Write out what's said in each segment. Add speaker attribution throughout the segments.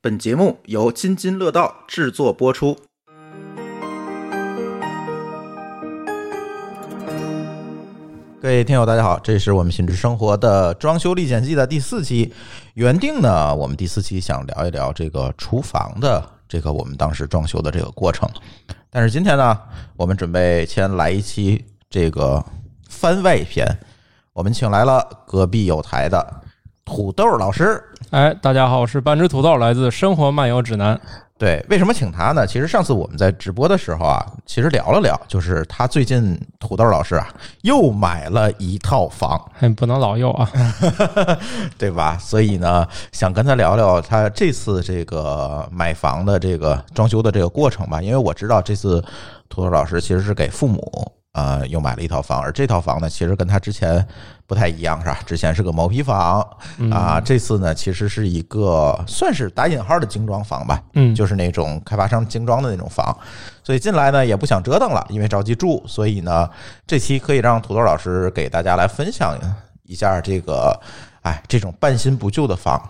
Speaker 1: 本节目由津津乐道制作播出。各位听友，大家好，这是我们品质生活的装修历险记的第四期。原定呢，我们第四期想聊一聊这个厨房的这个我们当时装修的这个过程，但是今天呢，我们准备先来一期这个番外篇，我们请来了隔壁有台的土豆老师。
Speaker 2: 哎，大家好，我是半只土豆，来自《生活漫游指南》。
Speaker 1: 对，为什么请他呢？其实上次我们在直播的时候啊，其实聊了聊，就是他最近土豆老师啊又买了一套房，
Speaker 2: 哎，不能老用啊。
Speaker 1: 对吧？所以呢，想跟他聊聊他这次这个买房的这个装修的这个过程吧，因为我知道这次土豆老师其实是给父母。呃，又买了一套房，而这套房呢，其实跟他之前不太一样，是吧？之前是个毛坯房啊、这次呢，其实是一个算是打引号的精装房吧，
Speaker 2: 嗯，
Speaker 1: 就是那种开发商精装的那种房，所以进来呢也不想折腾了，因为着急住，所以呢，这期可以让土豆老师给大家来分享一下这个，哎，这种半新不旧的房，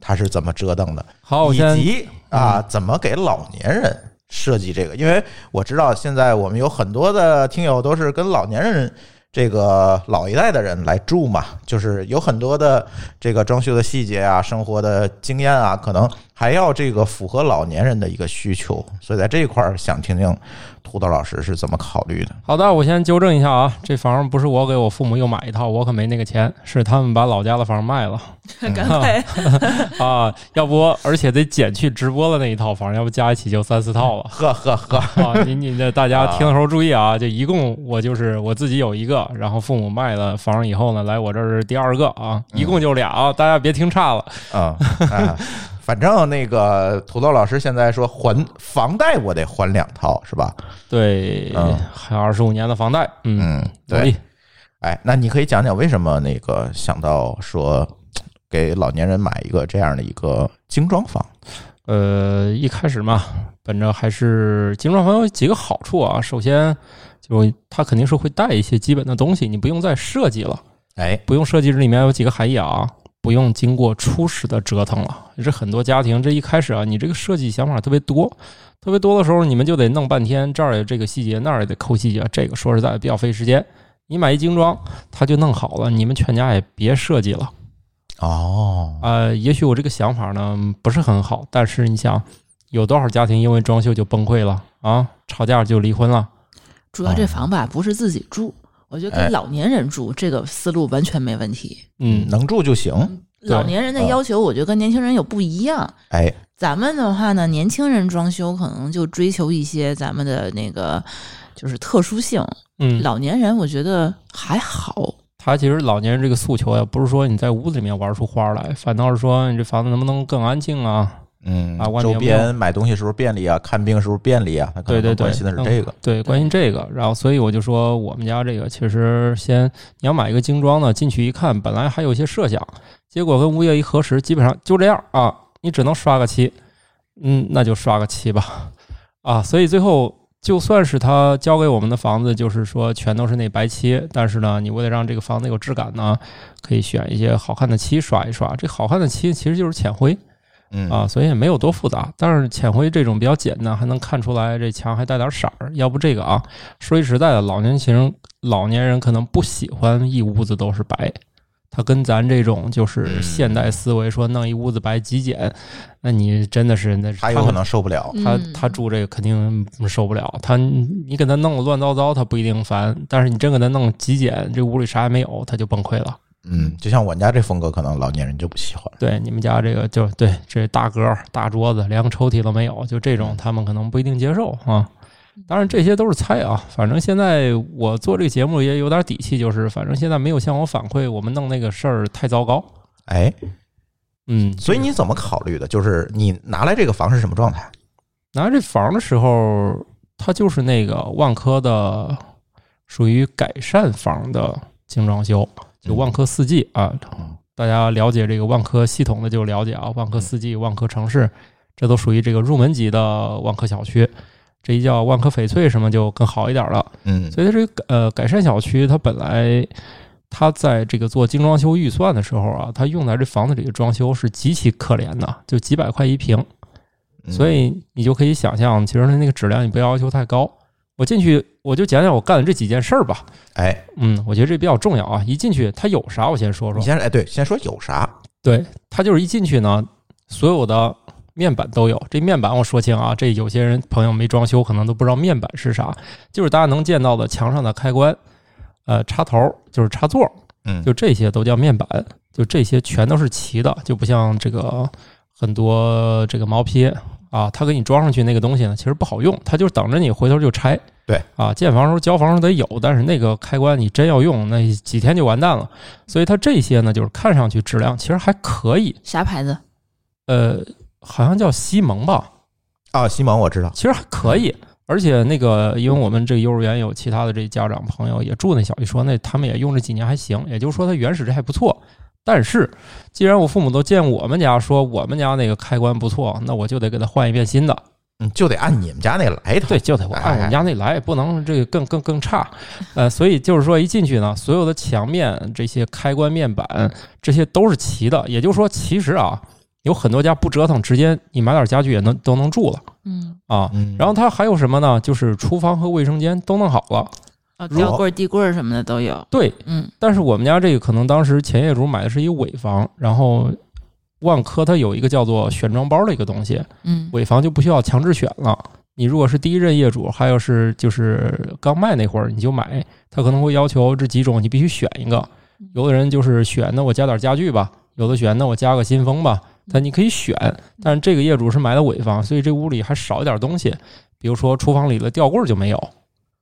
Speaker 1: 它是怎么折腾的，
Speaker 2: 好，我
Speaker 1: 以
Speaker 2: 先
Speaker 1: 及啊，怎么给老年人设计这个？因为我知道现在我们有很多的听友都是跟老年人。这个老一代的人来住嘛，就是有很多的这个装修的细节啊、生活的经验啊，可能还要这个符合老年人的一个需求，所以在这一块儿想听听土豆老师是怎么考虑的。
Speaker 2: 好的，我先纠正一下啊，这房不是我给我父母又买一套，我可没那个钱，是他们把老家的房卖了
Speaker 3: 赶快，
Speaker 2: 啊，要不而且得减去直播的那一套房，要不加一起就三四套了。
Speaker 1: 呵呵呵，
Speaker 2: 啊，你你的大家听的时候注意啊，就一共我就是我自己有一个，然后父母卖了房以后呢，来我这儿是第二个啊，
Speaker 1: 嗯
Speaker 2: 一共就俩啊，大家别听差了。
Speaker 1: 啊、啊，反正那个土豆老师现在说还房贷，我得还两套是吧？
Speaker 2: 对
Speaker 1: 嗯，
Speaker 2: 还有二十五年的房贷，嗯，
Speaker 1: 嗯，
Speaker 2: 努
Speaker 1: 对
Speaker 2: 力。。
Speaker 1: 哎，那你可以讲讲为什么那个想到说给老年人买一个这样的一个精装房？
Speaker 2: 呃，一开始嘛，本着还是精装房有几个好处啊。首先，就它肯定是会带一些基本的东西，你不用再设计了，
Speaker 1: 哎，
Speaker 2: 不用设计这里面有几个含义啊，不用经过初始的折腾了。也是很多家庭这一开始啊，你这个设计想法特别多，特别多的时候，你们就得弄半天，这儿有这个细节，那儿也得抠细节，这个说实在比较费时间。你买一精装，它就弄好了，你们全家也别设计了。
Speaker 1: 哦，
Speaker 2: 呃，也许我这个想法呢不是很好，但是你想，有多少家庭因为装修就崩溃了啊？吵架就离婚了？
Speaker 3: 主
Speaker 2: 啊
Speaker 3: 要这房吧不是自己住，我觉得
Speaker 1: 哎
Speaker 3: 跟老年人住这个思路完全没问题。
Speaker 2: 嗯，
Speaker 1: 能住就行。
Speaker 2: 对啊
Speaker 3: 老年人的要求，我觉得跟年轻人有不一样。
Speaker 1: 哎，
Speaker 3: 咱们的话呢，年轻人装修可能就追求一些咱们的那个就是特殊性，
Speaker 2: 嗯，
Speaker 3: 老年人我觉得还好。
Speaker 2: 他其实老年人这个诉求呀，不是说你在屋子里面玩出花来，反倒是说你这房子能不能更安静啊？
Speaker 1: 嗯
Speaker 2: 啊，万年
Speaker 1: 周边买东西是不是便利啊？看病是不是便利啊？他可
Speaker 2: 对
Speaker 1: 能
Speaker 2: 对
Speaker 1: 更
Speaker 2: 对，
Speaker 1: 关心的是这个
Speaker 2: 嗯。对，关心这个。然后，所以我就说，我们家这个其实先你要买一个精装的，进去一看，本来还有一些设想，结果跟物业一核实，基本上就这样啊，你只能刷个漆，嗯，那就刷个漆吧，啊，所以最后。就算是他交给我们的房子，就是说全都是那白漆，但是呢，你为了让这个房子有质感呢，可以选一些好看的漆刷一刷。这好看的漆其实就是浅灰，
Speaker 1: 嗯
Speaker 2: 啊，所以也没有多复杂。但是浅灰这种比较简单，还能看出来这墙还带点色儿。要不这个啊，说句实在的，老年型老年人可能不喜欢一屋子都是白。他跟咱这种就是
Speaker 1: 嗯
Speaker 2: 现代思维说弄一屋子白极简，那你真的是那
Speaker 1: 他有可能受不了。
Speaker 2: 他
Speaker 3: 嗯
Speaker 2: 他住这个肯定受不了，他你给他弄得乱糟糟，他不一定烦，但是你真给他弄极简，这屋里啥也没有，他就崩溃了。
Speaker 1: 嗯，就像我们家这风格，可能老年人就不喜欢。
Speaker 2: 对，你们家这个就对，这大格儿大桌子，连个抽屉都没有，就这
Speaker 1: 嗯
Speaker 2: 种他们可能不一定接受啊。当然这些都是猜啊，反正现在我做这个节目也有点底气，就是反正现在没有向我反馈我们弄那个事儿太糟糕。
Speaker 1: 哎，
Speaker 2: 嗯，
Speaker 1: 所以你怎么考虑的？就是你拿来这个房是什么状态？
Speaker 2: 拿这房的时候，它就是那个万科的属于改善房的精装修，就万科四季啊
Speaker 1: 嗯，
Speaker 2: 大家了解这个万科系统的就了解啊，万科四季、万科城市，这都属于这个入门级的万科小区。这一叫万科翡翠什么就更好一点了。
Speaker 1: 嗯
Speaker 2: 所以它这个呃改善小区，它本来它在这个做精装修预算的时候啊，它用在这房子里的装修是极其可怜的，就几百块一平。
Speaker 1: 嗯
Speaker 2: 所以你就可以想象，其实它那个质量你不要要求太高。我进去我就讲讲我干的这几件事儿吧，
Speaker 1: 哎，
Speaker 2: 嗯，我觉得这比较重要啊。一进去它有啥，我先说
Speaker 1: 你
Speaker 2: 说。
Speaker 1: 先哎，对，先说有啥？
Speaker 2: 对，它就是一进去呢，所有的面板都有。这面板我说清啊，这有些人朋友没装修，可能都不知道面板是啥，就是大家能见到的墙上的开关，呃，插头就是插座，
Speaker 1: 嗯，
Speaker 2: 就这些都叫面板，就这些全都是齐的，就不像这个很多这个毛坯啊，它给你装上去那个东西呢，其实不好用，它就等着你回头就拆。
Speaker 1: 对
Speaker 2: 啊，建房时候交房时候得有，但是那个开关你真要用，那几天就完蛋了。所以它这些呢，就是看上去质量其实还可以，
Speaker 3: 啥牌子？
Speaker 2: 呃，好像叫西蒙吧，
Speaker 1: 啊，西蒙我知道，
Speaker 2: 其实还可以。而且那个，因为我们这个幼儿园有其他的这家长朋友也住那小区，说那他们也用这几年还行，也就是说它原始这还不错。但是，既然我父母都见我们家说我们家那个开关不错，那我就得给他换一遍新的。
Speaker 1: 嗯，就得按你们家那个来头。
Speaker 2: 对，就得我按我们家那来，不能这个更更更差。呃，所以就是说一进去呢，所有的墙面这些开关面板这些都是齐的，也就是说，其实啊，有很多家不折腾，直接你买点家具也能都能住了
Speaker 3: 嗯，
Speaker 2: 啊。
Speaker 1: 嗯，
Speaker 2: 然后它还有什么呢？就是厨房和卫生间都弄好了。
Speaker 3: 哦，
Speaker 1: 如果
Speaker 3: 吊柜、地柜什么的都有。
Speaker 2: 对，
Speaker 3: 嗯，
Speaker 2: 但是我们家这个可能当时前业主买的是一尾房，然后万科它有一个叫做选装包的一个东西，
Speaker 3: 嗯，
Speaker 2: 尾房就不需要强制选了。你如果是第一任业主，还有是就是刚卖那会儿你就买，他可能会要求这几种你必须选一个。有的人就是选，那我加点家具吧；有的选，那我加个新风吧。但你可以选，但是这个业主是买的尾房，所以这屋里还少一点东西，比如说厨房里的吊柜就没有。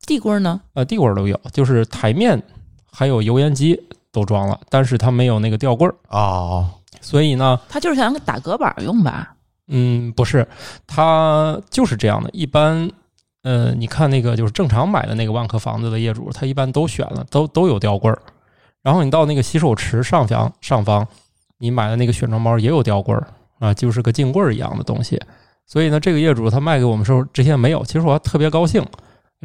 Speaker 3: 地柜呢？
Speaker 2: 呃，地柜儿都有，就是台面还有油烟机都装了，但是它没有那个吊柜儿，
Speaker 1: 哦，
Speaker 2: 所以呢，
Speaker 3: 它就是想打隔板用吧？
Speaker 2: 嗯，不是，它就是这样的。一般，呃，你看那个就是正常买的那个万科房子的业主，他一般都选了，都都有吊柜儿。然后你到那个洗手池上方上方，你买的那个选装包也有吊柜儿啊，就是个镜柜儿一样的东西。所以呢，这个业主他卖给我们时候，这些没有，其实我还特别高兴。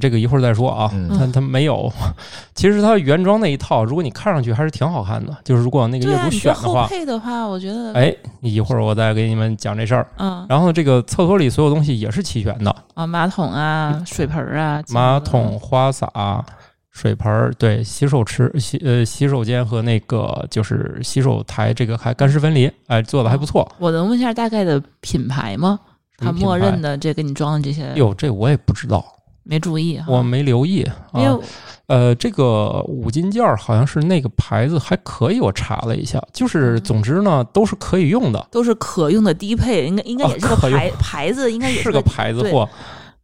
Speaker 2: 这个一会儿再说啊，
Speaker 1: 嗯
Speaker 2: 他他没有。其实他原装那一套，如果你看上去还是挺好看的，就是如果那个
Speaker 3: 对
Speaker 2: 业
Speaker 3: 啊，
Speaker 2: 主
Speaker 3: 你
Speaker 2: 选
Speaker 3: 这
Speaker 2: 的话
Speaker 3: 后，配的话，我觉得，
Speaker 2: 哎，一会儿我再给你们讲这事儿。
Speaker 3: 嗯，
Speaker 2: 然后这个厕所里所有东西也是齐全的，
Speaker 3: 啊，马桶啊，水盆儿啊，
Speaker 2: 嗯马桶、花洒、水盆儿，对，洗手池、洗呃洗手间和那个就是洗手台，这个还干湿分离，哎，做的还不错。
Speaker 3: 我能问一下大概的品牌吗？
Speaker 2: 什么
Speaker 3: 它
Speaker 2: 品牌
Speaker 3: 哦默认的这给你装的这些，
Speaker 2: 哟，这我也不知道，
Speaker 3: 没注意哈，
Speaker 2: 我没留意
Speaker 3: 啊因
Speaker 2: 啊。
Speaker 3: 为
Speaker 2: 呃，这个五金件儿好像是那个牌子还可以，我查了一下，就是
Speaker 3: 嗯
Speaker 2: 总之呢都是可以用的，
Speaker 3: 都是可用的低配，应该应该
Speaker 2: 啊
Speaker 3: 也是个
Speaker 2: 可用
Speaker 3: 牌牌子，应该也
Speaker 2: 是
Speaker 3: 个
Speaker 2: 个牌子
Speaker 3: 对
Speaker 2: 货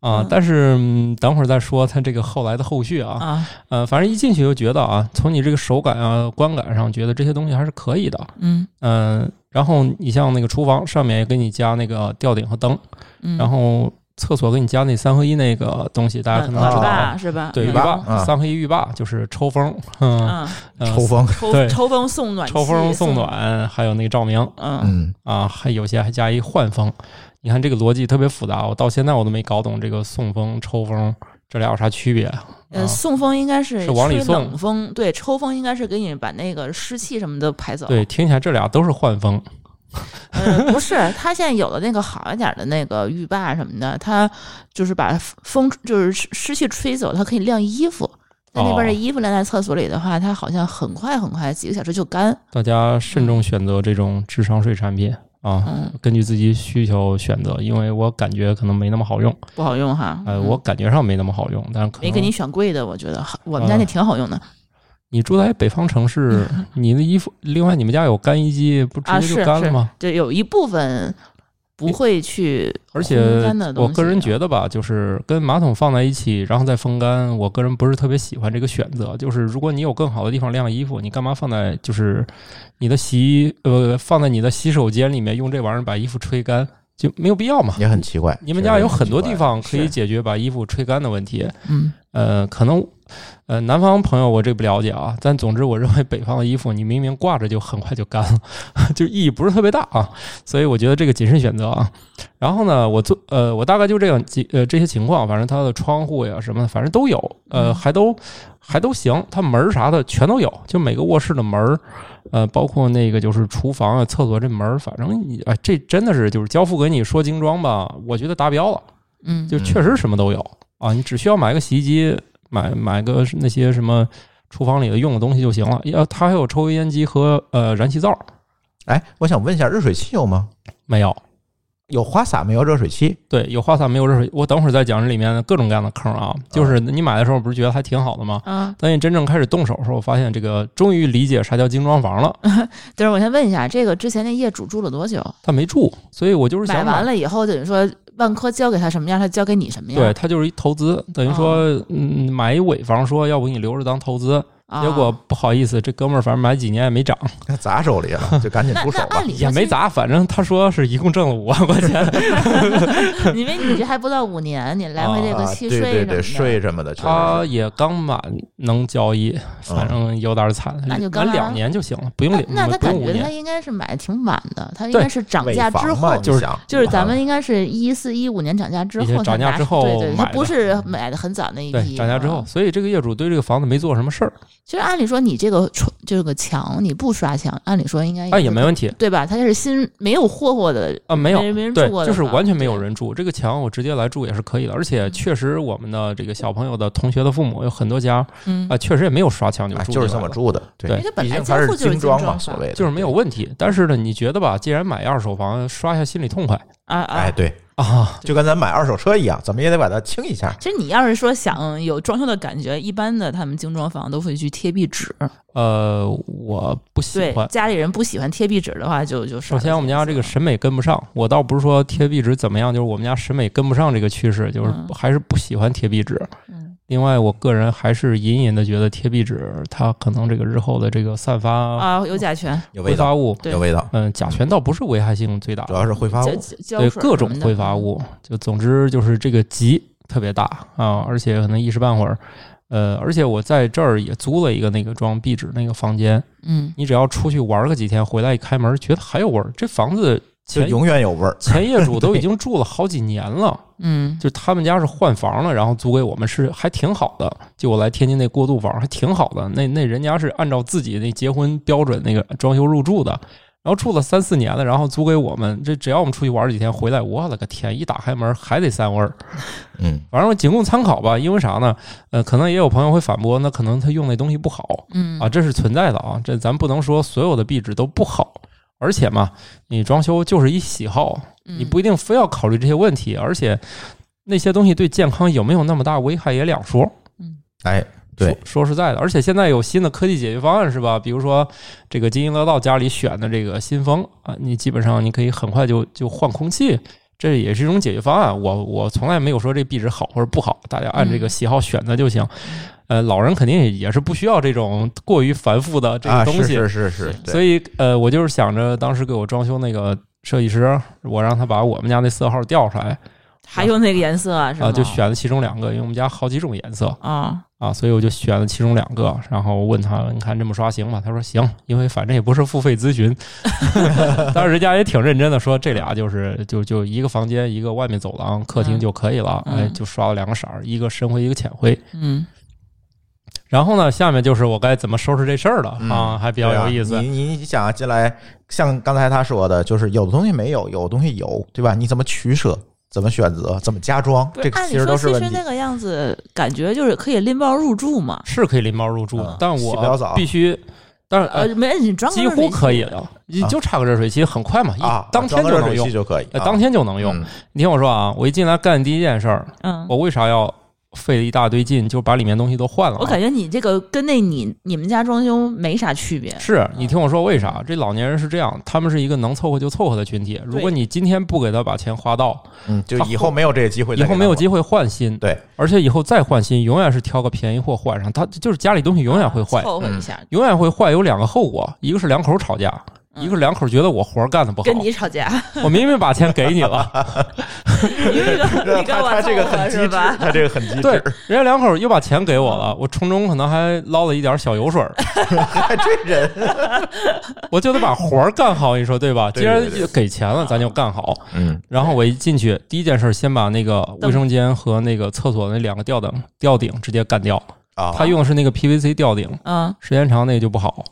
Speaker 2: 啊
Speaker 3: 嗯。
Speaker 2: 但是嗯等会儿再说它这个后来的后续啊。
Speaker 3: 啊，
Speaker 2: 呃，反正一进去就觉得啊，从你这个手感啊、观感上，觉得这些东西还是可以的。
Speaker 3: 嗯
Speaker 2: 嗯、然后你像那个厨房上面也给你加那个吊顶和灯，
Speaker 3: 嗯，
Speaker 2: 然后厕所给你加那三合一那个东西，大家可能
Speaker 1: 暖
Speaker 2: 知道
Speaker 3: 暖
Speaker 2: 啊。
Speaker 3: 爸嗯是吧？
Speaker 2: 对浴
Speaker 3: 暖
Speaker 2: 霸
Speaker 3: 风，
Speaker 1: 嗯
Speaker 2: 三合一浴霸就是抽风，嗯，
Speaker 3: 嗯，
Speaker 2: 呃
Speaker 1: 抽风，
Speaker 3: 抽
Speaker 2: 对
Speaker 3: 抽风送暖气，
Speaker 2: 抽风送暖，还有那个照明
Speaker 3: 嗯，
Speaker 1: 嗯，
Speaker 2: 啊，还有些还加一换风。你看这个逻辑特别复杂，我到现在我都没搞懂这个送风、抽风这俩有啥区别啊？
Speaker 3: 呃，送风应该是
Speaker 2: 是往里
Speaker 3: 吹
Speaker 2: 送
Speaker 3: 冷风，对，抽风应该是给你把那个湿气什么的排走。
Speaker 2: 对，，听起来这俩都是换风，
Speaker 3: 呃，不是，它现在有的那个好一点的那个浴霸什么的，它就是把风就是湿湿气吹走，它可以晾衣服。在那边的
Speaker 2: 哦
Speaker 3: 衣服晾在厕所里的话，它好像很快很快几个小时就干。
Speaker 2: 大家慎重选择这种智商税产品啊，
Speaker 3: 嗯，
Speaker 2: 根据自己需求选择，因为我感觉可能没那么好用，
Speaker 3: 不好用哈。
Speaker 2: 呃，
Speaker 3: 嗯
Speaker 2: 我感觉上没那么好用，但是可
Speaker 3: 没给你
Speaker 2: 能
Speaker 3: 选贵的，我觉得好我们家那
Speaker 2: 嗯
Speaker 3: 挺好用的。
Speaker 2: 你住在北方城市，你的衣服，另外你们家有干衣机，不直
Speaker 3: 嗯啊
Speaker 2: 接
Speaker 3: 是
Speaker 2: 就干了吗？
Speaker 3: 对，有一部分不会去
Speaker 2: 而且
Speaker 3: 烘干的东
Speaker 2: 我
Speaker 3: 西。啊
Speaker 2: 个人觉得吧，就是跟马桶放在一起，然后再风干，我个人不是特别喜欢这个选择。就是如果你有更好的地方晾衣服，你干嘛放在就是你的洗衣呃放在你的洗手间里面用这玩意儿把衣服吹干，就没有必要嘛。
Speaker 1: 也很奇怪。
Speaker 2: 你们家有很多地方可以
Speaker 3: 是
Speaker 2: 解决把衣服吹干的问题。
Speaker 3: 嗯，
Speaker 2: 呃，可能呃南方朋友我这不了解啊，但总之我认为北方的衣服你明明 挂着就很快就干了，就意义不是特别大啊，所以我觉得这个谨慎选择啊。然后呢，我做呃，我大概就这样几呃这些情况，反正它的窗户呀什么的，反正都有，呃，
Speaker 3: 嗯
Speaker 2: 还都还都行，它门儿啥的全都有，就每个卧室的门儿，呃，包括那个就是厨房啊、厕所这门儿，反正你哎，这真的是就是交付给你说精装吧，我觉得达标了，
Speaker 3: 嗯，
Speaker 2: 就确实什么都有啊，你只需要买个洗衣机，买买个那些什么厨房里的用的东西就行了，要它还有抽油烟机和呃燃气灶，
Speaker 1: 哎，我想问一下，热水器有吗？
Speaker 2: 没有。
Speaker 1: 有花洒没有热水器？
Speaker 2: 对，有花洒没有热水，我等会儿再讲这里面的各种各样的坑啊。就是你买的时候不是觉得还挺好的吗？
Speaker 3: 啊，
Speaker 2: 当你真正开始动手的时候，发现这个终于理解啥叫精装房了。
Speaker 3: 但是我先问一下，这个之前那业主住了多久？
Speaker 2: 他没住，所以我就是
Speaker 3: 买
Speaker 2: 想
Speaker 3: 完
Speaker 2: 买。
Speaker 3: 了以后，等于说万科交给他什么样，他交给你什么样？
Speaker 2: 对，他就是一投资，等于说，嗯，买一尾房，说要不你留着当投资，
Speaker 3: 哦啊，
Speaker 2: 结果不好意思，这哥们儿反正买几年也没涨，
Speaker 1: 砸手里了，就赶紧
Speaker 3: 那
Speaker 1: 出
Speaker 3: 那
Speaker 1: 手吧
Speaker 3: 按。理说
Speaker 2: 也没
Speaker 3: 其实，
Speaker 2: 砸，反正他说是一共挣了五万块钱，
Speaker 3: 因为你这还不到五年，你来回这个
Speaker 1: 啊，
Speaker 3: 契
Speaker 1: 对
Speaker 3: 税什
Speaker 1: 对
Speaker 3: 么的，
Speaker 1: 对，税什么的，确实
Speaker 2: 他
Speaker 1: 是。
Speaker 2: 也刚满能交易，
Speaker 1: 嗯
Speaker 2: 反正有点惨，
Speaker 3: 那就刚
Speaker 2: 满两
Speaker 3: 来
Speaker 2: 年就行了，不用
Speaker 3: 那
Speaker 2: 两，
Speaker 3: 那他
Speaker 2: 不用
Speaker 3: 感
Speaker 2: 五
Speaker 3: 觉
Speaker 2: 年
Speaker 3: 他。应该是买的挺晚的，他应
Speaker 2: 对
Speaker 3: 该是涨
Speaker 1: 尾
Speaker 3: 价之
Speaker 1: 房
Speaker 3: 后
Speaker 1: 嘛，，
Speaker 2: 就是
Speaker 1: 你想啊
Speaker 3: 就是咱们应该是一四一五年涨价之
Speaker 2: 已经
Speaker 3: 后才拿出，
Speaker 2: 涨价之后
Speaker 3: 对对，
Speaker 2: 买
Speaker 3: 他
Speaker 2: 的嗯
Speaker 3: 不是买的很早那一
Speaker 2: 对，
Speaker 3: 批，
Speaker 2: 涨价之后，
Speaker 3: 啊。
Speaker 2: 所以这个业主对这个房子没做什么事儿，
Speaker 3: 其实按理说你这个窗这个墙你不刷墙，按理说应该
Speaker 2: 但哎啊也没
Speaker 3: 问
Speaker 2: 问题
Speaker 3: 对吧？它是新没有霍霍的，
Speaker 2: 啊，没有
Speaker 3: 没人没人
Speaker 2: 对嗯
Speaker 3: 住过，的
Speaker 2: 就是
Speaker 3: 房
Speaker 2: 完全没有
Speaker 3: 对
Speaker 2: 人住。这个墙我直接来住也是可以的，而且确实我们的这个小朋友的同学的父母有很多家
Speaker 3: 嗯
Speaker 2: 啊，确实也没有刷墙就
Speaker 1: 哎
Speaker 2: 住，
Speaker 1: 就是这么，住的，
Speaker 2: 对
Speaker 3: 因为它本
Speaker 1: 毕
Speaker 3: 来
Speaker 1: 竟
Speaker 3: 交
Speaker 1: 它是
Speaker 3: 付就
Speaker 1: 精
Speaker 3: 是精
Speaker 1: 装
Speaker 3: 装
Speaker 1: 嘛，
Speaker 3: 房
Speaker 1: 所谓的
Speaker 2: 就是没有
Speaker 1: 对
Speaker 2: 问题。但是呢，你觉得吧，既然买二手房，刷一下心里痛快
Speaker 3: 啊啊！
Speaker 1: 哎，对，
Speaker 2: 啊，
Speaker 1: 就跟咱买二手车一样，怎么也得把它清一下。
Speaker 3: 其实你要是说想有装修的感觉，一般的他们精装房都会去贴壁纸。
Speaker 2: 呃，我不喜
Speaker 3: 对
Speaker 2: 欢，。
Speaker 3: 家里人不喜欢贴壁纸的话，就就
Speaker 2: 首先，我们家这个审美跟不上。我倒不是说贴壁纸怎么样，就是我们家审美跟不上这个趋势，就是
Speaker 3: 嗯
Speaker 2: 还是不喜欢贴壁纸。
Speaker 3: 嗯
Speaker 2: 另外，我个人还是隐隐的觉得贴壁纸它可能这个日后的这个散发
Speaker 3: 啊，有甲醛、
Speaker 1: 有
Speaker 2: 挥
Speaker 1: 味
Speaker 2: 发
Speaker 1: 道，
Speaker 2: 物，
Speaker 3: 对
Speaker 1: 有味道，
Speaker 2: 嗯，甲醛倒不是危害性最大
Speaker 1: 主，要是挥发
Speaker 3: 胶
Speaker 1: 物。
Speaker 3: 胶
Speaker 2: 啊对
Speaker 3: 水
Speaker 2: 各
Speaker 3: 什
Speaker 2: 种
Speaker 3: 么的
Speaker 2: 挥发。物，就总之就是这个集特别大啊，而且可能一时半会儿。呃，而且我在这儿也租了一个那个装壁纸那个房间，
Speaker 3: 嗯，
Speaker 2: 你只要出去玩个几天，回来一开门，觉得还有味儿。这房子
Speaker 1: 就
Speaker 2: 前
Speaker 1: 永远有味儿，
Speaker 2: 前业主都已经住了好几年了，
Speaker 3: 嗯，
Speaker 2: 就他们家是换房了，然后租给我们是还挺好的。就我来天津那过渡房还挺好的，那那人家是按照自己那结婚标准那个装修入住的，然后住了三四年了，然后租给我们。这只要我们出去玩几天回来，我了个天，一打开门还得散味儿。
Speaker 1: 嗯，
Speaker 2: 反正仅供参考吧，因为啥呢？呃，可能也有朋友会反驳，那可能他用那东西不好，
Speaker 3: 嗯
Speaker 2: 啊，这是存在的啊，这咱不能说所有的壁纸都不好。而且嘛，你装修就是一喜好，
Speaker 3: 嗯
Speaker 2: 你不一定非要考虑这些问题，而且那些东西对健康有没有那么大危害也两说。
Speaker 1: 哎，对
Speaker 2: 说，说实在的，而且现在有新的科技解决方案是吧？比如说这个津津乐道家里选的这个新风啊，你基本上你可以很快就就换空气，这也是一种解决方案。我我从来没有说这壁纸好或者不好，大家按这个
Speaker 3: 嗯
Speaker 2: 喜好选择就行。呃，老人肯定也也是不需要这种过于繁复的这
Speaker 1: 啊，
Speaker 2: 个东
Speaker 1: 是
Speaker 2: 西，
Speaker 1: 是是是，对
Speaker 2: 所以呃，我就是想着当时给我装修那个设计师，我让他把我们家那色号调出来
Speaker 3: 还有那个颜色啊，是
Speaker 2: 啊，
Speaker 3: 吗？
Speaker 2: 就选了其中两个，因为我们家好几种颜色
Speaker 3: 啊，
Speaker 2: 啊，所以我就选了其中两个，然后问他你看这么刷行吗？他说行，因为反正也不是付费 咨询，当时人家也挺认真的说这俩就是就就一个房间一个外面走廊客厅
Speaker 3: 嗯
Speaker 2: 就可以了，
Speaker 3: 嗯
Speaker 2: 哎，就刷了两个色儿，一个深灰一个浅灰。
Speaker 3: 嗯
Speaker 2: 然后呢，下面就是我该怎么收拾这事儿了啊，还比较
Speaker 1: 对啊
Speaker 2: 有意思。
Speaker 1: 你你你想啊进来，像刚才他说的，就是有的东西没有，有的东西有，对吧？你怎么取舍？怎么选择？怎么加装？
Speaker 3: 不
Speaker 1: 这
Speaker 3: 是，
Speaker 1: 个
Speaker 3: 按
Speaker 1: 其
Speaker 3: 理
Speaker 1: 实
Speaker 3: 说
Speaker 1: 都
Speaker 3: 其
Speaker 1: 是问
Speaker 3: 实
Speaker 1: 题
Speaker 3: 那。个样子，感觉就是可以拎包入住嘛。
Speaker 2: 是可以拎包入住，
Speaker 1: 嗯
Speaker 2: 但
Speaker 1: 洗不了
Speaker 2: 我
Speaker 1: 澡
Speaker 2: 必须，但是
Speaker 3: 呃
Speaker 2: 呃，，
Speaker 3: 没你装个
Speaker 2: 几
Speaker 3: 热水
Speaker 2: 乎可以
Speaker 3: 器
Speaker 2: 了，你就差个热水器，很快嘛，
Speaker 1: 啊
Speaker 2: 一，当天
Speaker 1: 装个
Speaker 2: 就
Speaker 1: 热
Speaker 2: 能
Speaker 1: 水
Speaker 2: 用
Speaker 1: 器，就可以，
Speaker 2: 呃
Speaker 1: 啊
Speaker 2: 当天就能用
Speaker 1: 嗯。
Speaker 2: 你听我说啊，我一进来干的第一件事儿，
Speaker 3: 嗯，
Speaker 2: 我为啥要费了一大堆劲就把里面东西都换了啊？
Speaker 3: 我感觉你这个跟那你你们家装修没啥区别。
Speaker 2: 是你听我说，为啥这老年人是这样？他们是一个能凑合就凑合的群体。如果你今天不给他把钱花到，
Speaker 1: 嗯，就以后没有这个机会，
Speaker 2: 以后没有机
Speaker 1: 会，
Speaker 2: 会换新，
Speaker 1: 对，
Speaker 2: 而且以后再换新，永远是挑个便宜货换上。他就是家里东西永远会坏，嗯
Speaker 3: 凑合一下。
Speaker 2: 永远会坏，有两个后果，一个是两口吵架，
Speaker 3: 嗯
Speaker 2: 一个是两口觉得我活儿干的不好
Speaker 3: 跟，你吵架，
Speaker 2: 我明明把钱给你了，
Speaker 3: 你这个
Speaker 1: 他
Speaker 3: 你跟我
Speaker 1: 他这个
Speaker 3: 凑合
Speaker 1: 很机智，
Speaker 3: 是吧？
Speaker 1: 他这个很机智，
Speaker 2: 对，人家两口又把钱给我了，我从中可能还捞了一点小油水儿，
Speaker 1: 这人，
Speaker 2: 我就得把活儿干好，你说对吧？
Speaker 1: 对
Speaker 2: 既然
Speaker 1: 对对
Speaker 2: 给钱了，咱就干好。
Speaker 1: 嗯
Speaker 2: 然后我一进去，第一件事先把那个卫生间和那个厕所那两个吊灯吊顶直接干掉，
Speaker 1: 啊，
Speaker 2: 他用的是那个 PVC 吊顶，
Speaker 3: 嗯
Speaker 2: 时间长那个就不好。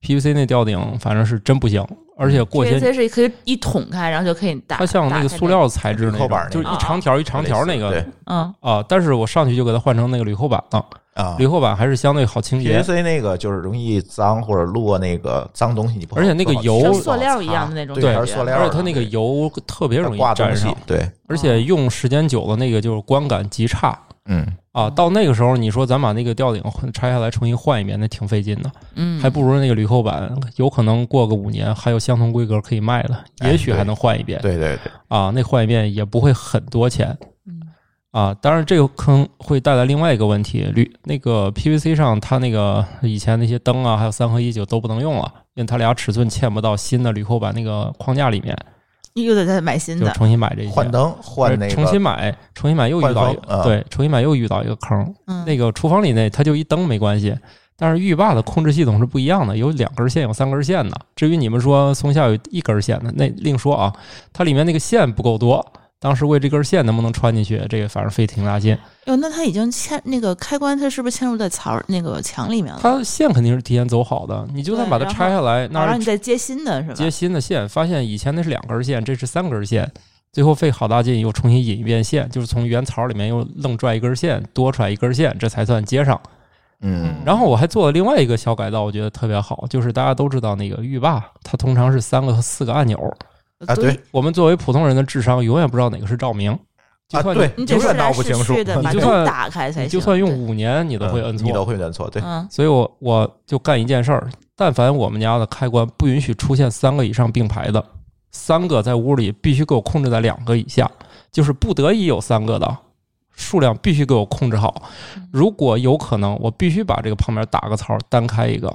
Speaker 2: PVC 那吊顶反正是真不行，而且过些
Speaker 3: ，PVC 是可以一捅开，然后就可以打。
Speaker 2: 它像那个
Speaker 3: 打开
Speaker 2: 塑，料材质
Speaker 1: 铝
Speaker 2: 那
Speaker 1: 扣板儿，
Speaker 2: 种就是
Speaker 3: 那
Speaker 2: 一
Speaker 3: 种
Speaker 2: 长条一长条那
Speaker 1: 对
Speaker 2: 个
Speaker 3: 嗯，
Speaker 2: 啊。但是我上去就给它换成那个铝扣板了，
Speaker 1: 啊
Speaker 2: 铝扣板还是相对好清洁，
Speaker 1: ，PVC 那个就是容易脏或者落那个脏东西，你不好
Speaker 2: 而且那个
Speaker 1: 不好
Speaker 2: 油
Speaker 1: 清
Speaker 3: 像
Speaker 1: 扫
Speaker 3: 塑料一样的那种
Speaker 1: 对
Speaker 3: 感觉
Speaker 1: 还是塑料
Speaker 2: 而且它
Speaker 1: 的
Speaker 2: 那个
Speaker 1: 对
Speaker 2: 油特别容易
Speaker 1: 挂东
Speaker 2: 沾
Speaker 1: 西啊
Speaker 2: 上，，
Speaker 1: 对，
Speaker 2: 而且用时间久了那个就是观感极差。
Speaker 1: 嗯，
Speaker 2: 啊，到那个时候，你说咱把那个吊顶拆下来重新换一遍，那挺费劲的，
Speaker 3: 嗯，
Speaker 2: 还不如那个铝扣板，有可能过个五年还有相同规格可以卖的，
Speaker 1: 哎
Speaker 2: 也许还能换一遍。
Speaker 1: 对对对，
Speaker 2: 啊，那换一遍也不会很多钱
Speaker 3: 嗯
Speaker 2: 啊。当然，这个坑会带来另外一个问题，铝那个 PVC 上它那个以前那些灯啊，还有三合一就都不能用了，因为它俩尺寸嵌不到新的铝扣板那个框架里面，
Speaker 3: 又得再买新
Speaker 2: 就
Speaker 3: 的，
Speaker 2: 重新买这一些
Speaker 1: 换。灯
Speaker 2: 而
Speaker 1: 换那个
Speaker 2: 重新买，重新买又遇到一
Speaker 1: 换风
Speaker 2: 个
Speaker 1: 啊
Speaker 2: 对，重新买又遇到一个坑。
Speaker 3: 嗯，
Speaker 2: 那个厨房里那它就一灯没关系，但是浴霸的控制系统是不一样的，有两根线，有三根线的。至于你们说松下有一根线的，那另说啊，它里面那个线不够多。当时为这根线能不能穿进去，这个反正费挺大劲。
Speaker 3: 哟，哦那它已经嵌那个开关，它是不是嵌入在槽那个墙里面了？
Speaker 2: 它线肯定是提前走好的，你就算把它
Speaker 3: 对然后
Speaker 2: 拆下来，那
Speaker 3: 然后
Speaker 2: 儿
Speaker 3: 你再接新的是吧？
Speaker 2: 接新的线，发现以前那是两根线，这是三根线，最后费好大劲又重新引一遍线，就是从原槽里面又愣拽一根线，多出来一根线，这才算接上。
Speaker 1: 嗯，
Speaker 2: 然后我还做了另外一个小改造，我觉得特别好，就是大家都知道那个浴霸，它通常是三个和四个按钮。
Speaker 3: 哦
Speaker 1: 啊对，
Speaker 2: 我们作为普通人的智商，永远不知道哪个是照明。就
Speaker 1: 啊
Speaker 2: 算
Speaker 1: 对，
Speaker 3: 你得
Speaker 1: 永
Speaker 3: 是
Speaker 1: 远
Speaker 3: 来
Speaker 1: 闹不
Speaker 3: 是
Speaker 1: 清楚
Speaker 3: 去，的，把
Speaker 2: 你就
Speaker 3: 灯
Speaker 2: 算
Speaker 3: 打开才
Speaker 2: 你
Speaker 3: 行。
Speaker 2: 就算用
Speaker 3: 对
Speaker 2: 五年，你都会摁
Speaker 1: 你都
Speaker 2: 错。
Speaker 1: 会摁错，对，
Speaker 3: 嗯
Speaker 2: 所以我我就干一件事儿，但凡我们家的开关不允许出现三个以上并排的，三个在屋里必须给我控制在两个以下，就是不得已有三个的。数量必须给我控制好，如果有可能，我必须把这个旁边打个槽，单开一个。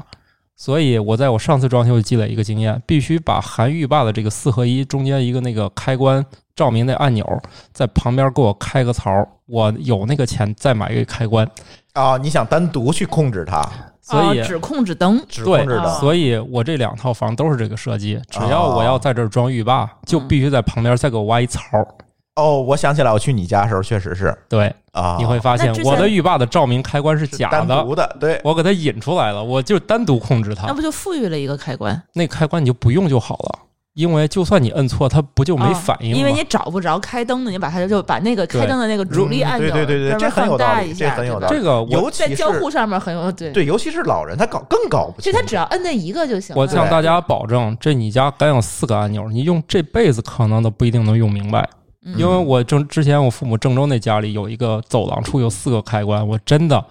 Speaker 2: 所以我在我上次装修就积累一个经验，必须把韩浴霸的这个四合一中间一个那个开关照明的按钮，在旁边给我开个槽，我有那个钱再买一个开关。
Speaker 1: 啊，你想单独去控制它，
Speaker 2: 所以、
Speaker 3: 啊只控制灯，
Speaker 1: 只
Speaker 2: 对
Speaker 1: 控制
Speaker 3: 啊
Speaker 1: 的，啊
Speaker 2: 所以我这两套房都是这个设计，只要我要在这儿装浴霸，就
Speaker 1: 嗯
Speaker 2: 必须在旁边再给我挖一槽儿。
Speaker 1: 哦，我想起来，我去你家的时候确实是
Speaker 2: 对，
Speaker 1: 啊，
Speaker 2: 你会发现
Speaker 3: 那之前
Speaker 2: 我的浴霸的照明开关是
Speaker 1: 是
Speaker 2: 假
Speaker 1: 单
Speaker 2: 的，
Speaker 1: 独的，对，
Speaker 2: 我给它引出来了，我就单独控制
Speaker 3: 那
Speaker 2: 它，
Speaker 3: 不就富裕了一个开关？
Speaker 2: 那开关你就不用就好了。因为就算你摁错，它不就没
Speaker 3: 啊
Speaker 2: 反应吗？
Speaker 3: 因为你找不着开灯的，你把它就把那个开
Speaker 2: 对
Speaker 3: 灯的那个主力
Speaker 1: 嗯
Speaker 3: 按
Speaker 1: 对
Speaker 3: 钮，
Speaker 1: 对对对
Speaker 3: 专
Speaker 1: 这
Speaker 3: 门
Speaker 1: 很有
Speaker 3: 放
Speaker 1: 道
Speaker 3: 大
Speaker 1: 理
Speaker 3: 一
Speaker 1: 这
Speaker 3: 下，
Speaker 1: 很有
Speaker 3: 对
Speaker 1: 道
Speaker 3: 吧
Speaker 1: 理
Speaker 2: 这个我
Speaker 1: 尤
Speaker 3: 在
Speaker 1: 其
Speaker 3: 交
Speaker 1: 是
Speaker 3: 互上面很有对，
Speaker 1: 对，尤其是老人，他搞更搞不
Speaker 3: 其实
Speaker 1: 清
Speaker 3: 它只要摁那一个就行了。
Speaker 2: 我向大家保证，这你家敢有四个按钮，你用这辈子可能都不一定能用明白。
Speaker 3: 嗯
Speaker 2: 因为我正之前我父母郑州那家里有一个走廊处有四个开关，我真的，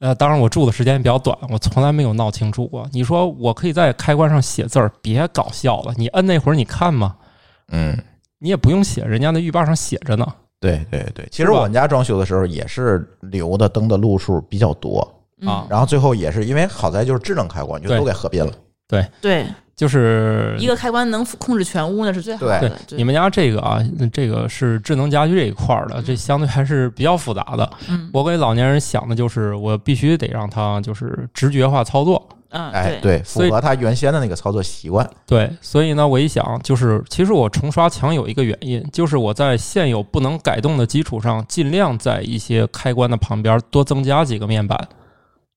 Speaker 2: 呃，当然我住的时间比较短，我从来没有闹清楚过。你说我可以在开关上写字儿，别搞笑了，你摁那会儿你看吗？
Speaker 1: 嗯。
Speaker 2: 你也不用写，人家那浴霸上写着呢。
Speaker 1: 对对对，其
Speaker 2: 是
Speaker 1: 实
Speaker 2: 吧
Speaker 1: 我们家装修的时候也是留的灯的路数比较多，
Speaker 3: 嗯
Speaker 2: 啊
Speaker 1: 然后最后也是因为好在就是智能开关，就
Speaker 2: 对
Speaker 1: 都给合并了。
Speaker 3: 嗯对
Speaker 2: 就是
Speaker 3: 一个开关能控制全屋，那是最好
Speaker 2: 对
Speaker 3: 的。对
Speaker 2: 你们家这个啊，这个是智能家居这一块儿的，这相对还是比较复杂的。
Speaker 3: 嗯
Speaker 2: 我给老年人想的就是，我必须得让他就是直觉化操作。
Speaker 3: 嗯
Speaker 1: 哎，
Speaker 3: 对
Speaker 1: 对，符
Speaker 2: 所以
Speaker 1: 合他原先的那个操作习惯。
Speaker 2: 对，所以呢，我一想，就是其实我重刷墙有一个原因，就是我在现有不能改动的基础上，尽量在一些开关的旁边多增加几个面板。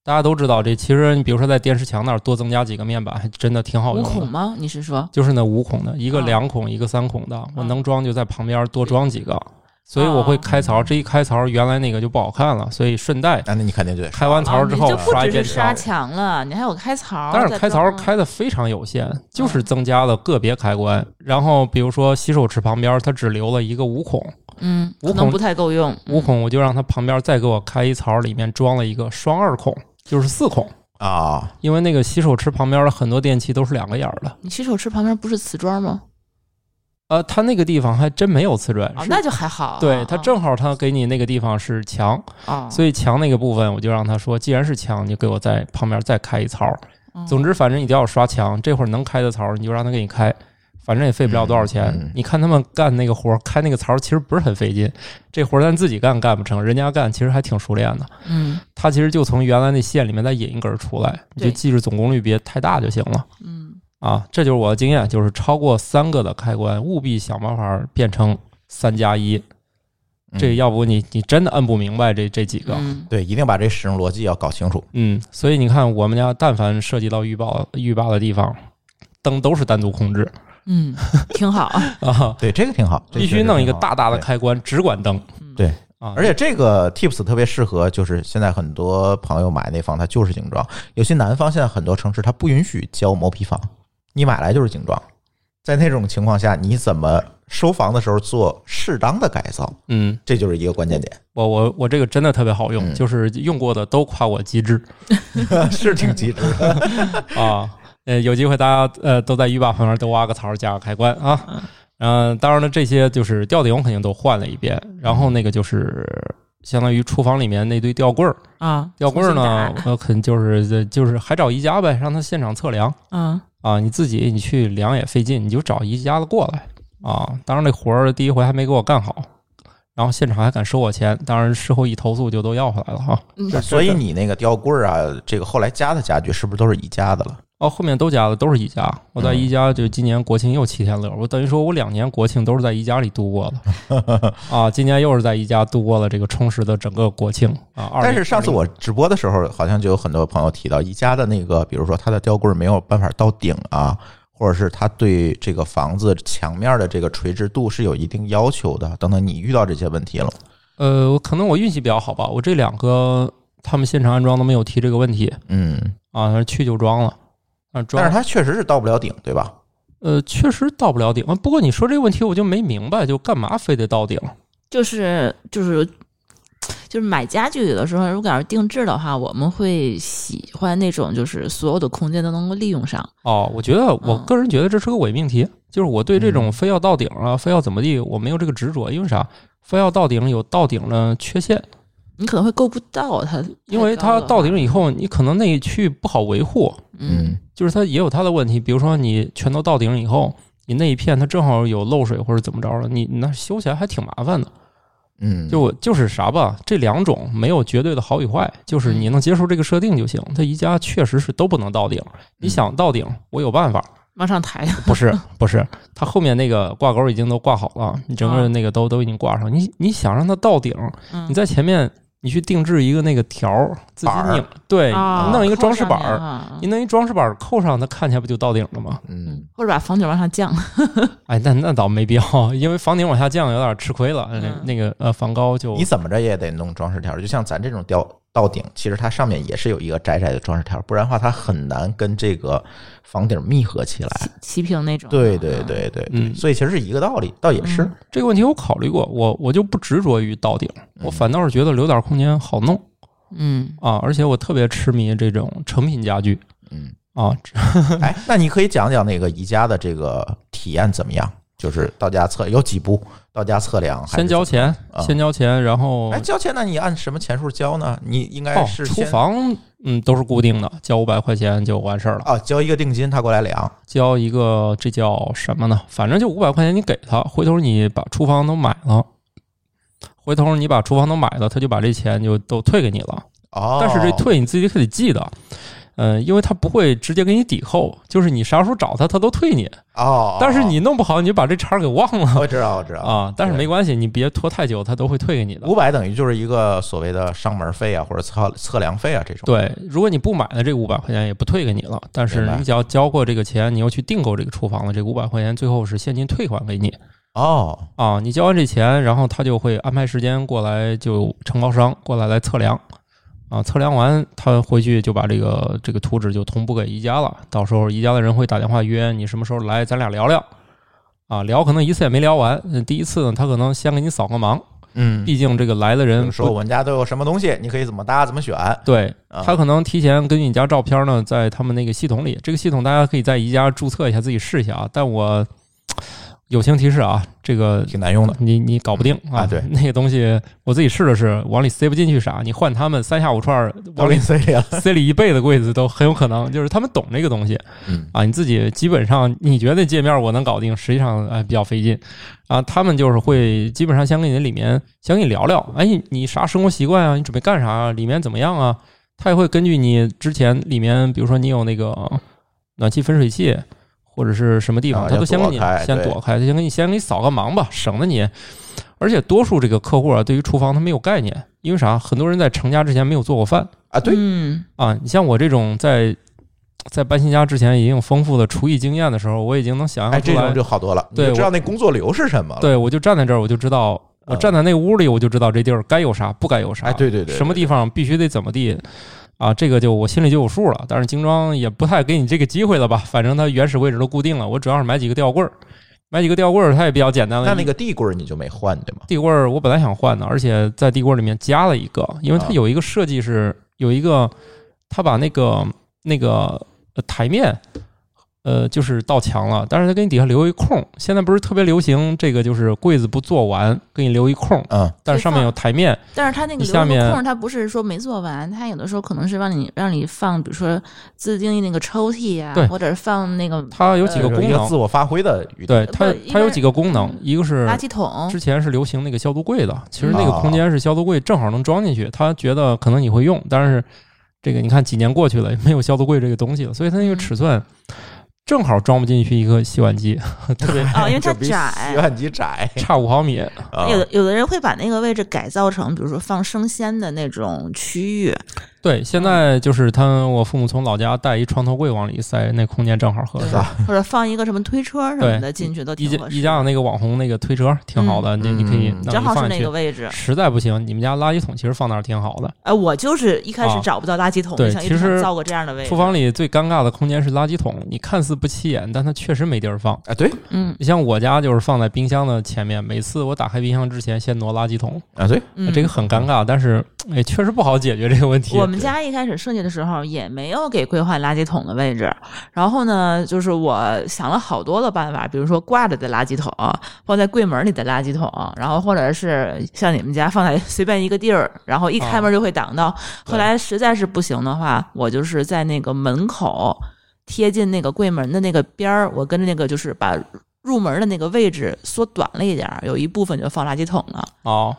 Speaker 2: 大家都知道，这其实你比如说在电视墙那儿多增加几个面板，还真的挺好
Speaker 3: 五
Speaker 2: 用的
Speaker 3: 孔。吗？你是说？
Speaker 2: 就是那五孔的，一个
Speaker 3: 啊
Speaker 2: 两孔，一个三孔的，我能装就在旁边多装几
Speaker 3: 啊
Speaker 2: 个，所以我会开槽。这一开槽，原来那个就不好看了，所以顺带
Speaker 1: 啊，那你肯定就得
Speaker 2: 开完槽之后
Speaker 3: 啊你就
Speaker 2: 刷一
Speaker 3: 不只
Speaker 2: 遍
Speaker 3: 是
Speaker 2: 墙
Speaker 3: 刷。墙了，你还有开槽。
Speaker 2: 但是开槽
Speaker 3: 再装啊
Speaker 2: 开的非常有限，
Speaker 3: 嗯
Speaker 2: 就是增加了个别开关。然后比如说洗手池旁边，它只留了一个五孔，
Speaker 3: 嗯，
Speaker 2: 五
Speaker 3: 可
Speaker 2: 孔
Speaker 3: 能不太够用。嗯
Speaker 2: 五孔我就让它旁边再给我开一槽，里面装了一个双二孔，就是四孔。
Speaker 1: 啊，
Speaker 2: 因为那个洗手池旁边的很多电器都是两个眼儿的，
Speaker 3: 你洗手池旁边不是瓷砖吗？
Speaker 2: 呃，它那个地方还真没有瓷砖，
Speaker 3: 哦，
Speaker 2: 是
Speaker 3: 那就还好。
Speaker 2: 对它
Speaker 3: 哦
Speaker 2: 正好它给你那个地方是墙，
Speaker 3: 哦，
Speaker 2: 所以墙那个部分我就让他说，既然是墙，你就给我在旁边再开一槽。
Speaker 3: 嗯
Speaker 2: 总之，反正你都要刷墙，这会儿能开的槽儿你就让他给你开，反正也费不了多少钱。
Speaker 1: 嗯嗯
Speaker 2: 你看他们干那个活儿，开那个槽儿其实不是很费劲，这活儿咱自己干干不成，人家干其实还挺熟练的。
Speaker 3: 嗯
Speaker 2: 他其实就从原来那线里面再引一根儿出来，你就
Speaker 3: 对
Speaker 2: 记住总功率别太大就行了
Speaker 3: 嗯
Speaker 2: 啊。这就是我的经验，就是超过三个的开关，务必想办法变成三加一。
Speaker 1: 嗯
Speaker 2: 这要不你你真的摁不明白这这几个，
Speaker 3: 嗯
Speaker 1: 对，一定把这使用逻辑要搞清楚。
Speaker 2: 嗯，所以你看，我们家但凡涉及到预报预报的地方，灯都是单独控制
Speaker 3: 嗯，挺好。
Speaker 2: 啊，
Speaker 1: 对，这个挺好，这
Speaker 2: 必
Speaker 1: 确
Speaker 2: 须
Speaker 1: 实
Speaker 2: 弄一个
Speaker 1: 挺好
Speaker 2: 大大的
Speaker 1: 对
Speaker 2: 开关，只管灯
Speaker 1: 对，
Speaker 2: 啊。
Speaker 1: 而且这个 tips 特别适合，就是现在很多朋友买那房，它就是精装，尤其南方现在很多城市它不允许交毛坯房，你买来就是精装。在那种情况下，你怎么收房的时候做适当的改造，
Speaker 2: 嗯，
Speaker 1: 这就是一个关键点，
Speaker 2: 我我我这个真的特别好用，
Speaker 1: 嗯
Speaker 2: 就是用过的都夸我机智
Speaker 1: 是挺机智的。
Speaker 2: 啊。呃，有机会大家呃都在浴霸旁边都挖个槽儿加个开关啊。
Speaker 3: 嗯
Speaker 2: 嗯、当然了，这些就是吊顶我肯定都换了一遍，然后那个就是相当于厨房里面那堆吊棍儿，
Speaker 3: 啊，
Speaker 2: 吊棍儿呢
Speaker 3: 重新，打
Speaker 2: 我肯就是就是还找宜家呗，让他现场测量。
Speaker 3: 嗯
Speaker 2: 啊，你自己你去量也费劲，你就找宜家的过来啊。当然那活儿第一回还没给我干好，然后现场还敢收我钱，当然事后一投诉就都要回来了哈。
Speaker 1: 是所以你那个吊棍儿啊，这个后来加的家具是不是都是宜家的了？
Speaker 2: 哦，后面都加的都是宜家，我在宜家就今年国庆又七天乐，我等于说我两年国庆都是在宜家里度过的啊，今年又是在宜家度过了这个充实的整个国庆啊。20
Speaker 1: 但是上次
Speaker 2: 20
Speaker 1: 我直播的时候，好像就有很多朋友提到宜家的那个，比如说它的吊柜没有办法到顶啊，或者是它对这个房子墙面的这个垂直度是有一定要求的。等等，你遇到这些问题了吗？
Speaker 2: 呃，我可能我运气比较好吧，我这两个他们现场安装都没有提这个问题
Speaker 1: 嗯，
Speaker 2: 啊，去就装了。啊，装
Speaker 1: 但
Speaker 2: 了
Speaker 1: 是它确实是到不了顶，对吧？
Speaker 2: 呃，确实到不了顶。不过你说这个问题，我就没明白，就干嘛非得到顶？
Speaker 3: 就是就是就是买家具的时候，如果要是定制的话，我们会喜欢那种就是所有的空间都能够利用上。
Speaker 2: 哦，我觉得我
Speaker 3: 嗯
Speaker 2: 个人觉得这是个伪命题，就是我对这种非要到顶啊，非要怎么地，我没有这个执着，因为啥？非要到顶有到顶的缺陷，
Speaker 3: 你可能会够不到它，
Speaker 2: 因为它到顶以后，你可能那一区不好维护，
Speaker 3: 嗯，
Speaker 2: 就是它也有它的问题。比如说你全都到顶以后，你那一片它正好有漏水或者怎么着了，你你那修起来还挺麻烦的。
Speaker 1: 嗯，
Speaker 2: 就我就是啥吧，这两种没有绝对的好与坏，就是你能接受这个设定就行。它宜家确实是都不能到顶，你想到顶，我有办法。
Speaker 3: 往上抬。
Speaker 2: 不是不是，它后面那个挂钩已经都挂好了，你整个
Speaker 3: 啊
Speaker 2: 那个都都已经挂上。你你想让它到顶，
Speaker 3: 嗯
Speaker 2: 你在前面你去定制一个那个条儿，自己
Speaker 1: 板儿
Speaker 2: 拧，对，
Speaker 3: 啊
Speaker 2: 弄一个
Speaker 3: 扣
Speaker 2: 装饰
Speaker 3: 上
Speaker 2: 板
Speaker 3: 面
Speaker 2: 儿，
Speaker 3: 啊
Speaker 2: 你弄一装饰板儿扣上，它看起来不就到顶了吗？
Speaker 1: 嗯，
Speaker 3: 或者把房顶往上降。
Speaker 2: 哎，那那倒没必要，因为房顶往下降有点吃亏了，那
Speaker 3: 嗯
Speaker 2: 那个呃房高就
Speaker 1: 你怎么着也得弄装饰条，就像咱这种吊到顶，其实它上面也是有一个窄窄的装饰条，不然的话它很难跟这个房顶密合起来。
Speaker 3: 齐平那种。
Speaker 1: 对对对对，
Speaker 2: 嗯
Speaker 1: 所以其实是一个道理，倒也是。
Speaker 3: 嗯
Speaker 2: 这个问题我考虑过，我我就不执着于到顶，我
Speaker 1: 嗯
Speaker 2: 反倒是觉得留点空间好弄
Speaker 3: 嗯，
Speaker 2: 啊，而且我特别痴迷这种成品家具
Speaker 1: 嗯，
Speaker 2: 啊，
Speaker 1: 哎，那你可以讲讲那个宜家的这个体验怎么样？就是到家测有几步，到家测量，还是
Speaker 2: 先交
Speaker 1: 怎么
Speaker 2: 钱，
Speaker 1: 啊
Speaker 2: 先交钱，然后
Speaker 1: 样。哎，交钱那你按什么钱数交呢？你应该
Speaker 2: 哦，
Speaker 1: 是
Speaker 2: 厨
Speaker 1: 先
Speaker 2: 房嗯都是固定的，交五百块钱就完事儿了，
Speaker 1: 啊，交一个定金，他过来量。
Speaker 2: 交一个这叫什么呢？反正就五百块钱你给他，回头你把厨房都买了。回头你把厨房都买了，他就把这钱就都退给你了。
Speaker 1: 哦，
Speaker 2: 但是这退你自己可得记得，嗯、因为他不会直接给你抵扣，就是你啥时候找他，他都退你。
Speaker 1: 哦，
Speaker 2: 但是你弄不好，你就把这茬儿给忘了
Speaker 1: 我知道，我知道。
Speaker 2: 啊。但是没关系，你别拖太久，他都会退给你的。
Speaker 1: 五百等于就是一个所谓的上门费啊，或者测测量费啊这种。，
Speaker 2: 对，如果你不买了这五百块钱，也不退给你了。但
Speaker 1: 明
Speaker 2: 是
Speaker 1: 白
Speaker 2: 你只要交过这个钱，你又去订购这个厨房了，这五百块钱最后是现金退还给你
Speaker 1: 哦，
Speaker 2: 啊。你交完这钱，然后他就会安排时间过来，就承包商过来来测量啊。测量完，他回去就把这个这个图纸就同步给宜家了。到时候宜家的人会打电话约你什么时候来，咱俩聊聊啊。聊可能一次也没聊完，嗯第一次呢，他可能先给你扫个盲，
Speaker 1: 嗯，
Speaker 2: 毕竟这个来的
Speaker 1: 比
Speaker 2: 人
Speaker 1: 如说
Speaker 2: 不
Speaker 1: 我们家都有什么东西，你可以怎么搭，怎么选。
Speaker 2: 对
Speaker 1: 啊
Speaker 2: 他可能提前根据你家照片呢，在他们那个系统里，这个系统大家可以在宜家注册一下，自己试一下啊。但我友情提示啊，这个
Speaker 1: 挺难用的。
Speaker 2: 你你搞不定
Speaker 1: 嗯啊对
Speaker 2: 那个东西我自己试了试，往里塞不进去啥，你换他们三下五除二
Speaker 1: 往
Speaker 2: 往
Speaker 1: 里
Speaker 2: 里
Speaker 1: 塞里了，
Speaker 2: 塞里一辈子柜子都很有可能，就是他们懂这个东西
Speaker 1: 嗯，
Speaker 2: 啊。你自己基本上你觉得界面我能搞定，实际上哎比较费劲啊。他们就是会基本上先跟你里面先跟你聊聊，哎你你啥生活习惯啊，你准备干啥啊，里面怎么样啊？他也会根据你之前里面，比如说你有那个暖气分水器。或者是什么地
Speaker 1: 啊
Speaker 2: 方，他
Speaker 1: 要
Speaker 2: 都先给
Speaker 1: 躲
Speaker 2: 你
Speaker 1: 开
Speaker 2: 先
Speaker 1: 对
Speaker 2: 躲开，先给你先给你扫个盲吧，省得你。而且多数这个客户啊，对于厨房他没有概念，因为啥？很多人在成家之前没有做过饭，
Speaker 1: 啊，对，
Speaker 3: 嗯，
Speaker 2: 啊，你像我这种在在搬新家之前已经有丰富的厨艺经验的时候，我已经能想
Speaker 1: 哎，
Speaker 2: 象出
Speaker 1: 这
Speaker 2: 来，
Speaker 1: 种就好多了，你
Speaker 2: 对
Speaker 1: 就知道
Speaker 2: 我
Speaker 1: 那工作流是什么了。
Speaker 2: 对我就站在这儿，我就知道，我
Speaker 1: 嗯
Speaker 2: 站在那屋里，我就知道这地儿该有啥，不该有啥，
Speaker 1: 哎，对对对，
Speaker 2: 什么地方必须得怎么地。啊，这个就我心里就有数了，但是精装也不太给你这个机会了吧？反正它原始位置都固定了，我主要是买几个吊柜儿，买几个吊柜儿，它也比较
Speaker 3: 嗯
Speaker 2: 简单了。
Speaker 1: 那那个地棍儿你就没换对吗？
Speaker 2: 地柜儿我本来想换的，而且在地柜儿里面加了一个，因为它
Speaker 1: 啊
Speaker 2: 有一个设计是有一个，它把那个那个、呃台面，呃，就是到墙了，但是它给你底下留一空。现在不是特别流行这个，就是柜子不做完，给你留一空，
Speaker 1: 嗯，
Speaker 2: 但是上面有台面，
Speaker 3: 但是他那个
Speaker 2: 你
Speaker 3: 留
Speaker 2: 下
Speaker 3: 那个
Speaker 2: 面
Speaker 3: 空儿，他不是说没做完，他有的时候可能是让你让你放，比如说自定义那个抽屉呀、
Speaker 2: 对
Speaker 3: 或者是放那个
Speaker 2: 它有几
Speaker 1: 这
Speaker 2: 个
Speaker 1: 个
Speaker 2: 功
Speaker 1: 呃一个自
Speaker 2: 能，
Speaker 1: 我发挥的余地。
Speaker 2: 对它
Speaker 3: 不一
Speaker 2: 它有
Speaker 3: 般
Speaker 2: 几个功能，一个是
Speaker 3: 垃圾桶
Speaker 2: 之。前是流行那个消毒柜的，其实
Speaker 3: 嗯
Speaker 2: 那个
Speaker 1: 啊
Speaker 2: 空间是消毒柜正好能装进去。他觉得可能你会用，但是这个你看几年过去了，也没有消毒柜这个东西了，所以它那个尺寸
Speaker 3: 嗯
Speaker 2: 正好装不进去一个洗碗 机，特别
Speaker 3: 哦，因为它
Speaker 1: 就比洗
Speaker 3: 窄，
Speaker 1: 碗机窄。
Speaker 2: 差五毫米。
Speaker 1: 啊
Speaker 3: 有的有的人会把那个位置改造成，比如说放生鲜的那种区域，
Speaker 2: 对，现在就是他，我父母从老家带一床头柜往里塞，那空间正好合适。
Speaker 3: 或者放一个什么推车什么的进去都
Speaker 2: 一
Speaker 3: 挺
Speaker 2: 家
Speaker 3: 合
Speaker 2: 一
Speaker 3: 适
Speaker 2: 家
Speaker 3: 的，
Speaker 2: 有那个网红那个推车挺好的，你你可以
Speaker 1: 嗯
Speaker 2: 那
Speaker 3: 正好是
Speaker 2: 放
Speaker 3: 那
Speaker 2: 进
Speaker 3: 个
Speaker 2: 去。
Speaker 3: 位置。
Speaker 2: 实在不行，你们家垃圾桶其实放那儿挺好的。
Speaker 3: 哎，我就是一开始
Speaker 2: 啊
Speaker 3: 找不到垃圾桶，
Speaker 2: 对
Speaker 3: 想一
Speaker 2: 其
Speaker 3: 直想
Speaker 2: 实
Speaker 3: 造个这样的位置。
Speaker 2: 厨房里最尴尬的空间是垃圾桶，你看似不起眼，但它确实没地儿放。
Speaker 1: 啊，对
Speaker 3: 嗯
Speaker 2: 你像我家就是放在冰箱的前面，每次我打开冰箱之前先挪垃圾桶，哎
Speaker 1: 啊，对，
Speaker 3: 嗯，
Speaker 2: 这个很尴尬，但是也确实不好解决这个问题。
Speaker 3: 我们家一开始设计的时候也没有给规划垃圾桶的位置，然后呢，就是我想了好多的办法，比如说挂着的垃圾桶，放在柜门里的垃圾桶，然后或者是像你们家放在 随便一个地儿，然后一开门就会挡到。
Speaker 2: 对
Speaker 3: 后来实在是不行的话，我就是在那个门口贴近那个柜门的那个边儿，我跟着那个就是把。入门的那个位置缩短了一点儿，有一部分就放垃圾桶了。
Speaker 2: 哦，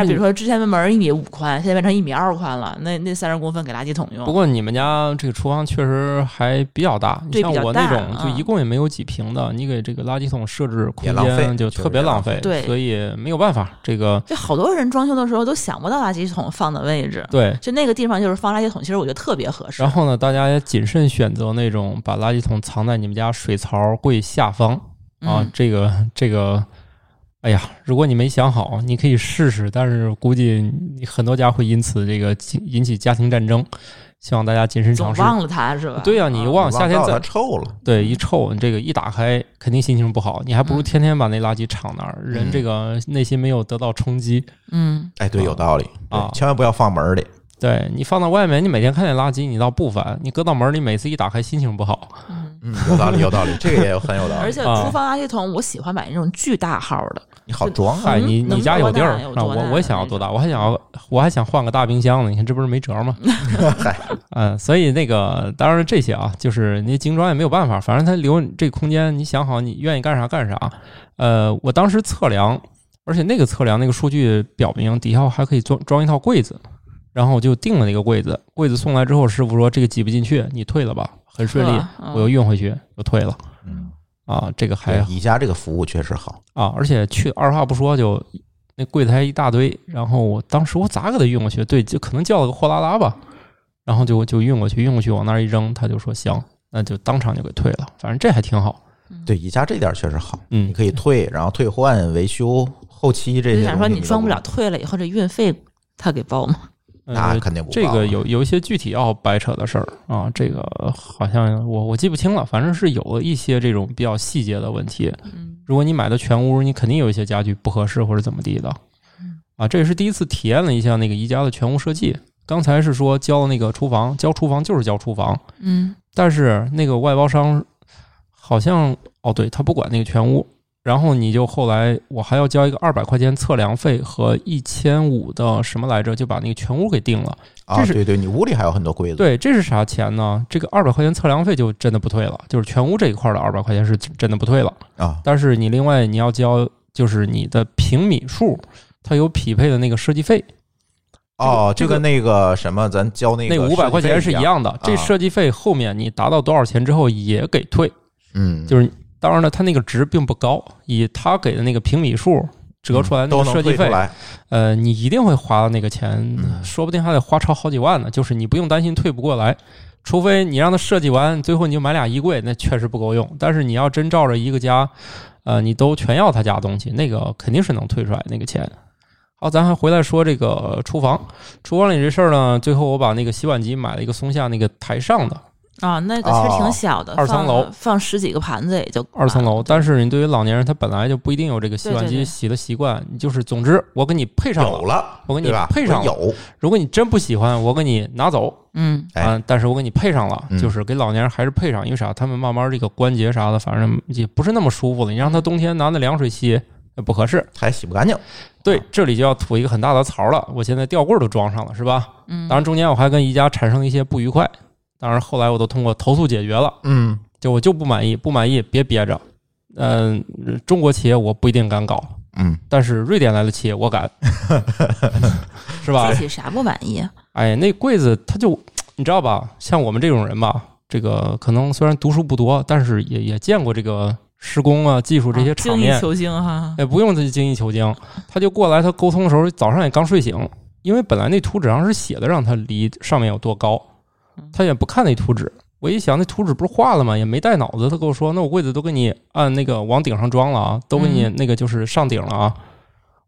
Speaker 2: 但
Speaker 3: 是
Speaker 2: 是
Speaker 3: 比如
Speaker 2: 你
Speaker 3: 说之前的门一米五宽，现在变成一米二宽了，那那三十公分给垃圾桶用。
Speaker 2: 不过你们家这个厨房确实还比较大，你
Speaker 3: 对
Speaker 2: 像
Speaker 3: 比较
Speaker 2: 我那
Speaker 3: 大
Speaker 2: 种就
Speaker 3: 嗯
Speaker 2: 一共也没有几平的，你给这个垃圾桶设置
Speaker 1: 也
Speaker 2: 空
Speaker 1: 浪费
Speaker 2: 间就
Speaker 1: 确
Speaker 2: 特别
Speaker 1: 实浪
Speaker 2: 浪
Speaker 1: 费
Speaker 2: 费，
Speaker 3: 对
Speaker 2: 所以没有办法。这个
Speaker 3: 就好多人装修的时候都想不到垃圾桶放的位置，
Speaker 2: 对，
Speaker 3: 就那个地方就是放垃圾桶，其实我觉得特别合适
Speaker 2: 然。后呢，大家也谨慎选择那种把垃圾桶藏在你们家水槽柜下方。啊
Speaker 3: 嗯，，
Speaker 2: 这个这个，哎呀，如果你没想好，你可以试试，但是估计你很多家会因此这个起引起家庭战争，希望大家谨慎
Speaker 3: 总
Speaker 2: 尝试。
Speaker 3: 忘了它是吧？嗯
Speaker 2: 对呀、你一忘夏天
Speaker 1: 啊到它
Speaker 2: 再
Speaker 1: 臭了，嗯
Speaker 2: 对一臭，你这个一打开肯定心情不好，你还不如
Speaker 3: 嗯
Speaker 2: 天天把那垃圾敞那儿，
Speaker 1: 嗯
Speaker 2: 人这个内心没有得到冲击。
Speaker 3: 嗯，
Speaker 1: 哎，对，
Speaker 2: 啊
Speaker 1: 有道理
Speaker 2: 啊
Speaker 1: 对千万不要放门儿里。
Speaker 2: 对你放到外面，你每天看见垃圾，你倒不烦；你搁到门里，每次一打开心情不好。
Speaker 3: 嗯嗯。
Speaker 1: 嗯，有道理，有道理，这个也很有道
Speaker 3: 而
Speaker 1: 理。
Speaker 3: 且
Speaker 2: 啊
Speaker 3: 厨房垃圾桶，我喜欢买那种巨大号的，
Speaker 1: 你好装啊，
Speaker 2: 哎，你
Speaker 3: 嗯能
Speaker 2: 你家
Speaker 3: 多
Speaker 2: 有地儿
Speaker 3: 大有
Speaker 2: 啊？
Speaker 3: 多大
Speaker 2: 我我也想要多大，我还想要，我还想换个大冰箱呢。你看这不是没辙 吗？
Speaker 1: 嗨，
Speaker 2: 嗯，所以那个当然这些啊，就是你精装也没有办法，反正它留你这空间，你想好你愿意干啥干啥。呃，我当时测量，而且那个测量那个数据表明底下还可以装装一套柜子，然后我就定了那个柜子。柜子送来之后，师傅说这个挤不进去，你退了吧，很顺利
Speaker 3: 呵，嗯
Speaker 2: 我又运回去又退了
Speaker 1: 嗯，
Speaker 2: 啊。这个还
Speaker 1: 对你家这个服务确实好，
Speaker 2: 啊，而且去二话不说就那柜台一大堆，然后我当时我咋给他运过去？对，就可能叫了个货拉拉吧，然后就就运过去，运过去往那儿一扔，他就说行，那就当场就给退了，反正这还挺好，
Speaker 1: 对宜家这点儿确实好，你
Speaker 2: 嗯。
Speaker 1: 可以退，然后退换、维修、后期这
Speaker 3: 我就
Speaker 1: 些。
Speaker 3: 想说你装不了，，退了以后这运费他给包吗？
Speaker 1: 那
Speaker 2: 呃
Speaker 1: 肯定不报啊
Speaker 2: 这个有有一些具体要掰扯的事儿啊，这个好像我我记不清了，反正是有一些这种比较细节的问题。
Speaker 3: 嗯
Speaker 2: 如果你买的全屋，你肯定有一些家具不合适或者怎么地的
Speaker 3: 嗯。
Speaker 2: 啊，这也是第一次体验了一下那个宜家的全屋设计。刚才是说教那个厨房，教厨房就是教厨房，
Speaker 3: 嗯
Speaker 2: 但是那个外包商好像哦，对他不管那个全屋，然后你就后来我还要交一个二百块钱测量费和一千五的什么来着，就把那个全屋给定了。
Speaker 1: 啊，
Speaker 2: 这是
Speaker 1: 对对，你屋里还有很多柜子，
Speaker 2: 对，这是啥钱呢？这个二百块钱测量费就真的不退了，就是全屋这一块的二百块钱是真的不退了。
Speaker 1: 啊，
Speaker 2: 但是你另外你要交就是你的平米数，它有匹配的那个设计费，
Speaker 1: 哦，
Speaker 2: 这
Speaker 1: 就
Speaker 2: 个
Speaker 1: 跟那个什么，咱交那
Speaker 2: 那
Speaker 1: 个
Speaker 2: 五百块钱是
Speaker 1: 一
Speaker 2: 一，样的。这
Speaker 1: 啊
Speaker 2: 设计费后面你达到多少钱之后也给退，
Speaker 1: 嗯，
Speaker 2: 就是当然了，它那个值并不高，以他给的那个平米数折出来那
Speaker 1: 嗯都
Speaker 2: 个
Speaker 1: 能
Speaker 2: 设计
Speaker 1: 退出
Speaker 2: 费，
Speaker 1: 来，
Speaker 2: 呃，你一定会花到那个钱，
Speaker 1: 嗯
Speaker 2: 说不定还得花超好几万呢。就是你不用担心退不过来，除非你让他设计完，最后你就买俩衣柜，那确实不够用。但是你要真照着一个家，呃，你都全要他家东西，那个肯定是能退出来那个钱。好，咱还回来说这个厨房，厨房里这事儿呢，最后我把那个洗碗机买了一个松下那个台上的
Speaker 3: 啊，那个其实挺小的，
Speaker 2: 哦二层
Speaker 3: 放
Speaker 2: 楼
Speaker 3: 放十几个盘子也就
Speaker 2: 二层
Speaker 3: 啊
Speaker 2: 楼，但是你对于老年人，他本来就不一定有这个洗
Speaker 3: 对
Speaker 2: 碗
Speaker 3: 对
Speaker 2: 机
Speaker 3: 对
Speaker 2: 洗的习惯，你就是总之我给你配上
Speaker 1: 有
Speaker 2: 了，
Speaker 1: 了，
Speaker 2: 我给你
Speaker 1: 对吧？
Speaker 2: 配
Speaker 1: 我
Speaker 2: 上了
Speaker 1: 有，
Speaker 2: 如果你真不喜欢，我给你拿走。
Speaker 3: 嗯，
Speaker 1: 哎
Speaker 2: 啊，但是我给你配上了，
Speaker 1: 嗯
Speaker 2: 就是给老年人还是配上，因为啥？他们慢慢这个关节啥的，反正也不是那么舒服了。你让他冬天拿那凉水吸，呃不合适。
Speaker 1: 还洗不干净，
Speaker 2: 对，
Speaker 1: 啊
Speaker 2: 这里就要吐一个很大的槽了。我现在吊柜儿都装上了，是吧？
Speaker 3: 嗯
Speaker 2: 当然，中间我还跟宜家产生了一些不愉快，当然后来我都通过投诉解决了。
Speaker 1: 嗯，
Speaker 2: 就我就不满意，不满意别憋着。嗯、中国企业我不一定敢搞，
Speaker 1: 嗯，
Speaker 2: 但是瑞典来的企业我敢， 是吧？
Speaker 3: 自己啥不满意？
Speaker 2: 哎，那柜子它就你知道吧？像我们这种人吧，这个可能虽然读书不多，但是也也见过这个施工啊、技术这些
Speaker 3: 啊
Speaker 2: 场
Speaker 3: 精益
Speaker 2: 面，
Speaker 3: 求精哈。
Speaker 2: 也不用自己精益求精。他就过来，他沟通的时候早上也刚睡醒，因为本来那图纸上是写的让他离上面有多高，
Speaker 3: 嗯
Speaker 2: 他也不看那图纸。我一想，那图纸不是画了吗？也没带脑子。他跟我说，那我柜子都给你按那个往顶上装了啊，都给你
Speaker 3: 嗯
Speaker 2: 那个就是上顶了啊。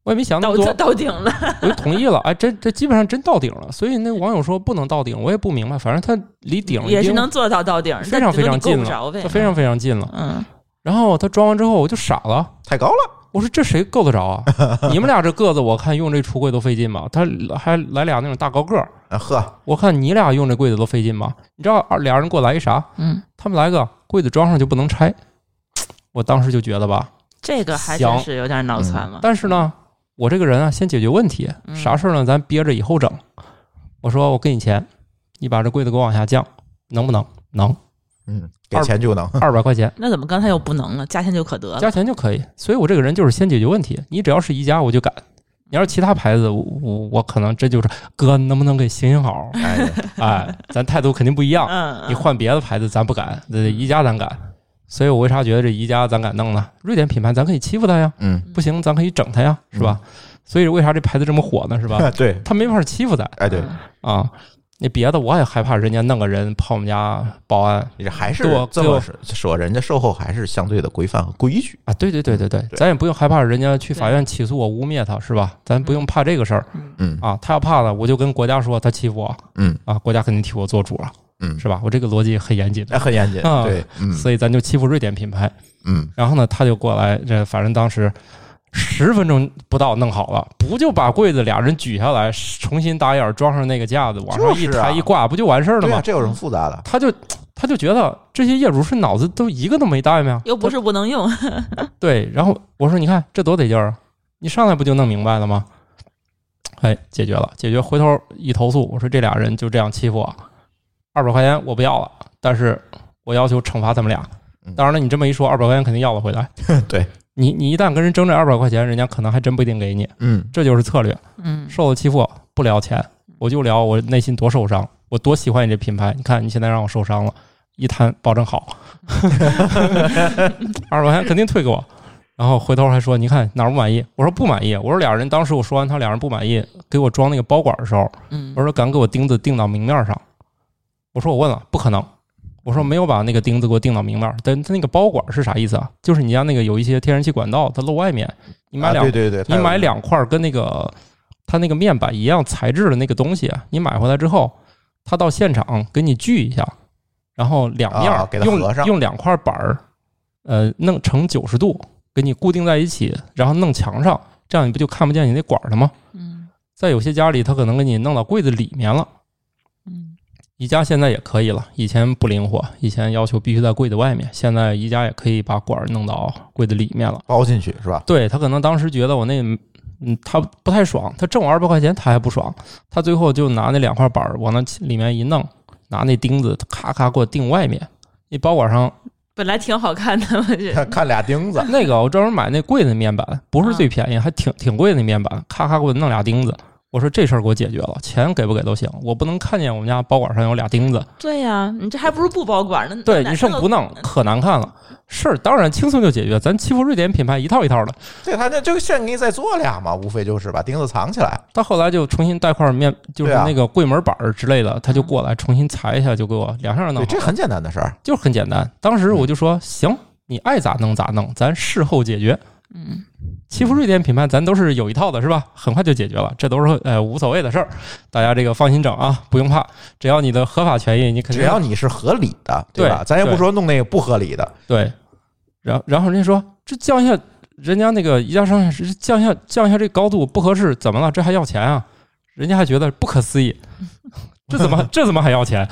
Speaker 2: 我也没想那
Speaker 3: 到
Speaker 2: 么多，
Speaker 3: 到顶了，
Speaker 2: 我就同意了，哎，这这基本上真到顶了。所以那网友说不能到顶，我也不明白，反正它离顶已
Speaker 3: 也是
Speaker 2: 经
Speaker 3: 能做到到顶，
Speaker 2: 非常非常近了
Speaker 3: 了
Speaker 2: 它非常非常近了。
Speaker 3: 嗯，
Speaker 2: 然后它装完之后，我就傻了，
Speaker 1: 太高了，
Speaker 2: 我说这谁够得着啊？你们俩这个子，我看用这橱柜都费劲吧？他还来俩那种大高个儿，
Speaker 1: 啊呵，
Speaker 2: 我看你俩用这柜子都费劲吧？你知道二俩人给我来一啥？
Speaker 3: 嗯，
Speaker 2: 他们来个柜子装上就不能拆，我当时就觉得吧，
Speaker 3: 这个还真是有点脑残了。
Speaker 2: 嗯但是呢，我这个人啊，先解决问题，
Speaker 3: 嗯
Speaker 2: 啥事儿呢？咱憋着以后整。我说我给你钱，你把这柜子给我往下降，能不能？能，
Speaker 1: 嗯，给
Speaker 2: 二
Speaker 1: 钱就 能，？
Speaker 2: 二百块钱
Speaker 3: 那怎么刚才又不能了？加钱就可得了。
Speaker 2: 加钱就可以。所以我这个人就是先解决问题。你只要是宜家，我就敢。你要是其他牌子，我我我可能这就是哥，能不能给行行好
Speaker 1: 哎，
Speaker 2: 哎，咱态度肯定不一样。
Speaker 3: 嗯，
Speaker 2: 啊你换别的牌子，咱不敢，这宜家咱敢。所以我为啥觉得这宜家咱敢弄呢？瑞典品牌咱可以欺负它呀，
Speaker 1: 嗯，
Speaker 2: 不行咱可以整它呀，是吧？所以为啥这牌子这么火呢？是吧？
Speaker 1: 对，
Speaker 2: 他没法欺负咱
Speaker 1: 哎
Speaker 3: 嗯
Speaker 1: 对，
Speaker 2: 啊。那别的我也害怕人家弄个人跑我们家保安
Speaker 1: 你这还是
Speaker 2: 对我
Speaker 1: 这
Speaker 2: 对
Speaker 1: 么
Speaker 2: 我
Speaker 1: 说说，人家售后还是相对的规范和规矩，
Speaker 2: 啊！对对对对对，
Speaker 1: 嗯对
Speaker 2: 咱也不用害怕人家去法院起诉我污蔑他是吧？咱不用怕这个事儿
Speaker 3: 嗯
Speaker 1: 嗯
Speaker 2: 啊。他要怕了，我就跟国家说他欺负我
Speaker 1: 嗯
Speaker 2: 啊，国家肯定替我做主了，
Speaker 1: 嗯，
Speaker 2: 是吧？我这个逻辑很严谨的
Speaker 1: 那，哎很严谨，
Speaker 2: 啊
Speaker 1: 对，嗯
Speaker 2: 所以咱就欺负瑞典品牌。
Speaker 1: 嗯，
Speaker 2: 然后呢，他就过来，这反正当时十分钟不到弄好了，不就把柜子俩人举下来，重新打眼儿装上那个架子，往上一
Speaker 1: 就是啊
Speaker 2: 抬一挂，不就完事儿了
Speaker 1: 对
Speaker 2: 吗
Speaker 1: 啊，？这有什么复杂的？
Speaker 2: 他就他就觉得这些业主是脑子都一个都没带吗？
Speaker 3: 又不是不能用，
Speaker 2: 对，然后我说你看这多得劲儿啊，你上来不就弄明白了吗？哎，解决了，解决。回头一投诉，我说这俩人就这样欺负我，二百块钱我不要了，但是我要求惩罚他们俩
Speaker 1: 嗯。
Speaker 2: 当然了，你这么一说，二百块钱肯定要了回来。
Speaker 1: 对，
Speaker 2: 你你一旦跟人争这二百块钱，人家可能还真不一定给你。
Speaker 1: 嗯
Speaker 2: 这就是策略，
Speaker 3: 嗯，
Speaker 2: 受了欺负不聊钱，我就聊我内心多受伤，我多喜欢你这品牌。你看你现在让我受伤了，一谈保证好，二百块钱肯定退给我。然后回头还说，你看哪儿不满意？我说不满意。我说俩人当时我说完，他俩人不满意，给我装那个包管的时候，
Speaker 3: 嗯
Speaker 2: 我说敢给我钉子钉到明面上？我说我问了，不可能。我说没有把那个钉子给我钉到明面儿，但它那个包管是啥意思啊？就是你家那个有一些天然气管道，它露外面，你买
Speaker 1: 啊
Speaker 2: 两、
Speaker 1: 对对对，它
Speaker 2: 你
Speaker 1: 有
Speaker 2: 买两块儿跟那个它那个面板一样材质的那个东西，啊你买回来之后，他到现场给你锯一下，然后两面儿、
Speaker 1: 啊给它合上
Speaker 2: 用用两块板儿，呃，弄成九十度给你固定在一起，然后弄墙上，这样你不就看不见你那管儿了吗？
Speaker 3: 嗯
Speaker 2: 在有些家里，他可能给你弄到柜子里面了。
Speaker 3: 嗯，
Speaker 2: 宜家现在也可以了，以前不灵活，以前要求必须在柜子外面，现在宜家也可以把管儿弄到柜子里面了。
Speaker 1: 包进去是 吧？
Speaker 2: 对他可能当时觉得我那，嗯，他不太爽，他挣我二百块钱他还不爽，他最后就拿那两块板儿往那里面一弄，拿那钉子咔咔给我钉外面，那包管上
Speaker 3: 本来挺好看的，我觉得。
Speaker 1: 看俩钉子，
Speaker 2: 那个我专门买那贵的面板，不是最便宜，还挺挺贵的那面板，咔咔给我弄俩钉子。我说这事儿给我解决了，钱给不给都行，我不能看见我们家包管上有俩钉子。
Speaker 3: 对呀、你这还不如不包管呢。
Speaker 2: 对
Speaker 3: 哪
Speaker 2: 你剩
Speaker 3: 那个
Speaker 2: 不弄 可难看了，事儿当然轻松就解决，咱欺负瑞典品牌一套一套的。
Speaker 1: 这他这就现给你再做俩嘛，无非就是把钉子藏起来。
Speaker 2: 到后来就重新带块面，就是
Speaker 1: 对啊
Speaker 2: 那个柜门板儿之类的，他就过来重新裁一下，就给我两下
Speaker 1: 对，
Speaker 2: 弄好
Speaker 1: 这
Speaker 2: 了，
Speaker 1: 很简单的事儿。
Speaker 2: 就是很简单。当时我就说行，你爱咋弄咋弄，咱事后解决。
Speaker 3: 嗯，
Speaker 2: 欺负瑞典品牌，咱都是有一套的，是吧？很快就解决了，这都是呃无所谓的事儿，大家这个放心整啊，不用怕，只要你的合法权益，你肯
Speaker 1: 只
Speaker 2: 定
Speaker 1: 要你是合理的，对吧？
Speaker 2: 对
Speaker 1: 咱也不
Speaker 2: 对
Speaker 1: 说弄那个不合理的，
Speaker 2: 对。然后然后人家说这降一下，人家那个宜家商场是降一下降一下这高度不合适，怎么了？这还要钱啊？人家还觉得不可思议， 这怎 么这怎么还要钱？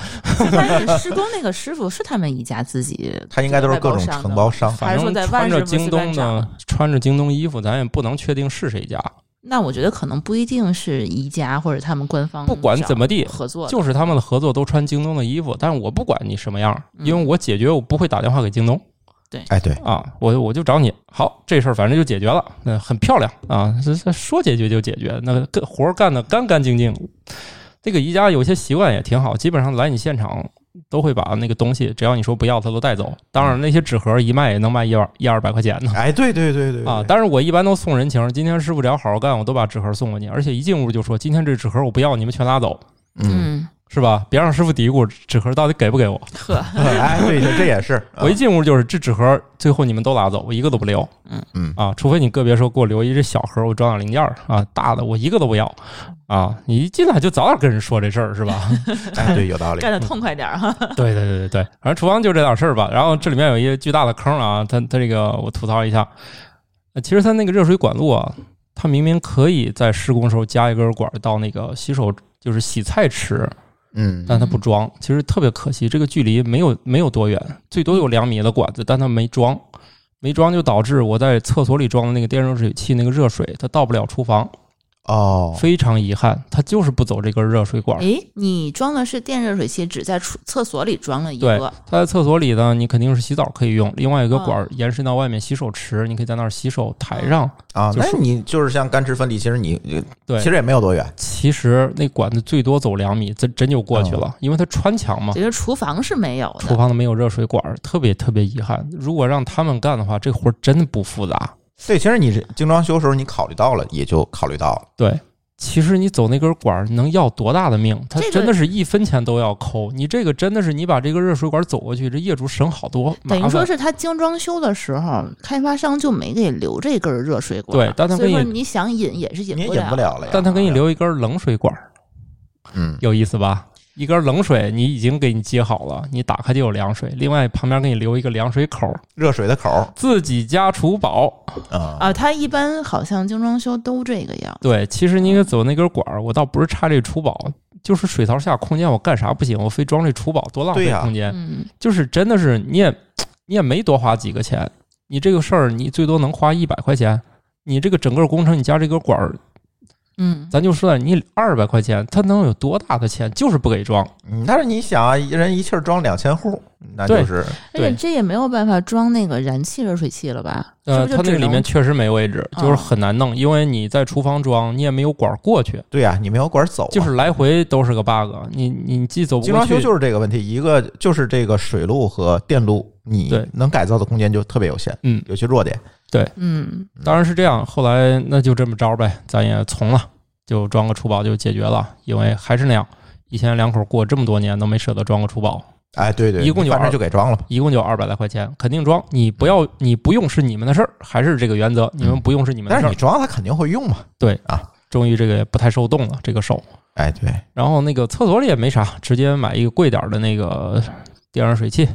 Speaker 3: 但是施工那个师傅是他们宜家自己，
Speaker 1: 他应该都是各种承包商。
Speaker 3: 还
Speaker 2: 反
Speaker 3: 是说
Speaker 2: 正
Speaker 3: 在
Speaker 2: 穿
Speaker 3: 万事
Speaker 2: 着
Speaker 3: 不
Speaker 2: 京
Speaker 3: 思
Speaker 2: 东
Speaker 3: 万丈
Speaker 2: 的穿着京东衣服，咱也不能确定是谁家，
Speaker 3: 那我觉得可能不一定是宜家或者他们官方，
Speaker 2: 不管怎么地
Speaker 3: 合作的，嗯
Speaker 2: 就是他们的合作都穿京东的衣服，但是我不管你什么样儿，因为
Speaker 3: 嗯
Speaker 2: 我解决我不会打电话给京东
Speaker 1: 哎，对，
Speaker 2: 啊，我我就找你。好，这事儿反正就解决了，那很漂亮啊，这这说解决就解决，那个活儿干得干干净净。这个宜家有些习惯也挺好，基本上来你现场都会把那个东西，只要你说不要，他都带走。当
Speaker 1: 嗯
Speaker 2: 然，那些纸盒一卖也能卖一二一二百块钱呢。
Speaker 1: 哎，对对对对
Speaker 2: 啊，
Speaker 1: 对
Speaker 2: 但是我一般都送人情。今天师傅只要好好干，我都把纸盒送过去，而且一进屋就说：“今天这纸盒我不要，你们全拉走，
Speaker 1: 嗯，
Speaker 3: 嗯，
Speaker 2: 是吧？别让师傅嘀咕纸盒到底给不给我。
Speaker 3: 呵，
Speaker 1: 哎，对对，这也是，啊
Speaker 2: 我一进屋就是这纸盒，最后你们都拉走，我一个都不留。
Speaker 3: 嗯
Speaker 1: 嗯
Speaker 2: 啊，除非你个别说给我留一只小盒，我装点零件儿啊，大的我一个都不要啊。你一进来就早点跟人说这事儿，是吧？
Speaker 1: 哎，对，有道理
Speaker 3: 干。得
Speaker 2: 嗯
Speaker 3: 痛快点儿啊哈。
Speaker 2: 对对对对对，反正厨房就这点事儿吧。然后这里面有一个巨大的坑啊，它它这个我吐槽一下，呃其实它那个热水管路啊，它明明可以在施工时候加一根管儿到那个洗手就是洗菜池，
Speaker 1: 嗯，
Speaker 2: 但它不装，其实特别可惜。这个距离没有没有多远，最多有两米的管子，但它没装，没装就导致我在厕所里装的那个电热水器那个热水它到不了厨房，
Speaker 1: 哦，
Speaker 2: 非常遗憾，它就是不走这根热水管儿。
Speaker 3: 诶，你装的是电热水器，只在厨厕所里装了一
Speaker 2: 对
Speaker 3: 个，
Speaker 2: 它在厕所里呢，你肯定是洗澡可以用，另外一个管儿延伸到外面洗手池，你可以在那儿洗手台上。
Speaker 1: 啊，
Speaker 2: 就
Speaker 1: 那
Speaker 2: 是
Speaker 1: 你就是像干湿分离，其实你你
Speaker 2: 对
Speaker 1: 其实也没有多远，
Speaker 2: 其实那管子最多走两米，真真就过去
Speaker 1: 哦
Speaker 2: 了，因为它穿墙嘛
Speaker 3: 也。就是厨房是没有
Speaker 2: 厨
Speaker 3: 的。
Speaker 2: 房都没有热水管儿，特别特别遗憾。如果让他们干的话，这活儿真的不复杂。
Speaker 1: 对，其实你是精装修时候你考虑到了，也就考虑到了。
Speaker 2: 对，其实你走那根管儿能要多大的命？它
Speaker 3: 这个
Speaker 2: 真的是一分钱都要抠。你这个真的是你把这个热水管走过去，这业主省好多麻
Speaker 3: 等于
Speaker 2: 烦。
Speaker 3: 说是他精装修的时候，开发商就没给留这根热水管儿，
Speaker 2: 对但他
Speaker 3: 所以
Speaker 2: 给
Speaker 3: 说
Speaker 2: 你
Speaker 3: 你想引也是引
Speaker 1: 你也
Speaker 3: 不
Speaker 1: 引
Speaker 3: 了。
Speaker 1: 不了了呀，
Speaker 2: 但他给你留一根冷水管儿，
Speaker 1: 嗯，
Speaker 2: 有意思吧？一根冷水你已经给你接好了，你打开就有凉水。另外旁边给你留一个凉水口，
Speaker 1: 热水的口儿
Speaker 2: 自己家厨宝。
Speaker 1: 啊，
Speaker 3: 啊，他一般好像精装修都这个样。
Speaker 2: 对，其实你应该走那根管儿，我倒不是差这厨宝，就是水槽下空间我干啥不行？我非装这厨宝，多浪
Speaker 1: 对
Speaker 2: 费
Speaker 1: 呀
Speaker 2: 空间。
Speaker 3: 嗯，
Speaker 2: 就是真的是你也你也没多花几个钱，你这个事儿你最多能花一百块钱，你这个整个工程你加这个管儿，
Speaker 3: 嗯，
Speaker 2: 咱就说你二百块钱，它能有多大的钱？就是不给装。
Speaker 1: 嗯但是你想啊，一人一气儿装两千户，那就
Speaker 2: 对
Speaker 1: 是
Speaker 3: 而且
Speaker 2: 对
Speaker 3: 这也没有办法装那个燃气热水器了吧？是
Speaker 2: 呃，
Speaker 3: 不是
Speaker 2: 它
Speaker 3: 就
Speaker 2: 那
Speaker 3: 只
Speaker 2: 个里
Speaker 3: 能啊
Speaker 2: 面确实没位置，就是很难弄，因为你在厨房装，你也没有管儿过去，
Speaker 1: 对呀，你没有管儿走啊，
Speaker 2: 就是来回都是个 bug。你你既走不
Speaker 1: 精
Speaker 2: 过
Speaker 1: 装
Speaker 2: 去
Speaker 1: 修，就是这个问题，一个就是这个水路和电路，你
Speaker 2: 对
Speaker 1: 能改造的空间就特别有限，
Speaker 2: 嗯，
Speaker 1: 有些弱点。
Speaker 3: 嗯，
Speaker 2: 当然是这样。后来那就这么着呗，咱也从了，就装个厨宝就解决了，因为还是那样，一家两口过这么多年都没舍得装个厨宝。
Speaker 1: 哎，对对，
Speaker 2: 一共就
Speaker 1: 反正
Speaker 2: 二
Speaker 1: 就给装了吧。
Speaker 2: 一共就二百来块钱，肯定装。你不
Speaker 1: 嗯
Speaker 2: 要，你不用是你们的事儿，还是这个原则，你们不用是你们的
Speaker 1: 但
Speaker 2: 事
Speaker 1: 是
Speaker 2: 儿
Speaker 1: 你。装它肯定会用嘛。
Speaker 2: 终于这个也不太受冻了，这个手。
Speaker 1: 哎，对，
Speaker 2: 然后那个厕所里也没啥，直接买一个贵点儿的那个电热水器。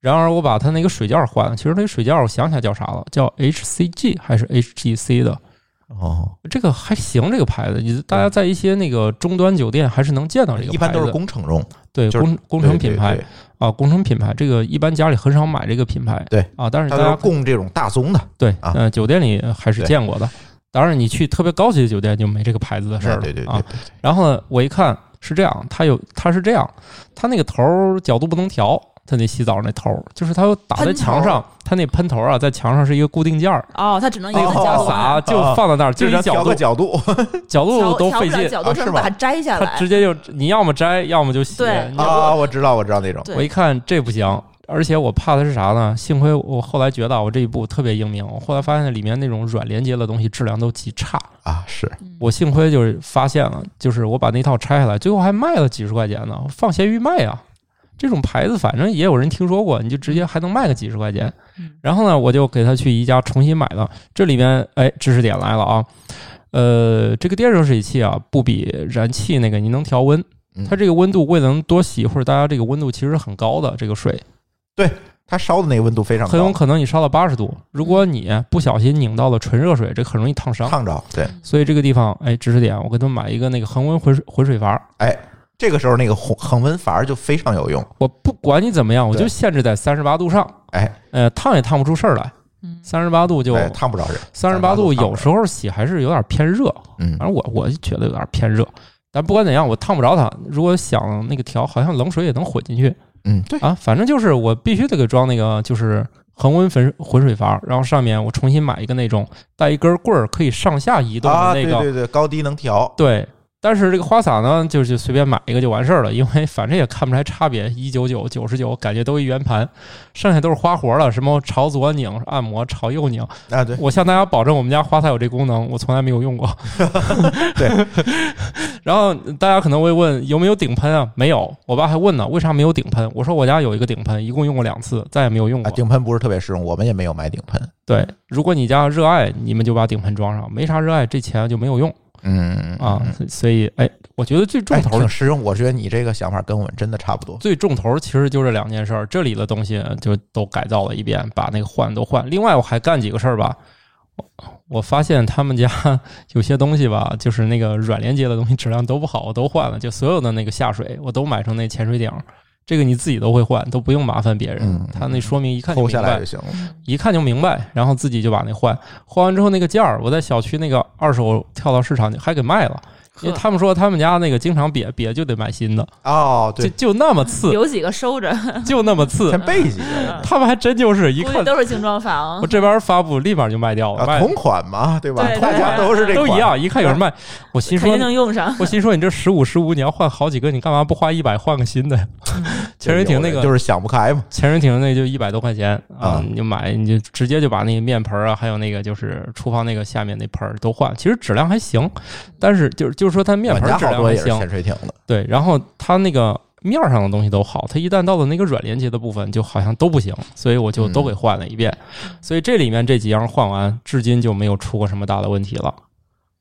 Speaker 2: 然而我把它那个水垫儿换了，其实那个水垫儿我想起来叫啥了，叫 HCG 还是 HGC 的，
Speaker 1: 哦，
Speaker 2: 这个还行，这个牌子，你大家在一些那个终端酒店还是能见到这个牌子，
Speaker 1: 一般都是工程用，
Speaker 2: 对
Speaker 1: 就是
Speaker 2: 工工程品牌
Speaker 1: 对，
Speaker 2: 啊，工程品牌这个一般家里很少买这个品牌，
Speaker 1: 对
Speaker 2: 啊，
Speaker 1: 对
Speaker 2: 但是
Speaker 1: 对它
Speaker 2: 大
Speaker 1: 都是
Speaker 2: 家
Speaker 1: 供这种大宗的
Speaker 2: 对，
Speaker 1: 啊
Speaker 2: 呃，酒店里还是
Speaker 1: 对
Speaker 2: 见过的。当然，你去特别高级的酒店就没这个牌子的事儿了，
Speaker 1: 哎对对对
Speaker 2: 啊。
Speaker 1: 对对
Speaker 2: 然后呢，我一看是这样，它有它是这样，它那个头儿角度不能调，它那洗澡那头儿就是它打在墙上，它那喷头儿啊在墙上是一个固定件儿，
Speaker 3: 哦，它只能一个
Speaker 1: 哦
Speaker 2: 那
Speaker 3: 角
Speaker 2: 个
Speaker 3: 度按，
Speaker 2: 洒就放在那儿，
Speaker 1: 就
Speaker 2: 就
Speaker 1: 是
Speaker 2: 一
Speaker 1: 咱
Speaker 2: 角
Speaker 1: 调
Speaker 2: 度
Speaker 1: 个角 度，
Speaker 2: 角度
Speaker 3: 调
Speaker 2: 都
Speaker 3: 调
Speaker 2: 费
Speaker 3: 不了
Speaker 2: 劲，
Speaker 3: 角度，
Speaker 1: 啊
Speaker 3: 只
Speaker 1: 是
Speaker 3: 能
Speaker 1: 吗
Speaker 3: 把它摘下
Speaker 2: 它
Speaker 3: 来
Speaker 2: 直。接就你要么摘，要么就洗。
Speaker 3: 对
Speaker 2: 你要
Speaker 1: 啊，我知道，我知道那种，
Speaker 3: 对
Speaker 2: 我一看这不行，而且我怕的是啥呢？幸亏我后来觉得啊我这一步特别英明，我后来发现里面那种软连接的东西质量都极差。
Speaker 1: 啊，是
Speaker 2: 我幸亏就是发现了，就是我把那套拆下来，最后还卖了几十块钱呢，放闲鱼卖啊。这种牌子反正也有人听说过，你就直接还能卖个几十块钱
Speaker 3: 嗯。
Speaker 2: 然后呢，我就给他去宜家重新买了。这里边哎，知识点来了啊，呃，这个电热水器啊，不比燃气那个你能调温
Speaker 1: 嗯，
Speaker 2: 它这个温度为了能多洗一会儿，大家这个温度其实很高的这个水，
Speaker 1: 它烧的那个温度非常
Speaker 2: 很有
Speaker 1: 高，
Speaker 2: 可能你烧到八十度，如果你不小心拧到了纯热水，这很容易烫伤。
Speaker 1: 烫着，对，
Speaker 2: 所以这个地方，哎，知识点，我给他们买一个那个恒温回水回水阀。
Speaker 1: 这个时候那个恒恒温阀就非常有用，
Speaker 2: 我不管你怎么样，我
Speaker 1: 对
Speaker 2: 就限制在三十八度上，
Speaker 1: 哎
Speaker 2: 呃，烫也烫不出事儿来。
Speaker 3: 嗯
Speaker 2: 三十八度就
Speaker 1: 哎，烫不着人，
Speaker 2: 三十
Speaker 1: 38
Speaker 2: 八
Speaker 1: 度
Speaker 2: 度，
Speaker 1: 烫不
Speaker 2: 有时候洗还是有点偏热，
Speaker 1: 嗯
Speaker 2: 反正我我觉得有点偏热。但不管怎样，我烫不着它。如果想那个调，好像冷水也能混进去
Speaker 1: 嗯，对，
Speaker 2: 啊。反正就是我必须得给装那个就是恒温粉浑水阀，然后上面我重新买一个那种带一根棍儿可以上下移动
Speaker 1: 啊，
Speaker 2: 的那
Speaker 1: 对
Speaker 2: 个
Speaker 1: 对对，高低能调，
Speaker 2: 对，但是这个花洒呢，就是随便买一个就完事儿了，因为反正也看不出来差别，一九九、九十九，感觉都一圆盘，剩下都是花活了，什么朝左拧、按摩、朝右拧。
Speaker 1: 啊，对，
Speaker 2: 我向大家保证，我们家花洒有这功能，我从来没 有用过。
Speaker 1: 对，
Speaker 2: 然后大家可能会问有没有顶喷啊？没有，我爸还问呢，为啥没有顶喷？我说我家有一个顶喷，一共用过两次，再也没有用
Speaker 1: 啊，
Speaker 2: 过。
Speaker 1: 顶喷不是特别实用，我们也没有买顶喷，
Speaker 2: 对，如果你家热爱，你们就把顶喷装上；没啥热爱，这钱就没有用
Speaker 1: 嗯
Speaker 2: 啊。所以，哎，我觉得最重
Speaker 1: 哎
Speaker 2: 头的
Speaker 1: 挺实用，我觉得你这个想法跟我们真的差不多，
Speaker 2: 最重头其实就这两件事儿，这里的东西就都改造了一遍，把那个换都换。另外我还干几个事儿吧，我我发现他们家 有些东西吧，就是那个软连接的东西质量都不好，我都换了，就所有的那个下水我都买成那潜水顶儿，这个你自己都会换，都不用麻烦别人。
Speaker 1: 嗯
Speaker 2: 他那说明一看就
Speaker 1: 抠
Speaker 2: 明
Speaker 1: 下
Speaker 2: 白
Speaker 1: 来就，行了，
Speaker 2: 一看就明白，然后自己就把那换，换完之后那个件儿，我在小区那个二手跳蚤市场还给卖了，因为
Speaker 3: 呵
Speaker 2: 他们说他们家那个经常瘪瘪就得买新的，
Speaker 1: 哦，
Speaker 2: 就
Speaker 1: 对，
Speaker 2: 就那么次。
Speaker 3: 有几个收着，
Speaker 2: 就那么次
Speaker 1: 先，备几个
Speaker 2: 他们还真就是一
Speaker 3: 估
Speaker 2: 看
Speaker 3: 计都是精装房
Speaker 2: 我。这边发布，立马就卖掉了，
Speaker 1: 啊，
Speaker 2: 卖
Speaker 1: 同款嘛，对吧？
Speaker 3: 对对
Speaker 1: 大家都是这
Speaker 2: 都
Speaker 1: 款
Speaker 2: 一，样。一看有人卖，我心
Speaker 3: 嗯肯
Speaker 2: 说
Speaker 3: 定，能用
Speaker 1: 啊
Speaker 3: 上，
Speaker 2: 我心说你这十五十五你要换好几个，你干嘛不花一百换个新的？
Speaker 3: 嗯
Speaker 2: 潜水艇那
Speaker 1: 有人
Speaker 2: 个
Speaker 1: 就是想不开嘛，
Speaker 2: 潜水艇那就一百多块钱啊
Speaker 1: 啊，
Speaker 2: 你就买你就直接就把那个面盆啊，还有那个就是厨房那个下面那盆儿都换，其实质量还行，但是就是就是说它面
Speaker 1: 我们
Speaker 2: 盆
Speaker 1: 家
Speaker 2: 质
Speaker 1: 好
Speaker 2: 量
Speaker 1: 多
Speaker 2: 还
Speaker 1: 也是
Speaker 2: 行，
Speaker 1: 潜水艇的，
Speaker 2: 对，然后它那个面儿上的东西都好，它一旦到了那个软连接的部分，就好像都不行，所以我就
Speaker 1: 嗯
Speaker 2: 都给换了一遍。所以这里面这几样换完，至今就没有出过什么大的问题了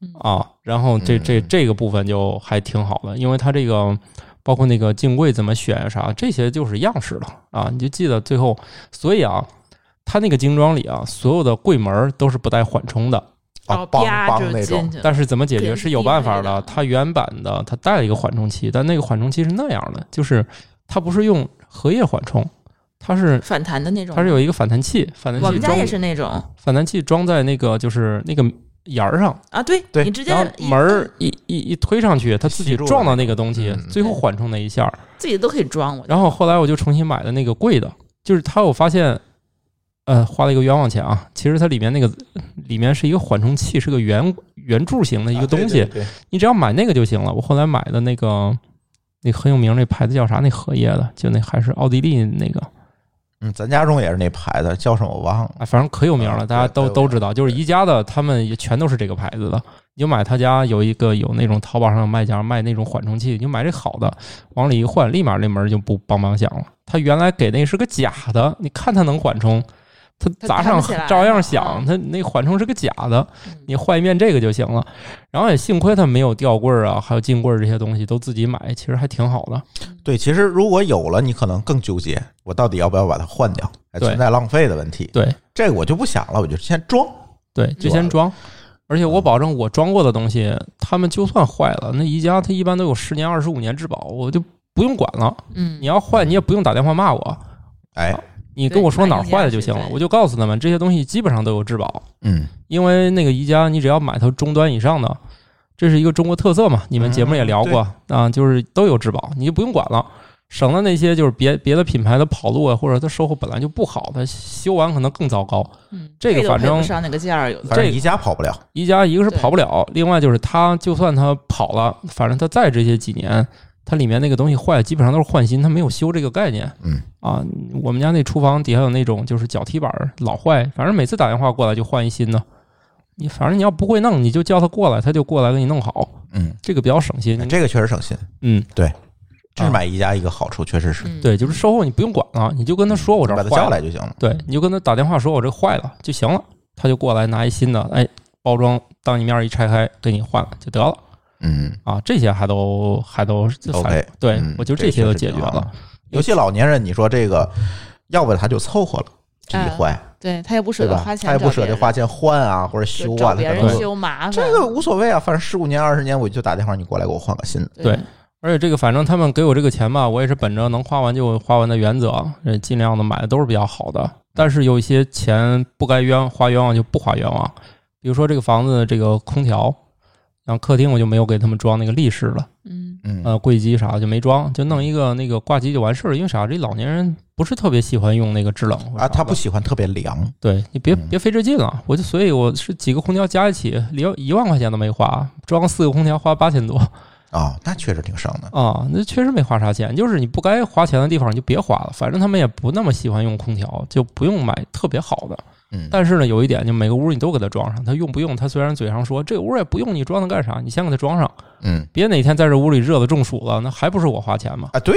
Speaker 3: 嗯
Speaker 2: 啊。然后这这
Speaker 1: 嗯
Speaker 2: 这个部分就还挺好的，因为它这个。包括那个镜柜怎么选啊啥，这些就是样式了啊！你就记得最后，所以啊，它那个精装里啊，所有的柜门儿都是不带缓冲的，
Speaker 3: 然后
Speaker 1: 啊，梆
Speaker 3: 哦啪
Speaker 1: 梆
Speaker 3: 就
Speaker 1: 那种
Speaker 3: 进，去了。
Speaker 2: 但是怎么解决
Speaker 3: 对
Speaker 2: 是有办法
Speaker 3: 是避
Speaker 2: 的
Speaker 3: 雷的。
Speaker 2: 它原版的它带了一个缓冲器，但那个缓冲器是那样的，就是它不是用荷叶缓冲，它是
Speaker 3: 反弹的那种，
Speaker 2: 它是有一个反弹器，反弹
Speaker 3: 我
Speaker 2: 器
Speaker 3: 们家
Speaker 2: 装
Speaker 3: 也是那种
Speaker 2: 反弹器装在那个就是那个沿儿上，
Speaker 3: 啊，对
Speaker 1: 对
Speaker 3: 你直接
Speaker 2: 然后
Speaker 3: 一嗯
Speaker 2: 门儿一一一推上去，它自己
Speaker 1: 吸住了
Speaker 2: 撞到那个东西
Speaker 1: 嗯，
Speaker 2: 最后缓冲那一下儿。
Speaker 3: 自己都可以装，我觉得
Speaker 2: 然后后来我就重新买了那个贵的，就是它我发现。呃，花了一个冤枉钱啊！其实它里面那个里面是一个缓冲器，是个圆圆柱形的一
Speaker 1: 啊
Speaker 2: 个
Speaker 1: 对
Speaker 2: 东
Speaker 1: 对
Speaker 2: 西，
Speaker 1: 对
Speaker 2: 你只要买那个就行了。我后来买的那个，那很有名，那牌子叫啥？那荷叶的，就那还是奥地利那个，
Speaker 1: 嗯，咱家中也是那牌子，叫什么我忘了。
Speaker 2: 啊，反正可有名
Speaker 1: 啊
Speaker 2: 了，
Speaker 1: 对
Speaker 2: 大家都
Speaker 1: 对
Speaker 2: 都知道。就是宜家的，他们也全都是这个牌子的。你就买他家有一个有那种淘宝上有卖家卖那种缓冲器，你就买这好的，往里一换，立马那门就不梆梆响了。他原来给那是个假的，你看它能缓冲。它
Speaker 3: 它
Speaker 2: 砸
Speaker 3: 弹
Speaker 2: 上
Speaker 3: 不起来
Speaker 2: 照样
Speaker 3: 了
Speaker 2: 响
Speaker 3: 嗯，
Speaker 2: 它那缓冲是个假的，
Speaker 3: 嗯
Speaker 2: 你换一遍这个就行了。然后也幸亏它没有吊柜儿啊，还有进柜儿这些东西都自己买，其实还挺好的。
Speaker 1: 对，其实如果有了，你可能更纠结，我到底要不要把它换掉，还
Speaker 2: 对
Speaker 1: 存在浪费的问题。
Speaker 2: 对
Speaker 1: 这个我就不想了，我就先装。
Speaker 2: 对，就
Speaker 1: 完
Speaker 2: 先
Speaker 1: 了
Speaker 2: 装。而且我保证，我装过的东西，他们就算坏了，那宜家它一般都有十年、二十五年质保，我就不用管了。
Speaker 3: 嗯
Speaker 2: 你，要坏，你也不用打电话骂我，
Speaker 1: 哎，
Speaker 2: 你跟我说
Speaker 3: 对
Speaker 2: 哪儿坏了就行
Speaker 3: 买
Speaker 2: 了
Speaker 3: 宜家，是对
Speaker 2: 我就告诉他们这些东西基本上都有质保，
Speaker 1: 嗯，
Speaker 2: 因为那个宜家你只要买它终端以上的，这是一个中国特色嘛，你们节目也聊过、啊，就是都有质保，你就不用管了。省了那些就是别别的品牌的跑路啊，或者它售后本来就不好，它修完可能更糟糕。
Speaker 3: 嗯
Speaker 2: 这个
Speaker 3: 配都
Speaker 2: 反
Speaker 3: 配
Speaker 2: 正
Speaker 3: 不上那个价儿，有的
Speaker 1: 反正
Speaker 2: 这
Speaker 1: 宜家跑不了，
Speaker 2: 宜家一个是
Speaker 3: 对
Speaker 2: 跑不了，另外就是它就算它跑了，反正它在这些几年，它里面那个东西坏，基本上都是换新，它没有修这个概念。
Speaker 1: 嗯
Speaker 2: 啊，我们家那厨房底下有那种就是脚踢板儿老坏，反正每次打电话过来就换一新的。你反正你要不会弄，你就叫他过来，他就过来给你弄好，
Speaker 1: 嗯，
Speaker 2: 这个比较省心。
Speaker 1: 这个确实省心，
Speaker 2: 嗯，
Speaker 1: 这
Speaker 2: 啊
Speaker 1: 是买宜家一个好处，确实是。
Speaker 3: 嗯
Speaker 2: 对，就是售后你不用管了，你就跟他说我这儿
Speaker 1: 把
Speaker 2: 坏
Speaker 1: 他叫
Speaker 2: 了，
Speaker 1: 来就行了。
Speaker 2: 对，你就跟他打电话说我这坏了就行了，他就过来拿一新的，哎，包装当你面儿一拆开给你换了就得了。
Speaker 1: 嗯
Speaker 2: 啊，这些还都还都这还
Speaker 1: OK，
Speaker 2: 对、
Speaker 1: 嗯
Speaker 2: 我觉得这些都解决了。。
Speaker 1: 尤其老年人，你说这个，要不他就凑合了，这一坏，
Speaker 3: 对他也嗯不舍
Speaker 1: 对
Speaker 3: 得
Speaker 1: 吧
Speaker 3: 花？钱，
Speaker 1: 他也不舍得花，钱换啊，或者修
Speaker 3: 就
Speaker 1: 啊，
Speaker 3: 找
Speaker 1: 他
Speaker 3: 别
Speaker 1: 可
Speaker 3: 人
Speaker 1: 能
Speaker 3: 修麻烦。
Speaker 1: 这个无所谓啊，反正十五年、二十年，我就打电话，你过来给我换个新的。
Speaker 2: 对而且这个反正他们给我这个钱吧，我也是本着能花完就花完的原则，呃，尽量的买的都是比较好的。但是有一些钱不该冤花冤枉就不花冤枉，比如说这个房子这个空调，然后客厅我就没有给他们装那个立式了，
Speaker 3: 嗯
Speaker 1: 嗯
Speaker 2: 呃，柜机啥的就没装，就弄一个那个挂机就完事儿了。因为啥？这老年人不是特别喜欢用那个制冷或者
Speaker 1: 啊，他
Speaker 2: 啥的
Speaker 1: 不喜欢特别凉，
Speaker 2: 对你别
Speaker 1: 嗯
Speaker 2: 别费这劲了，我就所以我是几个空调加一起，连一万块钱都没花，装四个空调花八 千多
Speaker 1: 啊，那确实挺省的。
Speaker 2: 啊，那确实没花啥钱，就是你不该花钱的地方你就别花了，反正他们也不那么喜欢用空调，就不用买特别好的。
Speaker 1: 嗯，
Speaker 2: 但是呢，有一点就每个屋你都给它装上，他用不用他虽然嘴上说这屋也不用你装它干啥，你先给它装上，
Speaker 1: 嗯
Speaker 2: 别哪天在这屋里热的中暑了，那还不是我花钱吗？
Speaker 1: 啊，对，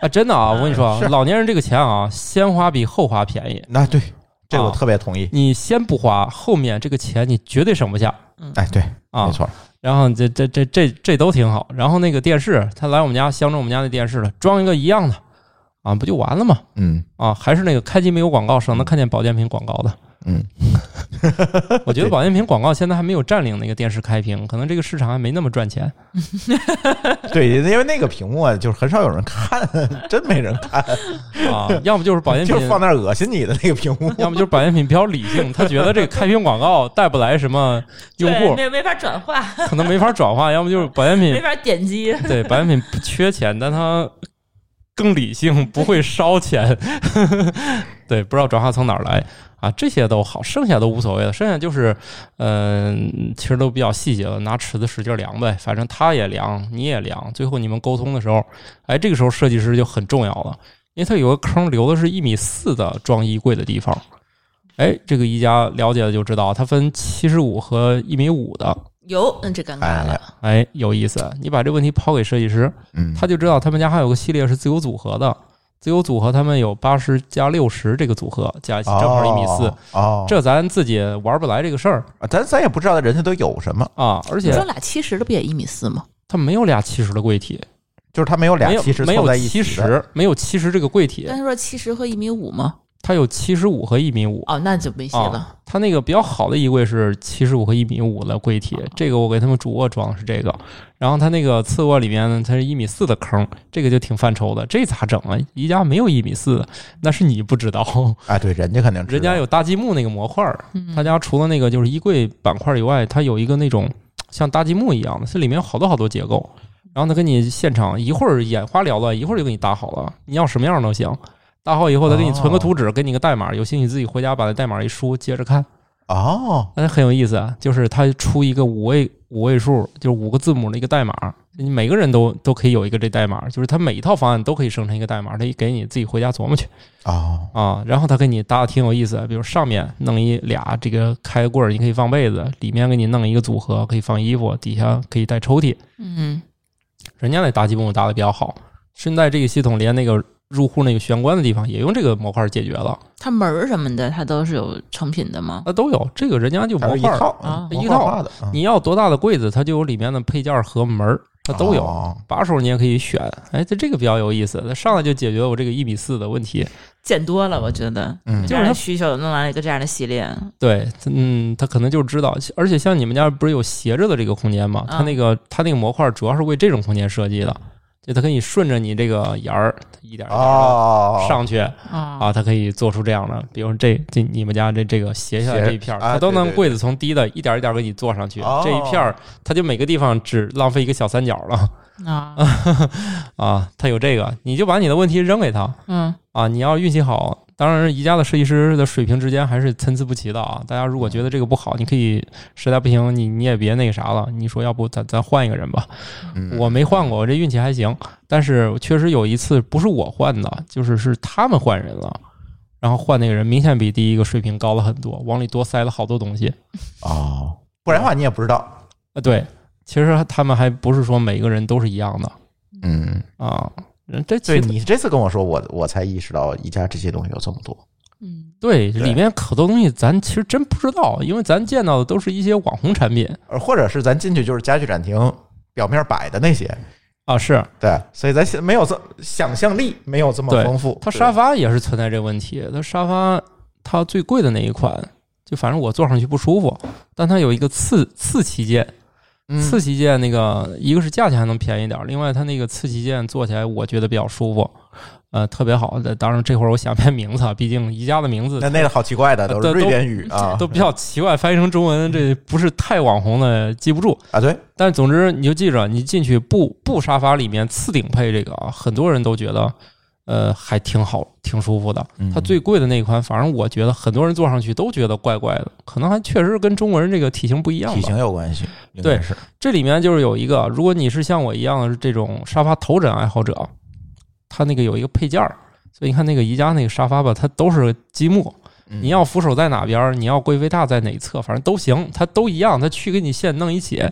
Speaker 2: 啊，真的啊，我跟你说啊
Speaker 1: 哎是，
Speaker 2: 老年人这个钱啊，先花比后花便宜，
Speaker 1: 那对，这我
Speaker 2: 啊
Speaker 1: 特别同意。
Speaker 2: 你先不花，后面这个钱你绝对省不下。
Speaker 1: 哎，对，
Speaker 2: 啊
Speaker 1: 没，错，
Speaker 2: 然后这这这这这都挺好。然后那个电视，他来我们家相中我们家那电视了，装一个一样的，啊，不就完了吗？
Speaker 1: 嗯
Speaker 2: 啊，还是那个开机没有广告，省得看见保健品广告的。
Speaker 1: 嗯，
Speaker 2: 我觉得
Speaker 1: 对
Speaker 2: 保健品广告现在还没有占领那个电视开屏，可能这个市场还没那么赚钱。
Speaker 1: 对，因为那个屏幕啊，就是很少有人看， 真没人看，
Speaker 2: 啊，要么就是保健 品
Speaker 1: 就是放那儿恶心你的那个屏幕。
Speaker 2: 要么就是保健品比较理性，他觉得这个开屏广告带不来什么 用
Speaker 3: 对
Speaker 2: 户，
Speaker 3: 没没法转化，
Speaker 2: 可能没法转化；要么就是保健品
Speaker 3: 没法点击。
Speaker 2: 对，保健品不缺钱，但它更理性，不会烧钱。 对，不知道转化从哪儿来啊，这些都好，剩下都无所谓了。剩下就是，嗯、其实都比较细节了，拿尺子使劲量呗，反正他也量，你也量，最后你们沟通的时候，哎，这个时候设计师就很重要了，因为他有个坑留的是一米四的装衣柜的地方。哎，这个宜家了解的就知道，它分七十五和一米五的。
Speaker 3: 有，嗯，这尴尬
Speaker 1: 哎
Speaker 3: 了。
Speaker 2: 哎，有意思，你把这个问题抛给设计师，
Speaker 1: 嗯，
Speaker 2: 他就知道他们家还有个系列是自由组合的，自由组合他们有八十加六十这个组合加一起正好一米四
Speaker 1: 哦，哦，
Speaker 2: 这咱自己玩不来这个事儿
Speaker 1: 啊咱咱也不知道人家都有什么，
Speaker 2: 啊，而
Speaker 3: 你
Speaker 2: 且
Speaker 3: 说俩七十的不也一米四吗？
Speaker 2: 它没有俩七十的柜体，
Speaker 1: 就是他没有俩
Speaker 2: 没有
Speaker 1: 七十
Speaker 2: 没
Speaker 1: 凑
Speaker 2: 有
Speaker 1: 在一
Speaker 2: 七
Speaker 1: 起的，
Speaker 2: 十，没有七十这个柜体
Speaker 3: 但，是说七十和一米五吗？
Speaker 2: 它有七十五和一米五。
Speaker 3: 哦，那就没戏了。
Speaker 2: 啊，它那个比较好的衣柜是七十五和一米五的柜体，这个我给他们主卧装的是这个，然后它那个次卧里面呢，它是一米四的坑，这个就挺犯愁的，这咋整啊？宜家没有一米四的，那是你不知道，
Speaker 1: 啊，对，人家肯定知
Speaker 2: 人家
Speaker 1: 道
Speaker 2: 有大积木那个模块儿，
Speaker 3: 嗯
Speaker 2: 他家除了那个就是衣柜板块以外，它有一个那种像搭积木一样的，这里面有好多好多结构。然后他给你现场一会儿眼花缭乱，一会儿就给你搭好了，你要什么样都行。搭好以后，他给你存个图纸，给你个代码，有兴趣自己回家把那代码一输，接着看。
Speaker 1: 哦，
Speaker 2: 那很有意思啊，就是他出一个五位五位数，就是五个字母的一个代码，你每个人都都可以有一个这代码，就是他每一套方案都可以生成一个代码，他给你自己回家琢磨去。
Speaker 1: 哦，
Speaker 2: 啊，然后他给你搭的挺有意思，比如上面弄一俩这个开棍儿，你可以放被子，里面给你弄一个组合，可以放衣服，底下可以带抽屉。
Speaker 3: 嗯，
Speaker 2: 人家那搭积木搭的比较好，顺带这个系统连那个入户那个玄关的地方也用这个模块解决了，
Speaker 3: 它门儿什么的，它都是有成品的吗？
Speaker 2: 那都有这个人家就
Speaker 1: 它
Speaker 2: 模
Speaker 1: 是一
Speaker 2: 块儿。
Speaker 1: 套
Speaker 3: 啊
Speaker 1: 模
Speaker 2: 一
Speaker 1: 块
Speaker 2: 套
Speaker 1: 化的，嗯
Speaker 2: 你要多大的柜子，它就有里面的配件儿和门儿它都有。
Speaker 1: 哦
Speaker 2: 把手你也可以选，哎，这这个比较有意思，它上来就解决我这个一比四的问题。
Speaker 3: 见多了，我觉得
Speaker 1: 嗯
Speaker 3: 这样的需求弄来一个这样的系列，
Speaker 2: 对，嗯，它可能就知道，而且像你们家不是有斜着的这个空间吗？它那个它那个模块主要是为这种空间设计的，就它可以顺着你这个沿儿一点儿一点儿
Speaker 1: 哦
Speaker 2: 地，上去
Speaker 3: 啊
Speaker 2: 啊，它可以做出这样的，比如这这你们家这这个斜下来这一片儿，
Speaker 1: 斜啊
Speaker 2: 它
Speaker 1: 对
Speaker 2: 都
Speaker 1: 对
Speaker 2: 能
Speaker 1: 对
Speaker 2: 柜子从低的一点儿一点儿给你做上去，
Speaker 1: 哦
Speaker 2: 这一片儿它就每个地方只浪费一个小三角了
Speaker 3: 啊
Speaker 2: 啊，它有这个，你就把你的问题扔给他。
Speaker 3: 嗯
Speaker 2: 啊，你要运气好，当然宜家的设计师的水平之间还是参差不齐的啊。大家如
Speaker 1: 嗯
Speaker 2: 果觉得这个不好，你可以实在不行，你你也别那个啥了，你说要不咱咱换一个人吧。
Speaker 1: 嗯
Speaker 2: 我没换过，我这运气还行，但是确实有一次不是我换的，就是是他们换人了。然后换那个人明显比第一个水平高了很多，往里多塞了好多东西
Speaker 1: 哦，不然的话你也不知道。
Speaker 2: 啊。对，其实他们还不是说每个人都是一样的
Speaker 1: 嗯，
Speaker 2: 啊。这其
Speaker 1: 对
Speaker 2: 实
Speaker 1: 你这次跟我说，我我才意识到宜家这些东西有这么多。
Speaker 3: 嗯
Speaker 2: 对，
Speaker 1: 对
Speaker 2: 里面好多东西咱其实真不知道，因为咱见到的都是一些网红产品
Speaker 1: 呃，或者是咱进去就是家具展厅表面摆的那些，
Speaker 2: 啊。是，
Speaker 1: 对，所以咱现没有这想象力没有这么
Speaker 2: 对
Speaker 1: 丰富。
Speaker 2: 它沙发也是存在这个问题。它沙发它最贵的那一款，就反正我坐上去不舒服，但它有一个次次旗舰，
Speaker 1: 嗯
Speaker 2: 次旗舰那个一个是价钱还能便宜点儿，另外它那个次旗舰坐起来我觉得比较舒服，呃，特别好。当然这会儿我想不起来名字啊，毕竟宜家的名字
Speaker 1: 那那个好奇怪的，都是
Speaker 2: 呃都
Speaker 1: 瑞典语啊
Speaker 2: 都比较奇怪，翻译成中文这不是太网红的记不住。
Speaker 1: 啊，对，
Speaker 2: 但总之，你就记着，你进去布布沙发里面次顶配这个啊，很多人都觉得，呃，还挺好，挺舒服的
Speaker 1: 嗯。
Speaker 2: 它最贵的那一款，反正我觉得很多人坐上去都觉得怪怪的，可能还确实跟中国人这个体型不一样
Speaker 1: 体
Speaker 2: 吧。
Speaker 1: 型有关系，应
Speaker 2: 对
Speaker 1: 该是
Speaker 2: 这里面就是有一个，如果你是像我一样的这种沙发头枕爱好者，它那个有一个配件儿，所以你看那个宜家那个沙发吧，它都是积木，
Speaker 1: 嗯
Speaker 2: 你要扶手在哪边儿，你要贵妃大在哪一侧，反正都行，它都一样，它去给你线弄一起。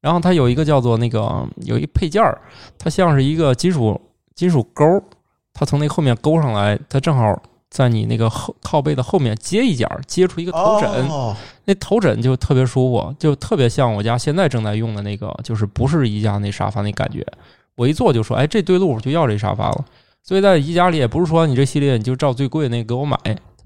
Speaker 2: 然后它有一个叫做那个有一配件儿，它像是一个金属金属钩儿，它从那后面勾上来，它正好在你那个后靠背的后面接一角儿，接出一个头枕，
Speaker 1: 哦
Speaker 2: 那头枕就特别舒服，就特别像我家现在正在用的那个，就是不是宜家那沙发那感觉。我一坐就说，哎，这对路，我就要这沙发了。所以在宜家里也不是说你这系列你就照最贵的那个给我买，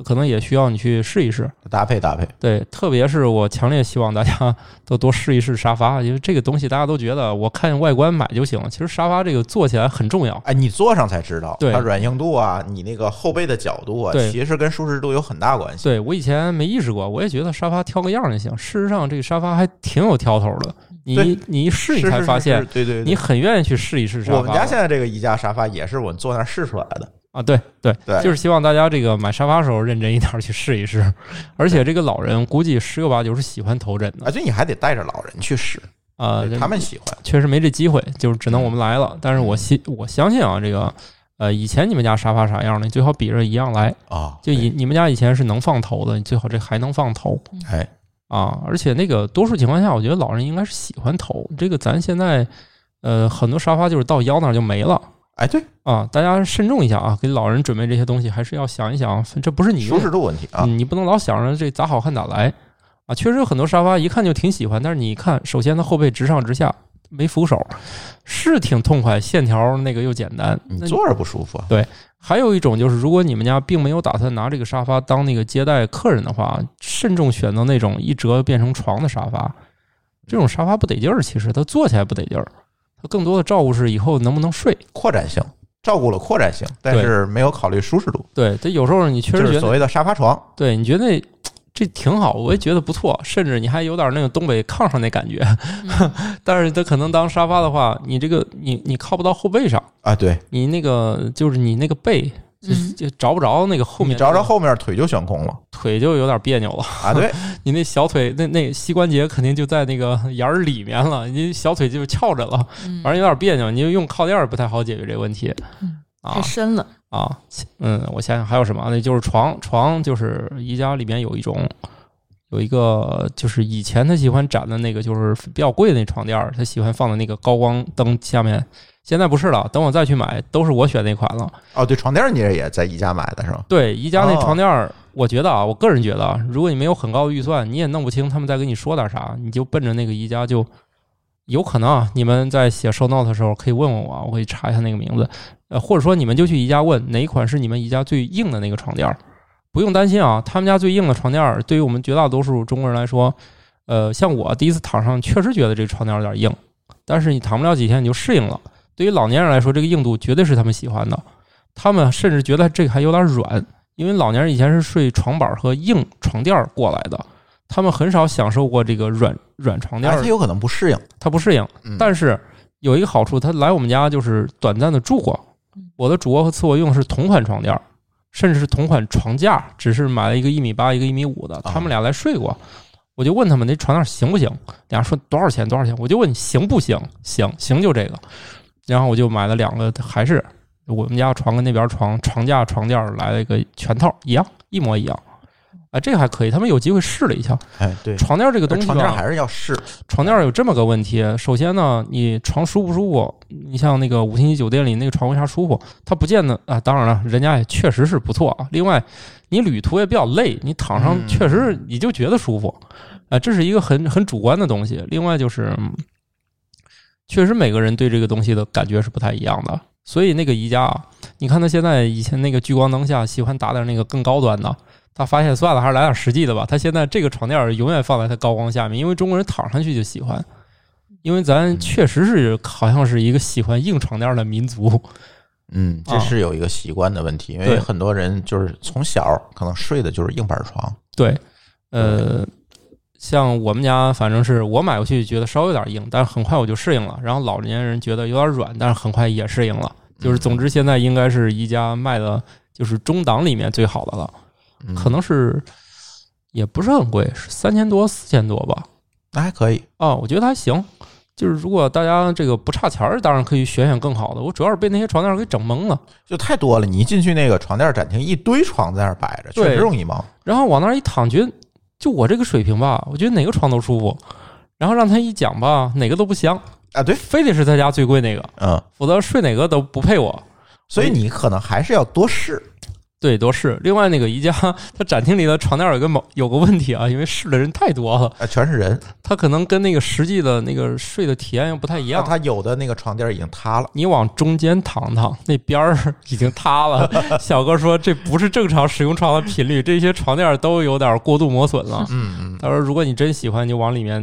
Speaker 2: 可能也需要你去试一试。
Speaker 1: 搭配搭配，
Speaker 2: 对，特别是我强烈希望大家都多试一试沙发，因为这个东西大家都觉得我看外观买就行了，其实沙发这个坐起来很重要。
Speaker 1: 哎，你坐上才知道，
Speaker 2: 对
Speaker 1: 它软硬度啊，你那个后背的角度啊，
Speaker 2: 对
Speaker 1: 其实跟舒适度有很大关系。
Speaker 2: 对我以前没意识过，我也觉得沙发挑个样儿就行。事实上，这个沙发还挺有挑头的，你
Speaker 1: 对
Speaker 2: 一你一试，你
Speaker 1: 是
Speaker 2: 才
Speaker 1: 是
Speaker 2: 发
Speaker 1: 是
Speaker 2: 现
Speaker 1: 是对对，对
Speaker 2: 你很愿意去试一试沙发的。
Speaker 1: 我们家现在这个宜家沙发也是我坐那儿试出来的，
Speaker 2: 啊，对对
Speaker 1: 对
Speaker 2: 就是希望大家这个买沙发的时候认真一点儿去试一试。而且这个老人估计十有八九是喜欢头枕的
Speaker 1: 啊，就你还得带着老人去试，
Speaker 2: 嗯啊、
Speaker 1: 对
Speaker 2: 这
Speaker 1: 他们嗯喜欢。
Speaker 2: 确实没这机会，就是只能我们来了。但是我信我相信啊，这个呃，以前你们家沙发啥样的，你最好比着一样来。
Speaker 1: 啊，
Speaker 2: 就以你们家以前是能放头的，你最好这还能放头
Speaker 1: 哎，
Speaker 2: 啊。而且那个多数情况下，我觉得老人应该是喜欢头。这个咱现在呃很多沙发就是到腰那儿就没了。
Speaker 1: 哎，对，
Speaker 2: 啊，大家慎重一下啊，给老人准备这些东西，还是要想一想，这不是你
Speaker 1: 舒
Speaker 2: 用
Speaker 1: 适度问题啊，
Speaker 2: 嗯你不能老想着这咋好看咋来啊。确实有很多沙发一看就挺喜欢，但是你一看，首先它后背直上直下，没扶手，是挺痛快，线条那个又简单。
Speaker 1: 你
Speaker 2: 那
Speaker 1: 坐着不舒服啊。
Speaker 2: 还有一种就是，如果你们家并没有打算拿这个沙发当那个接待客人的话，慎重选择那种一折变成床的沙发。这种沙发不得劲儿，其实它坐起来不得劲儿，它更多的照顾是以后能不能睡。
Speaker 1: 扩展性，照顾了扩展性，但
Speaker 2: 对
Speaker 1: 是没有考虑舒适度，
Speaker 2: 对，它有时候你确
Speaker 1: 就
Speaker 2: 实觉
Speaker 1: 是
Speaker 2: 得
Speaker 1: 所谓的沙发床。
Speaker 2: 对，你觉得那这挺好，我也觉得不错，甚至你还有点那个东北炕上那感觉。
Speaker 3: 嗯
Speaker 2: 但是它可能当沙发的话，你这个你你靠不到后背上，
Speaker 1: 啊，对，
Speaker 2: 你那个就是你那个背就
Speaker 3: 嗯
Speaker 2: 就着不着那个后
Speaker 1: 你
Speaker 2: 面，
Speaker 1: 着着后面腿就悬空 了
Speaker 2: 腿就有点别扭了。
Speaker 1: 啊，对，
Speaker 2: 你那小腿那那膝关节肯定就在那个沿儿里面了，你小腿就翘着了，
Speaker 3: 嗯
Speaker 2: 反正有点别扭。你就用靠垫儿不太好解决这个问题
Speaker 3: 嗯。
Speaker 2: 啊
Speaker 3: 太，深了，
Speaker 2: 啊，嗯，我想想还有什么？那就是床，床就是宜家里面有一种，有一个就是以前他喜欢展的那个，就是比较贵的那床垫儿，他喜欢放在那个高光灯下面。现在不是了，等我再去买，都是我选那款了。
Speaker 1: 哦，对，床垫儿你也在宜家买的是吗？
Speaker 2: 对，宜家那
Speaker 1: 哦
Speaker 2: 床垫儿，我觉得啊，我个人觉得啊，如果你没有很高的预算，你也弄不清他们在跟你说点啥，你就奔着那个宜家就有可能啊，你们在写 show note 的时候可以问问我啊，我会查一下那个名字，呃，或者说你们就去宜家问哪一款是你们宜家最硬的那个床垫儿，不用担心啊，他们家最硬的床垫儿对于我们绝大多数中国人来说，呃，像我第一次躺上确实觉得这个床垫儿有点硬，但是你躺不了几天你就适应了。对于老年人来说，这个硬度绝对是他们喜欢的，他们甚至觉得这个还有点软，因为老年人以前是睡床板和硬床垫儿过来的，他们很少享受过这个软软床垫
Speaker 1: 哎
Speaker 2: 儿
Speaker 1: 他有可能不适应，
Speaker 2: 他不适应。
Speaker 1: 嗯
Speaker 2: 但是有一个好处，他来我们家就是短暂的住过
Speaker 3: 嗯。
Speaker 2: 我的主卧和次卧用的是同款床垫儿，甚至是同款床架，只是买了一个一米八，一个一米五
Speaker 1: 啊
Speaker 2: 的。他们俩来睡过，我就问他们那床垫儿行不行？俩说多少钱多少钱，我就问你行不行？行行就这个。然后我就买了两个，还是我们家床跟那边床床架床垫儿来了一个全套一样，一模一样。啊，这个还可以，他们有机会试了一下
Speaker 1: 哎，对，
Speaker 2: 床垫儿这个东西吧。啊
Speaker 1: 床垫还是要试，
Speaker 2: 床垫儿有这么个问题，首先呢，你床舒不舒服？你像那个五星级酒店里那个床为啥舒服？它不见得啊，当然了，人家也确实是不错啊。另外，你旅途也比较累，你躺上
Speaker 1: 嗯
Speaker 2: 确实你就觉得舒服，啊，这是一个很很主观的东西。另外就是，嗯确实每个人对这个东西的感觉是不太一样的。所以那个宜家啊，你看他现在以前那个聚光灯下喜欢打点那个更高端的，他发现算了，还是来点实际的吧。他现在这个床垫儿永远放在他高光下面，因为中国人躺上去就喜欢，因为咱确实是好像是一个喜欢硬床垫儿的民族。
Speaker 1: 嗯，这
Speaker 2: 啊
Speaker 1: 是有一个习惯的问题，因为
Speaker 2: 对
Speaker 1: 很多人就是从小可能睡的就是硬板床，
Speaker 2: 对，呃，像我们家反正是我买过去觉得稍微有点硬，但是很快我就适应了。然后老年人觉得有点软，但是很快也适应了。
Speaker 1: 嗯
Speaker 2: 就是总之现在应该是宜家卖的，就是中档里面最好的了。
Speaker 1: 嗯
Speaker 2: 可能是也不是很贵，是三千多、四千多吧。
Speaker 1: 那还可以，
Speaker 2: 啊，我觉得还行。就是如果大家这个不差钱儿，当然可以选选更好的。我主要是被那些床垫儿给整懵了，
Speaker 1: 就太多了。你一进去那个床垫展厅，一堆床在那儿摆着，确
Speaker 2: 对
Speaker 1: 实容易忙。
Speaker 2: 然后往那儿一躺，觉得就我这个水平吧，我觉得哪个床都舒服。然后让他一讲吧，哪个都不香，
Speaker 1: 啊，对，
Speaker 2: 非得是他家最贵那个，
Speaker 1: 嗯，
Speaker 2: 否则睡哪个都不配我。
Speaker 1: 所以你可能还是要多试。
Speaker 2: 对，都是。另外那个宜家，它展厅里的床垫儿有个某有个问题啊，因为试的人太多了，
Speaker 1: 啊，全是人。
Speaker 2: 它可能跟那个实际的那个睡的体验又不太一
Speaker 1: 那
Speaker 2: 样。
Speaker 1: 啊他有的那个床垫已经塌了，
Speaker 2: 你往中间躺躺，那边儿已经塌 了。小哥说这不是正常使用床的频率，这些床垫儿都有点过度磨损了。
Speaker 1: 嗯嗯
Speaker 2: 他说如果你真喜欢，你就往里面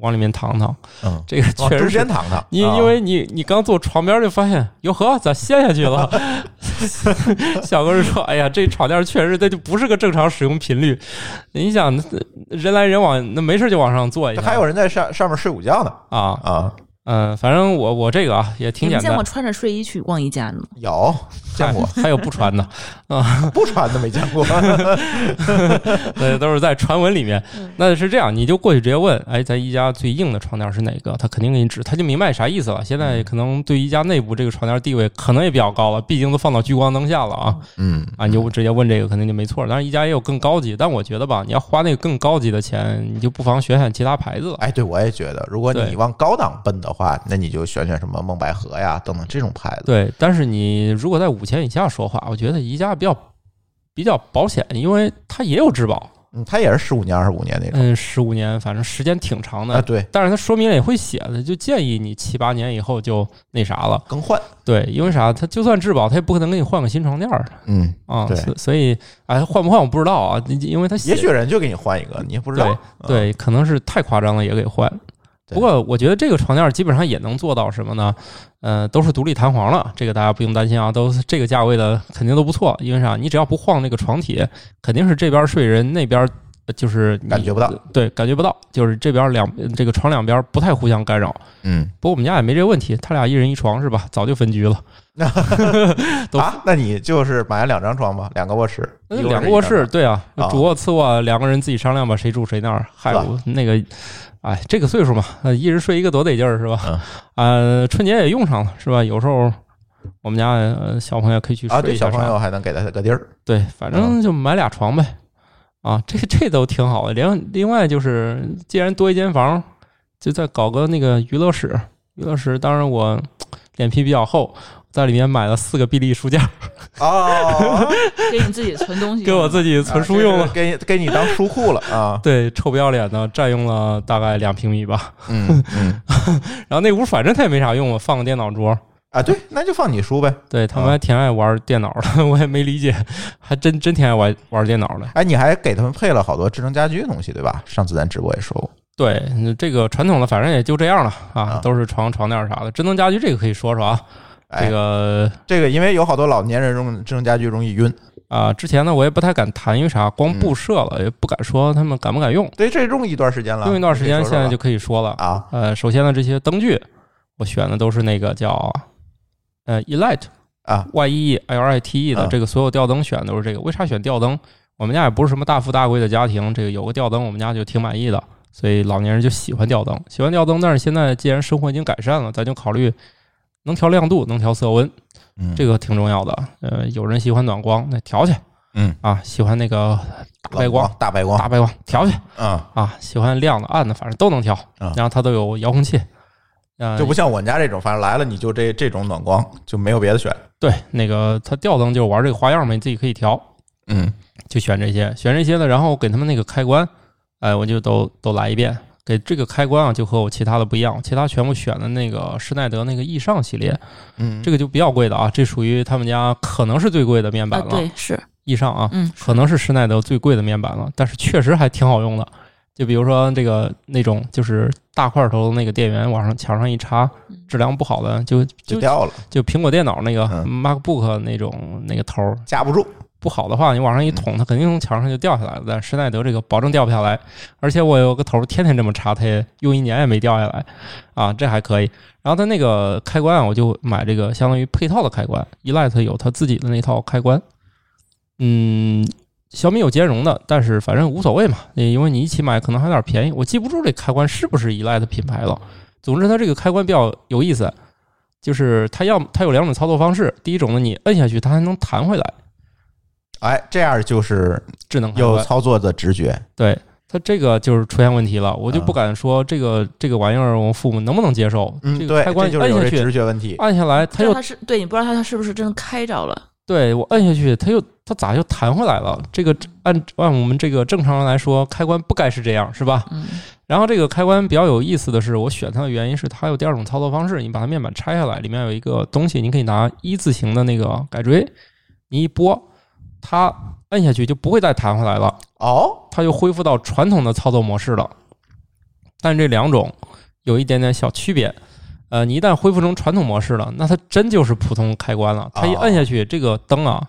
Speaker 2: 往里面躺躺，
Speaker 1: 嗯，
Speaker 2: 这个
Speaker 1: 往
Speaker 2: 确
Speaker 1: 中
Speaker 2: 实是。
Speaker 1: 间躺躺。
Speaker 2: 你
Speaker 1: 啊
Speaker 2: 因为你你刚坐床边儿就发现，哟呵，咋陷下去 了？小哥就说：“哎呀，这床垫儿确实，这就不是个正常使用频率。你想，人来人往，那没事就往上坐一下。
Speaker 1: 还有人在上上面睡午觉呢
Speaker 2: 啊，
Speaker 1: 啊，
Speaker 2: 嗯、反正我我这个啊也挺
Speaker 3: 你
Speaker 2: 简
Speaker 3: 们见
Speaker 2: 单
Speaker 3: 过，穿着睡衣去逛宜家的吗？
Speaker 1: 有 见过
Speaker 2: 还有不穿的，
Speaker 1: 不穿的没见 过。
Speaker 2: 那都是在传闻里面。那是这样，你就过去直接问，哎，咱宜家最硬的床垫是哪个？他肯定给你指，他就明白啥意思了。现在可能对宜家内部这个床垫地位可能也比较高了，毕竟都放到聚光灯下了啊
Speaker 1: 嗯
Speaker 2: 啊，你就直接问这个肯定就没错。当然，宜家也有更高级，但我觉得吧，你要花那个更高级的钱，你就不妨选选其他牌子了。
Speaker 1: 哎，对，我也觉得，如果你
Speaker 2: 对
Speaker 1: 往高档奔的话，那你就选选什么梦百合呀等等这种牌子。
Speaker 2: 对，但是你如果在五千以下说话，我觉得宜家比较比较保险，因为它也有质保，
Speaker 1: 嗯，它也是十五年、二十五年那种
Speaker 2: 嗯，十五年，反正时间挺长的
Speaker 1: 啊，。对，
Speaker 2: 但是它说明了也会写的，就建议你七八年以后就那啥了。
Speaker 1: 更换。
Speaker 2: 对，因为啥？它就算质保，它也不可能给你换个新床垫儿
Speaker 1: 嗯，
Speaker 2: 啊。
Speaker 1: 对
Speaker 2: 所所以，哎，换不换我不知道啊，因为它写
Speaker 1: 也许人就给你换一个，你也不知道嗯
Speaker 2: 对。对，可能是太夸张了，也给换。
Speaker 1: 对
Speaker 2: 不过，我觉得这个床垫儿基本上也能做到什么呢？呃，都是独立弹簧了，这个大家不用担心啊，都是这个价位的肯定都不错。因为啥？你只要不晃那个床体，肯定是这边睡人，那边呃就是你
Speaker 1: 感觉不到，
Speaker 2: 对，感觉不到，就是这边两这个床两边不太互相干扰。
Speaker 1: 嗯
Speaker 2: 不过我们家也没这问题，他俩一人一床是吧？早就分居了。都
Speaker 1: 啊，那你就是买两张床吧，两个卧室，
Speaker 2: 那
Speaker 1: 一
Speaker 2: 两个卧室，，对啊
Speaker 1: 啊，
Speaker 2: 主卧次卧两个人自己商量吧，谁住谁那儿。嗨，
Speaker 1: 吧
Speaker 2: 我那个，哎，这个岁数嘛，呃一人睡一个多得劲儿是吧？
Speaker 1: 嗯
Speaker 2: 呃，春节也用上了是吧？有时候我们家呃小朋友可以去
Speaker 1: 一个人啊，
Speaker 2: 睡
Speaker 1: 对，
Speaker 2: 一下
Speaker 1: 小朋
Speaker 2: 床，
Speaker 1: 友还能给他个地 儿。
Speaker 2: 对，反正就买俩床呗。啊，这 这都挺好的。另另外就是，既然多一间房，就再搞个那个娱乐室。娱乐室，当然我脸皮比较厚，在里面买了四个臂力书架。
Speaker 1: 哦，
Speaker 3: 给你自己存东 西，
Speaker 2: 给我自己存书用了。
Speaker 1: 给给你当书库了啊，
Speaker 2: 对，臭不要脸的，占用了大概两平米吧。
Speaker 1: 嗯 嗯
Speaker 2: 然后那屋反正它也没啥用，我放个电脑桌。
Speaker 1: 啊，对，那就放你书呗。
Speaker 2: 对他们
Speaker 1: 啊
Speaker 2: 还挺爱玩电脑的， 我也没理解，还真真挺爱玩玩电脑的。
Speaker 1: 哎，你还给他们配了好多智能家居的东西，对吧？上次咱直播也说过，
Speaker 2: 对，嗯这个传统的反正也就这样了啊
Speaker 1: 啊，
Speaker 2: 都是床床垫啥的。智能家居这个可以说说啊，
Speaker 1: 哎
Speaker 2: 这，个
Speaker 1: 这个因为有好多老年人用智能家居容易晕，
Speaker 2: 啊，之前呢我也不太敢谈，因为啥，光布设
Speaker 1: 嗯
Speaker 2: 了也不敢说他们敢不敢用，
Speaker 1: 对，这用一段时间了，
Speaker 2: 用一段时
Speaker 1: 啊
Speaker 2: 间
Speaker 1: 你可以
Speaker 2: 现
Speaker 1: 说说吧
Speaker 2: 在就可以说了。
Speaker 1: 啊，
Speaker 2: 呃，首先呢，这些灯具我选的都是那个叫呃 Elite
Speaker 1: 啊
Speaker 2: Y E E L I T E 的
Speaker 1: 嗯
Speaker 2: 这个所有吊灯选的都是这个。为啥选吊灯？我们家也不是什么大富大贵的家庭，这个有个吊灯，我们家就挺满意的。所以老年人就喜欢吊灯，喜欢吊灯。但是现在既然生活已经改善了，咱就考虑能调亮度，能调色温，
Speaker 1: 嗯，
Speaker 2: 这个挺重要的。呃，有人喜欢暖光，那调去
Speaker 1: 嗯
Speaker 2: 啊；喜欢那个大白
Speaker 1: 冷
Speaker 2: 光，
Speaker 1: 大白光
Speaker 2: 大，白光调去
Speaker 1: 嗯，
Speaker 2: 啊；喜欢亮的、暗的，反正都能调。
Speaker 1: 嗯
Speaker 2: 然后它都有遥控器，呃，
Speaker 1: 就不像我们家这种，反正来了你就这这种暖光就没有别的选，
Speaker 2: 对那个它吊灯就玩这个花样嘛，你自己可以调。
Speaker 1: 嗯
Speaker 2: 就选这些，选这些呢，然后给他们那个开关，哎，我就都都来一遍。给这个开关啊，就和我其他的不一样，其他全部选的那个施耐德那个易尚系列，
Speaker 1: 嗯，
Speaker 2: 这个就比较贵的啊，这属于他们家可能是最贵的面板
Speaker 3: 啊，
Speaker 2: 了。
Speaker 3: 对，是，
Speaker 2: 易尚啊，
Speaker 3: 嗯，
Speaker 2: 可能是施耐德最贵的面板了，但是确实还挺好用的。就比如说这个那种就是大块头的那个电源，往上墙上一插，质量不好的就
Speaker 1: 就
Speaker 2: 就
Speaker 1: 掉了，
Speaker 2: 就苹果电脑那个
Speaker 1: 嗯
Speaker 2: MacBook 那种那个头儿
Speaker 1: 架不住，
Speaker 2: 不好的话，你往上一捅，它肯定从墙上就掉下来了。但施耐德这个保证掉不下来，而且我有个头儿天天这么插，它也用一年也没掉下来，啊，这还可以。然后它那个开关啊，我就买这个相当于配套的开关，Elite 有它自己的那套开关，嗯，小米有兼容的，但是反正无所谓嘛，因为你一起买可能还有点便宜。我记不住这开关是不是 Elite 品牌了，总之它这个开关比较有意思。就是它要它有两种操作方式，第一种呢，你摁下去它还能弹回来，
Speaker 1: 哎，这样就是
Speaker 2: 智能开关
Speaker 1: 有操作的直觉，
Speaker 2: 对它这个就是出现问题了，我就不敢说这个、这个玩意儿，我父母能不能接受？
Speaker 1: 嗯，
Speaker 2: 这个
Speaker 1: 对，
Speaker 2: 开
Speaker 1: 这
Speaker 2: 关
Speaker 1: 就是
Speaker 2: 摁
Speaker 1: 有
Speaker 2: 下
Speaker 1: 这
Speaker 2: 去，
Speaker 1: 直觉问题，
Speaker 2: 按下来，它
Speaker 3: 但是
Speaker 2: 又
Speaker 3: 它是对你啊不知道它它是不是真的开着了，
Speaker 2: 对我摁下去，它又它咋又弹回来了？这个按按我们这个正常人来说，开关不该是这样，是吧？
Speaker 3: 嗯，
Speaker 2: 然后这个开关比较有意思的是，我选它的原因是它有第二种操作方式，你把它面板拆下来，里面有一个东西，你可以拿一字形的那个改锥，你一拨，它摁下去就不会再弹回来了。
Speaker 1: 哦，
Speaker 2: 它又恢复到传统的操作模式了。但这两种有一点点小区别。呃，你一旦恢复成传统模式了，那它真就是普通开关了。它一
Speaker 1: 啊
Speaker 2: 摁下去，这个灯啊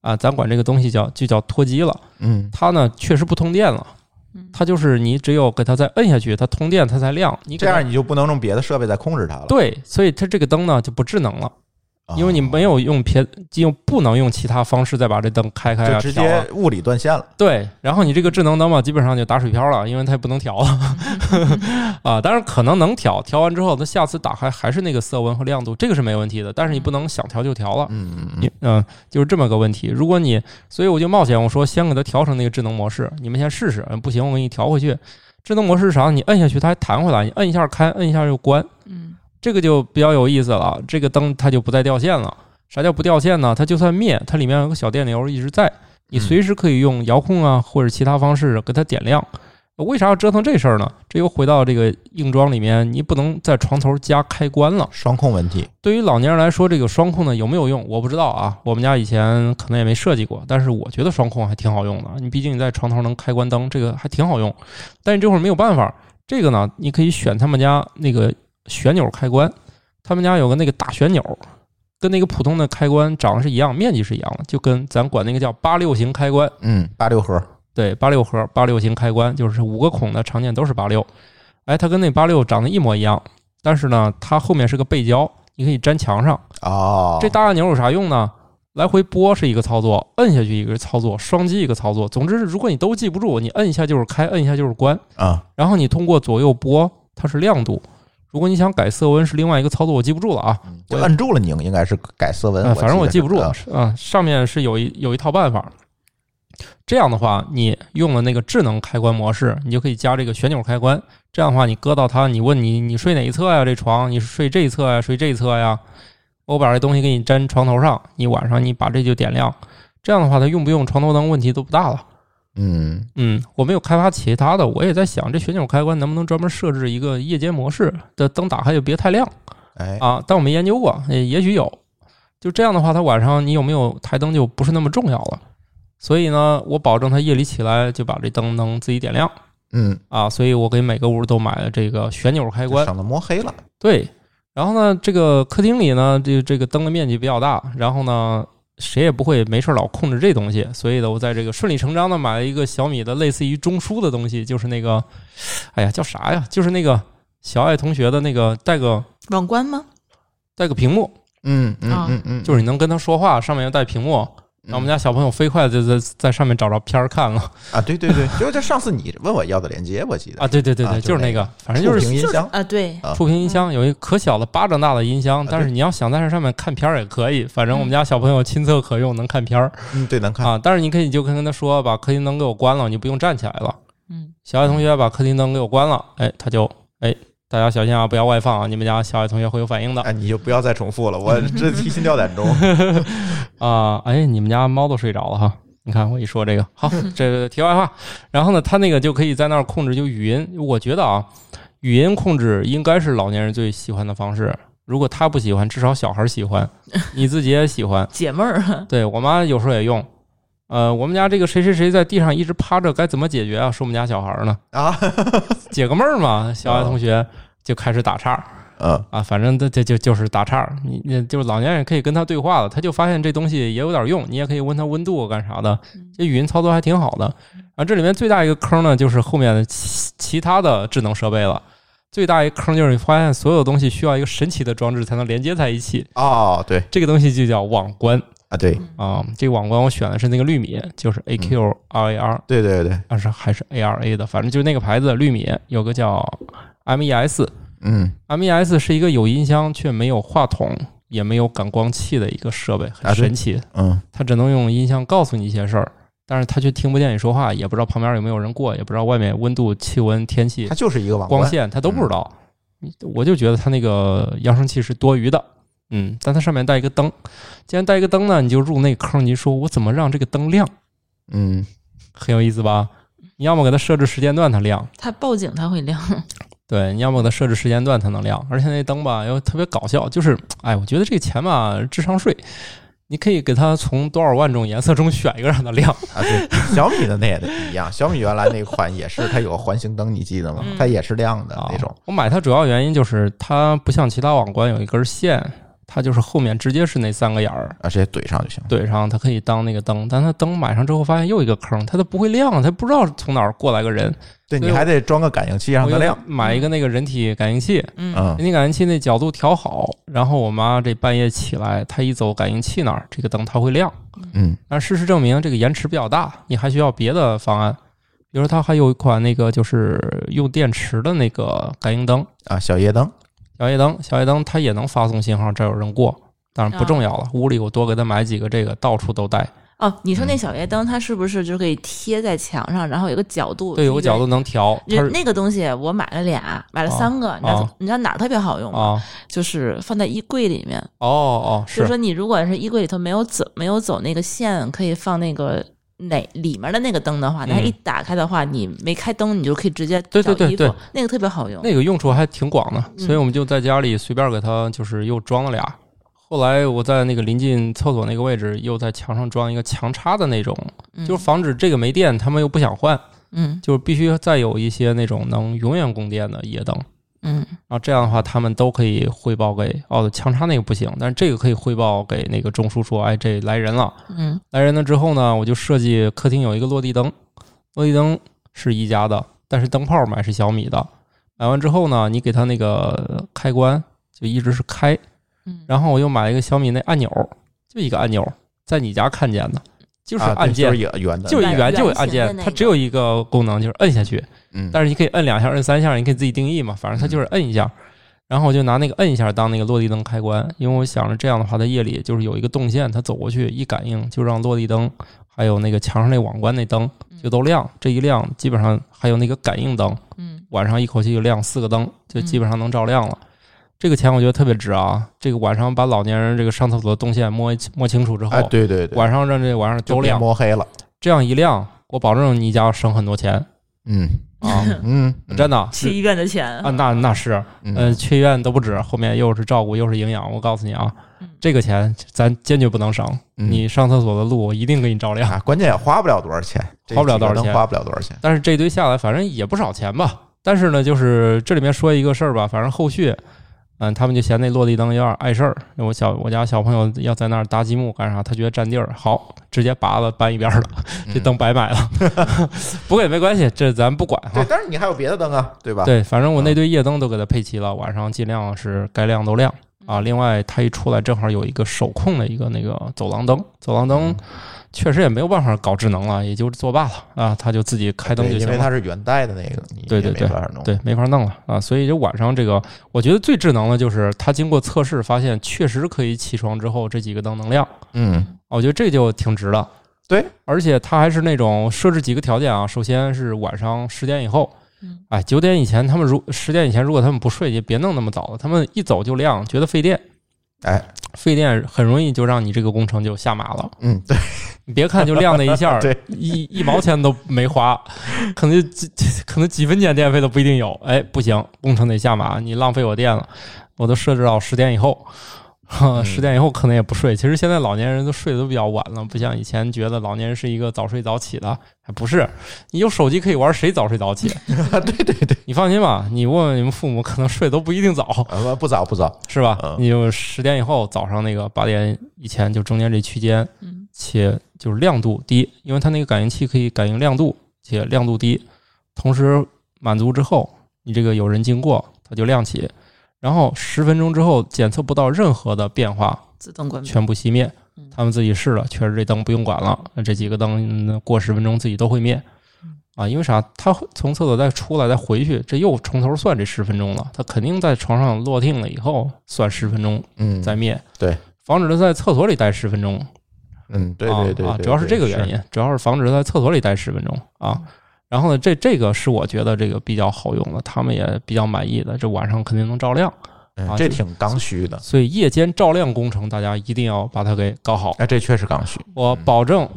Speaker 2: 啊，咱管这个东西叫就叫脱机了。
Speaker 1: 嗯
Speaker 2: 它呢确实不通电了
Speaker 3: 嗯。
Speaker 2: 它就是你只有给它再摁下去，它通电它才亮。你给
Speaker 1: 这
Speaker 2: 它
Speaker 1: 样你就不能用别的设备再控制它了，
Speaker 2: 对，所以它这个灯呢就不智能了，
Speaker 1: 哦
Speaker 2: 因为你没有用别就不能用其他方式再把这灯开开啊，
Speaker 1: 就直
Speaker 2: 调啊
Speaker 1: 接物理断线了，
Speaker 2: 对，然后你这个智能灯嘛，基本上就打水漂了，因为它也不能调了啊。当然可能能调，调完之后，它下次打开还是那个色温和亮度，这个是没问题的。但是你不能想调就调了，
Speaker 1: 嗯嗯嗯
Speaker 2: 你嗯，就是这么个问题。如果你，所以我就冒险，我说先给它调成那个智能模式，你们先试试，嗯不行我给你调回去。智能模式是啥？你摁下去它还弹回来，你摁一下开，摁一下又关，
Speaker 3: 嗯，
Speaker 2: 这个就比较有意思了。这个灯它就不再掉线了。啥叫不掉线呢？它就算灭，它里面有个小电流一直在，你随时可以用遥控啊或者其他方式给它点亮。为啥要折腾这事儿呢？这又回到这个硬装里面，你不能在床头加开关了。
Speaker 1: 双控问题，
Speaker 2: 对于老年人来说，这个双控呢有没有用？我不知道啊。我们家以前可能也没设计过，但是我觉得双控还挺好用的。你毕竟你在床头能开关灯，这个还挺好用。但你这会儿没有办法，这个呢，你可以选他们家那个旋钮开关，他们家有个那个大旋钮，跟那个普通的开关长得是一样，面积是一样的，就跟咱管那个叫八六型开关，
Speaker 1: 嗯，八六核，
Speaker 2: 对，八六核八六型开关就是五个孔的常见都是八六，哎，它跟那八六长得一模一样，但是呢，它后面是个背胶，你可以粘墙上。
Speaker 1: 哦，
Speaker 2: 这大按钮有啥用呢？来回拨是一个操作，摁下去一个操作，双击一个操作。总之，如果你都记不住，你摁一下就是开，摁一下就是关。
Speaker 1: 啊，
Speaker 2: 然后你通过左右拨，它是亮度。如果你想改色温是另外一个操作，我记不住了啊。
Speaker 1: 就摁住了拧，应该是改色温
Speaker 2: 嗯，，反正我记
Speaker 1: 记
Speaker 2: 不住
Speaker 1: 啊
Speaker 2: 了。嗯，上面是有一有一套办法。这样的话，你用了那个智能开关模式，你就可以加这个旋钮开关。这样的话，你搁到它，你问你你睡哪一侧呀？这床你是睡这一侧呀？睡这一侧呀？我把这东西给你粘床头上，你晚上你把这就点亮，这样的话，它用不用床头灯问题都不大了。
Speaker 1: 嗯，
Speaker 2: 嗯，我没有开发其他的，我也在想这旋钮开关能不能专门设置一个夜间模式的灯打开就别太亮
Speaker 1: 哎，
Speaker 2: 啊，但我没研究过，也也许有。就这样的话，它晚上你有没有台灯就不是那么重要了。所以呢，我保证它夜里起来就把这灯能自己点亮
Speaker 1: 嗯，
Speaker 2: 啊，所以我给每个屋都买了这个旋钮开
Speaker 1: 就
Speaker 2: 关。
Speaker 1: 省得摸黑了。
Speaker 2: 对，然后呢，这个客厅里呢，这这个灯的面积比较大，然后呢，谁也不会没事儿老控制这东西，所以呢，我在这个顺理成章的买了一个小米的类似于中枢的东西，就是那个，哎呀，叫啥呀？就是那个小爱同学的那个带个
Speaker 3: 网关吗？
Speaker 2: 带个屏幕，
Speaker 1: 嗯嗯
Speaker 3: 啊
Speaker 1: 嗯嗯，
Speaker 2: 就是你能跟他说话，上面又带屏幕。然后我们家小朋友飞快地就在在上面找着片儿看了
Speaker 1: 啊，对对对，就就上次你问我要的链接，我记得
Speaker 2: 啊！，对对对对，
Speaker 1: 啊就
Speaker 2: 就是是那
Speaker 1: 那个
Speaker 2: 个，反正就是
Speaker 1: 触屏音箱，
Speaker 3: 啊，对，
Speaker 1: 啊
Speaker 2: 触屏音箱有一个可小的巴掌大的音箱，
Speaker 1: 对
Speaker 2: 但是你要想在这上面看片儿也可以，反正我们家小朋友亲测可用，能看片儿
Speaker 1: 嗯，对，能看，
Speaker 2: 啊。但是你可以就跟他说把客厅灯给我关了，你就不用站起来了。
Speaker 3: 嗯，
Speaker 2: 小爱同学把客厅灯给我关了，哎，他就哎，大家小心啊，不要外放啊，你们家小爱同学会有反应的
Speaker 1: 哎，你就不要再重复了， 我这提心吊胆中。
Speaker 2: 啊。哎，你们家猫都睡着了哈。你看我一说这个，好，这个题外话。然后呢，他那个就可以在那儿控制，就语音。我觉得啊，语音控制应该是老年人最喜欢的方式。如果他不喜欢，至少小孩儿喜欢，你自己也喜欢。
Speaker 3: 解闷儿，
Speaker 2: 对我妈有时候也用。呃，我们家这个谁谁谁在地上一直趴着，该怎么解决啊？是我们家小孩儿呢，
Speaker 1: 啊，
Speaker 2: 解个闷儿嘛。小爱同学就开始打岔儿
Speaker 1: 嗯
Speaker 2: 啊，反正这这就就是打岔儿。你你就是老年人可以跟他对话了，他就发现这东西也有点用，你也可以问他温度啊干啥的，这语音操作还挺好的。啊，这里面最大一个坑呢，就是后面的其其他的智能设备了。最大一个坑就是你发现所有东西需要一个神奇的装置才能连接在一起，
Speaker 1: 哦，对
Speaker 2: 这个东西就叫网关。
Speaker 1: 啊，对
Speaker 3: 嗯
Speaker 2: 啊、这个网关我选的是那个绿米，就是 AQ R A R，啊
Speaker 1: 对对对，
Speaker 2: 还是还是 A R A 的，反正就是那个牌子绿米，有个叫 M E S，M
Speaker 1: 嗯
Speaker 2: E S 是一个有音箱却没有话筒，也没有感光器的一个设备，
Speaker 1: 啊对
Speaker 2: 很神奇。
Speaker 1: 嗯
Speaker 2: 它只能用音箱告诉你一些事儿，但是它却听不见你说话，也不知道旁边有没有人过，也不知道外面温度、气温、天气
Speaker 1: 它、就是一嗯个网
Speaker 2: 光
Speaker 1: 关，
Speaker 2: 线，它都不知道。我就觉得它那个扬声器是多余的，嗯，但它上面带一个灯，既然带一个灯呢，你就入那坑，你就说我怎么让这个灯亮，
Speaker 1: 嗯，
Speaker 2: 很有意思吧？你要么给它设置时间段它亮，
Speaker 3: 它报警它会亮，
Speaker 2: 对，你要么给它设置时间段它能亮，而且那灯吧又特别搞笑，就是哎，我觉得这钱吧智商税。你可以给它从多少万种颜色中选一个让它亮，
Speaker 1: 啊，对，小米的那也一样，小米原来那款也是，它有个环形灯，你记得吗？
Speaker 3: 嗯
Speaker 1: 它也是亮的
Speaker 2: 啊
Speaker 1: 那种，。
Speaker 2: 我买它主要原因就是它不像其他网关有一根线，它就是后面直接是那三个眼儿，
Speaker 1: 啊，直接怼上就行。
Speaker 2: 怼上，它可以当那个灯，但它灯买上之后发现又一个坑，它都不会亮，它不知道从哪儿过来个人，
Speaker 1: 对，你
Speaker 2: 所以我
Speaker 1: 还得装个感应器让
Speaker 2: 我哎
Speaker 1: 它
Speaker 2: 又
Speaker 1: 亮。
Speaker 2: 买一个那个人体感应器，
Speaker 3: 嗯，
Speaker 1: 嗯
Speaker 2: 人体感应器那角度调好，然后我妈这半夜起来，她一走感应器那儿，这个灯它会亮。
Speaker 1: 嗯
Speaker 2: 但事实证明，这个延迟比较大，你还需要别的方案，比如说它还有一款那个就是用电池的那个感应灯，
Speaker 1: 啊，小夜灯
Speaker 2: 小夜灯，小夜灯它也能发送信号，这儿有人过，当
Speaker 3: 啊
Speaker 2: 然不重要了。屋里我多给他买几个这个，到处都带。
Speaker 3: 哦，你说那
Speaker 1: 嗯
Speaker 3: 小夜灯它是不是就可以贴在墙上，然后有个角度？
Speaker 2: 对，有个角度。能调，它
Speaker 3: 人
Speaker 2: 是
Speaker 3: 那个东西我买了俩，买了
Speaker 2: 啊
Speaker 3: 三个，你知道、
Speaker 2: 啊
Speaker 3: 你知道哪儿特别好用吗？
Speaker 2: 啊，
Speaker 3: 就是放在衣柜里面，
Speaker 2: 哦哦
Speaker 3: 就是
Speaker 2: 是
Speaker 3: 说你如果是衣柜里头没有走没有走那个线，可以放那个哪里面的那个灯的话，
Speaker 2: 嗯
Speaker 3: 它一打开的话，你没开灯，你就可以直接
Speaker 2: 对
Speaker 3: 找
Speaker 2: 对对
Speaker 3: 衣
Speaker 2: 对
Speaker 3: 服，那个特别好用。
Speaker 2: 那个用处还挺广
Speaker 3: 嗯
Speaker 2: 的，所以我们就在家里随便给它就是又装了俩。后来我在那个临近厕所那个位置，又在墙上装一个墙插的那种，
Speaker 3: 嗯
Speaker 2: 就是防止这个没电，他们又不想换，
Speaker 3: 嗯
Speaker 2: 就是必须再有一些那种能永远供电的夜灯。
Speaker 3: 嗯
Speaker 2: 然后这样的话，他们都可以汇报给哦，强插那个不行，但是这个可以汇报给那个钟叔说，哎，这来人了，
Speaker 3: 嗯
Speaker 2: 来人了之后呢，我就设计客厅有一个落地灯，落地灯是宜家的，但是灯泡买是小米的。买完之后呢，你给它那个开关就一直是开，
Speaker 3: 嗯，
Speaker 2: 然后我又买了一个小米那按钮，就一个按钮，在你家看见的，就是
Speaker 1: 啊对
Speaker 2: 按键，
Speaker 1: 就是也圆的，
Speaker 2: 就是一圆
Speaker 3: 圆
Speaker 2: 就有按
Speaker 3: 形
Speaker 2: 键，
Speaker 3: 的那
Speaker 2: 它只有一个功能，就是摁下去。
Speaker 1: 嗯，
Speaker 2: 但是你可以摁两下、摁三下，你可以自己定义嘛，反正它就是摁一下。然后我就拿那个摁一下当那个落地灯开关，因为我想着这样的话，它夜里就是有一个动线，它走过去一感应，就让落地灯还有那个墙上那网关那灯就都亮。这一亮，基本上还有那个感应灯，
Speaker 3: 嗯
Speaker 2: 晚上一口气就亮四个灯，就基本上能照亮了。这个钱我觉得特别值啊！这个晚上把老年人这个上厕所的动线摸摸清楚之后，
Speaker 1: 哎，对对对，
Speaker 2: 晚上让这晚上
Speaker 1: 就
Speaker 2: 都
Speaker 1: 别
Speaker 2: 亮，
Speaker 1: 摸黑了，
Speaker 2: 这样一亮，我保证你家省很多钱
Speaker 1: 嗯
Speaker 2: 啊！
Speaker 1: 嗯，
Speaker 2: 真的
Speaker 3: 去医院的钱
Speaker 2: 啊，那那是，
Speaker 1: 嗯
Speaker 2: 呃，去医院都不止，后面又是照顾又是营养，我告诉你啊
Speaker 3: 嗯，
Speaker 2: 这个钱咱坚决不能省。
Speaker 1: 嗯
Speaker 2: 你上厕所的路我一定给你照亮。
Speaker 1: 啊，关键也花不了多少钱，这
Speaker 2: 花不了多少
Speaker 1: 几个灯
Speaker 2: 钱
Speaker 1: 花不了多少钱。
Speaker 2: 但是这一堆下来，反正也不少钱吧。但是呢，就是这里面说一个事儿吧，反正后续，嗯，他们就嫌那落地灯有点碍事儿。我小我家小朋友要在那儿搭积木干啥，他觉得占地儿，好，直接拔了搬一边儿了，
Speaker 1: 嗯
Speaker 2: 这灯白买了。 不过也没关系，这咱不管
Speaker 1: 对
Speaker 2: 哈，。
Speaker 1: 但是你还有别的灯啊，对吧？，
Speaker 2: 对，反正我那堆夜灯都给它配齐了，晚上尽量是该亮都亮啊。另外，它一出来正好有一个手控的一个那个走廊灯，走廊
Speaker 1: 嗯
Speaker 2: 灯确实也没有办法搞智能了，也就作罢了啊，它就自己开灯就
Speaker 1: 因
Speaker 2: 行
Speaker 1: 为
Speaker 2: 了。
Speaker 1: 它是元代的那个，你
Speaker 2: 对
Speaker 1: 也
Speaker 2: 对
Speaker 1: 没办法弄。
Speaker 2: 对，没法弄了啊。所以就晚上这个，我觉得最智能的就是它经过测试发现，确实可以起床之后这几个灯能亮，
Speaker 1: 嗯，
Speaker 2: 我觉得这就挺值的。
Speaker 1: 对，
Speaker 2: 而且它还是那种设置几个条件啊，首先是晚上十点以后
Speaker 3: 嗯。
Speaker 2: 哎，九点以前，他们如十点以前，如果他们不睡，就别弄那么早了。他们一走就亮，觉得费电，
Speaker 1: 哎，
Speaker 2: 费电很容易就让你这个工程就下马了。
Speaker 1: 嗯，对，
Speaker 2: 你别看就亮那一下 儿，
Speaker 1: 对
Speaker 2: 一一毛钱都没花，可能就几 几可能几分钱电费都不一定有。哎，不行，工程得下马，你浪费我电了，我都设置到十点以后。哈，
Speaker 1: 嗯
Speaker 2: 十点以后可能也不睡。其实现在老年人都睡得都比较晚了，不像以前觉得老年人是一个早睡早起的，还不是。你有手机可以玩，谁早睡早起？
Speaker 1: 对对对，
Speaker 2: 你放心吧，你问问你们父母，可能睡得都不一定早。
Speaker 1: 呃，不早不早，
Speaker 2: 是吧
Speaker 1: 嗯？
Speaker 2: 你就十点以后，早上那个八点以前，就中间这区间
Speaker 3: 嗯，
Speaker 2: 且就是亮度低，因为它那个感应器可以感应亮度，且亮度低，同时满足之后，你这个有人经过，它就亮起，然后十分钟之后检测不到任何的变化，
Speaker 3: 自动关闭。
Speaker 2: 全部熄灭
Speaker 3: 嗯。
Speaker 2: 他们自己试了，确实这灯不用管了，那这几个灯嗯过十分钟自己都会灭。啊，因为啥？他会从厕所再出来，再回去，这又从头算这十分钟了。他肯定在床上落定了以后算十分钟
Speaker 1: 嗯，
Speaker 2: 再灭，
Speaker 1: 对，
Speaker 2: 防止他在厕所里待十分钟。
Speaker 1: 嗯，对对对对
Speaker 2: 啊啊，
Speaker 1: 对
Speaker 2: 主要是这个原
Speaker 1: 是嗯
Speaker 2: 因，主要是防止他在厕所里待十分钟啊。然后呢，这这个是我觉得这个比较好用的，他们也比较满意的，这晚上肯定能照亮。
Speaker 1: 嗯
Speaker 2: 啊
Speaker 1: 这
Speaker 2: 就
Speaker 1: 挺刚需的，
Speaker 2: 所以夜间照亮工程，大家一定要把它给搞好。
Speaker 1: 哎，这确实刚需，
Speaker 2: 我保证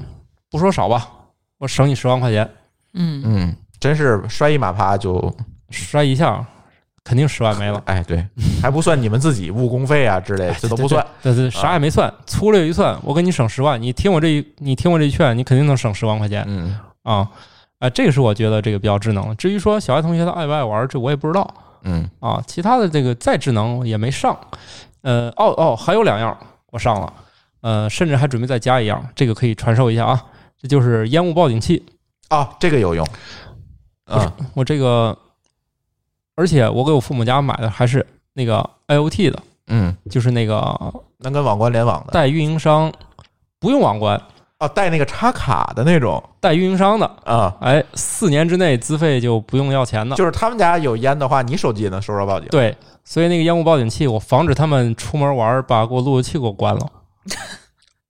Speaker 2: 不说少吧，我省你十万块钱，
Speaker 3: 嗯，
Speaker 1: 嗯，真是摔一马趴就，。
Speaker 2: 摔一下肯定十万没了
Speaker 1: 哎，对，还不算你们自己误工费啊之类，这都不算，
Speaker 2: 哎
Speaker 1: 啊
Speaker 2: 对，对对，啥也没算，粗略一算，我给你省十万。你听我这一，你听我这一劝，你肯定能省十万块钱
Speaker 1: 嗯
Speaker 2: 啊！啊、这个是我觉得这个比较智能。至于说小爱同学他爱不爱玩，这我也不知道
Speaker 1: 嗯，
Speaker 2: 啊。其他的这个再智能也没上。呃，哦哦，还有两样我上了，呃，甚至还准备再加一样，这个可以传授一下啊。这就是烟雾报警器，
Speaker 1: 哦，这个有用，
Speaker 2: 不是
Speaker 1: 啊，
Speaker 2: 我这个，而且我给我父母家买的还是那个 IOT 的，
Speaker 1: 嗯，
Speaker 2: 就是那个
Speaker 1: 能跟网关联网的，
Speaker 2: 带运营商，不用网关，
Speaker 1: 哦，带那个插卡的那种
Speaker 2: 带运营商的，
Speaker 1: 啊。
Speaker 2: 哎，四年之内资费就不用要钱的。
Speaker 1: 就是他们家有烟的话，你手机也能收到报警。
Speaker 2: 对，所以那个烟雾报警器，我防止他们出门玩儿把给我路由器给我关 了，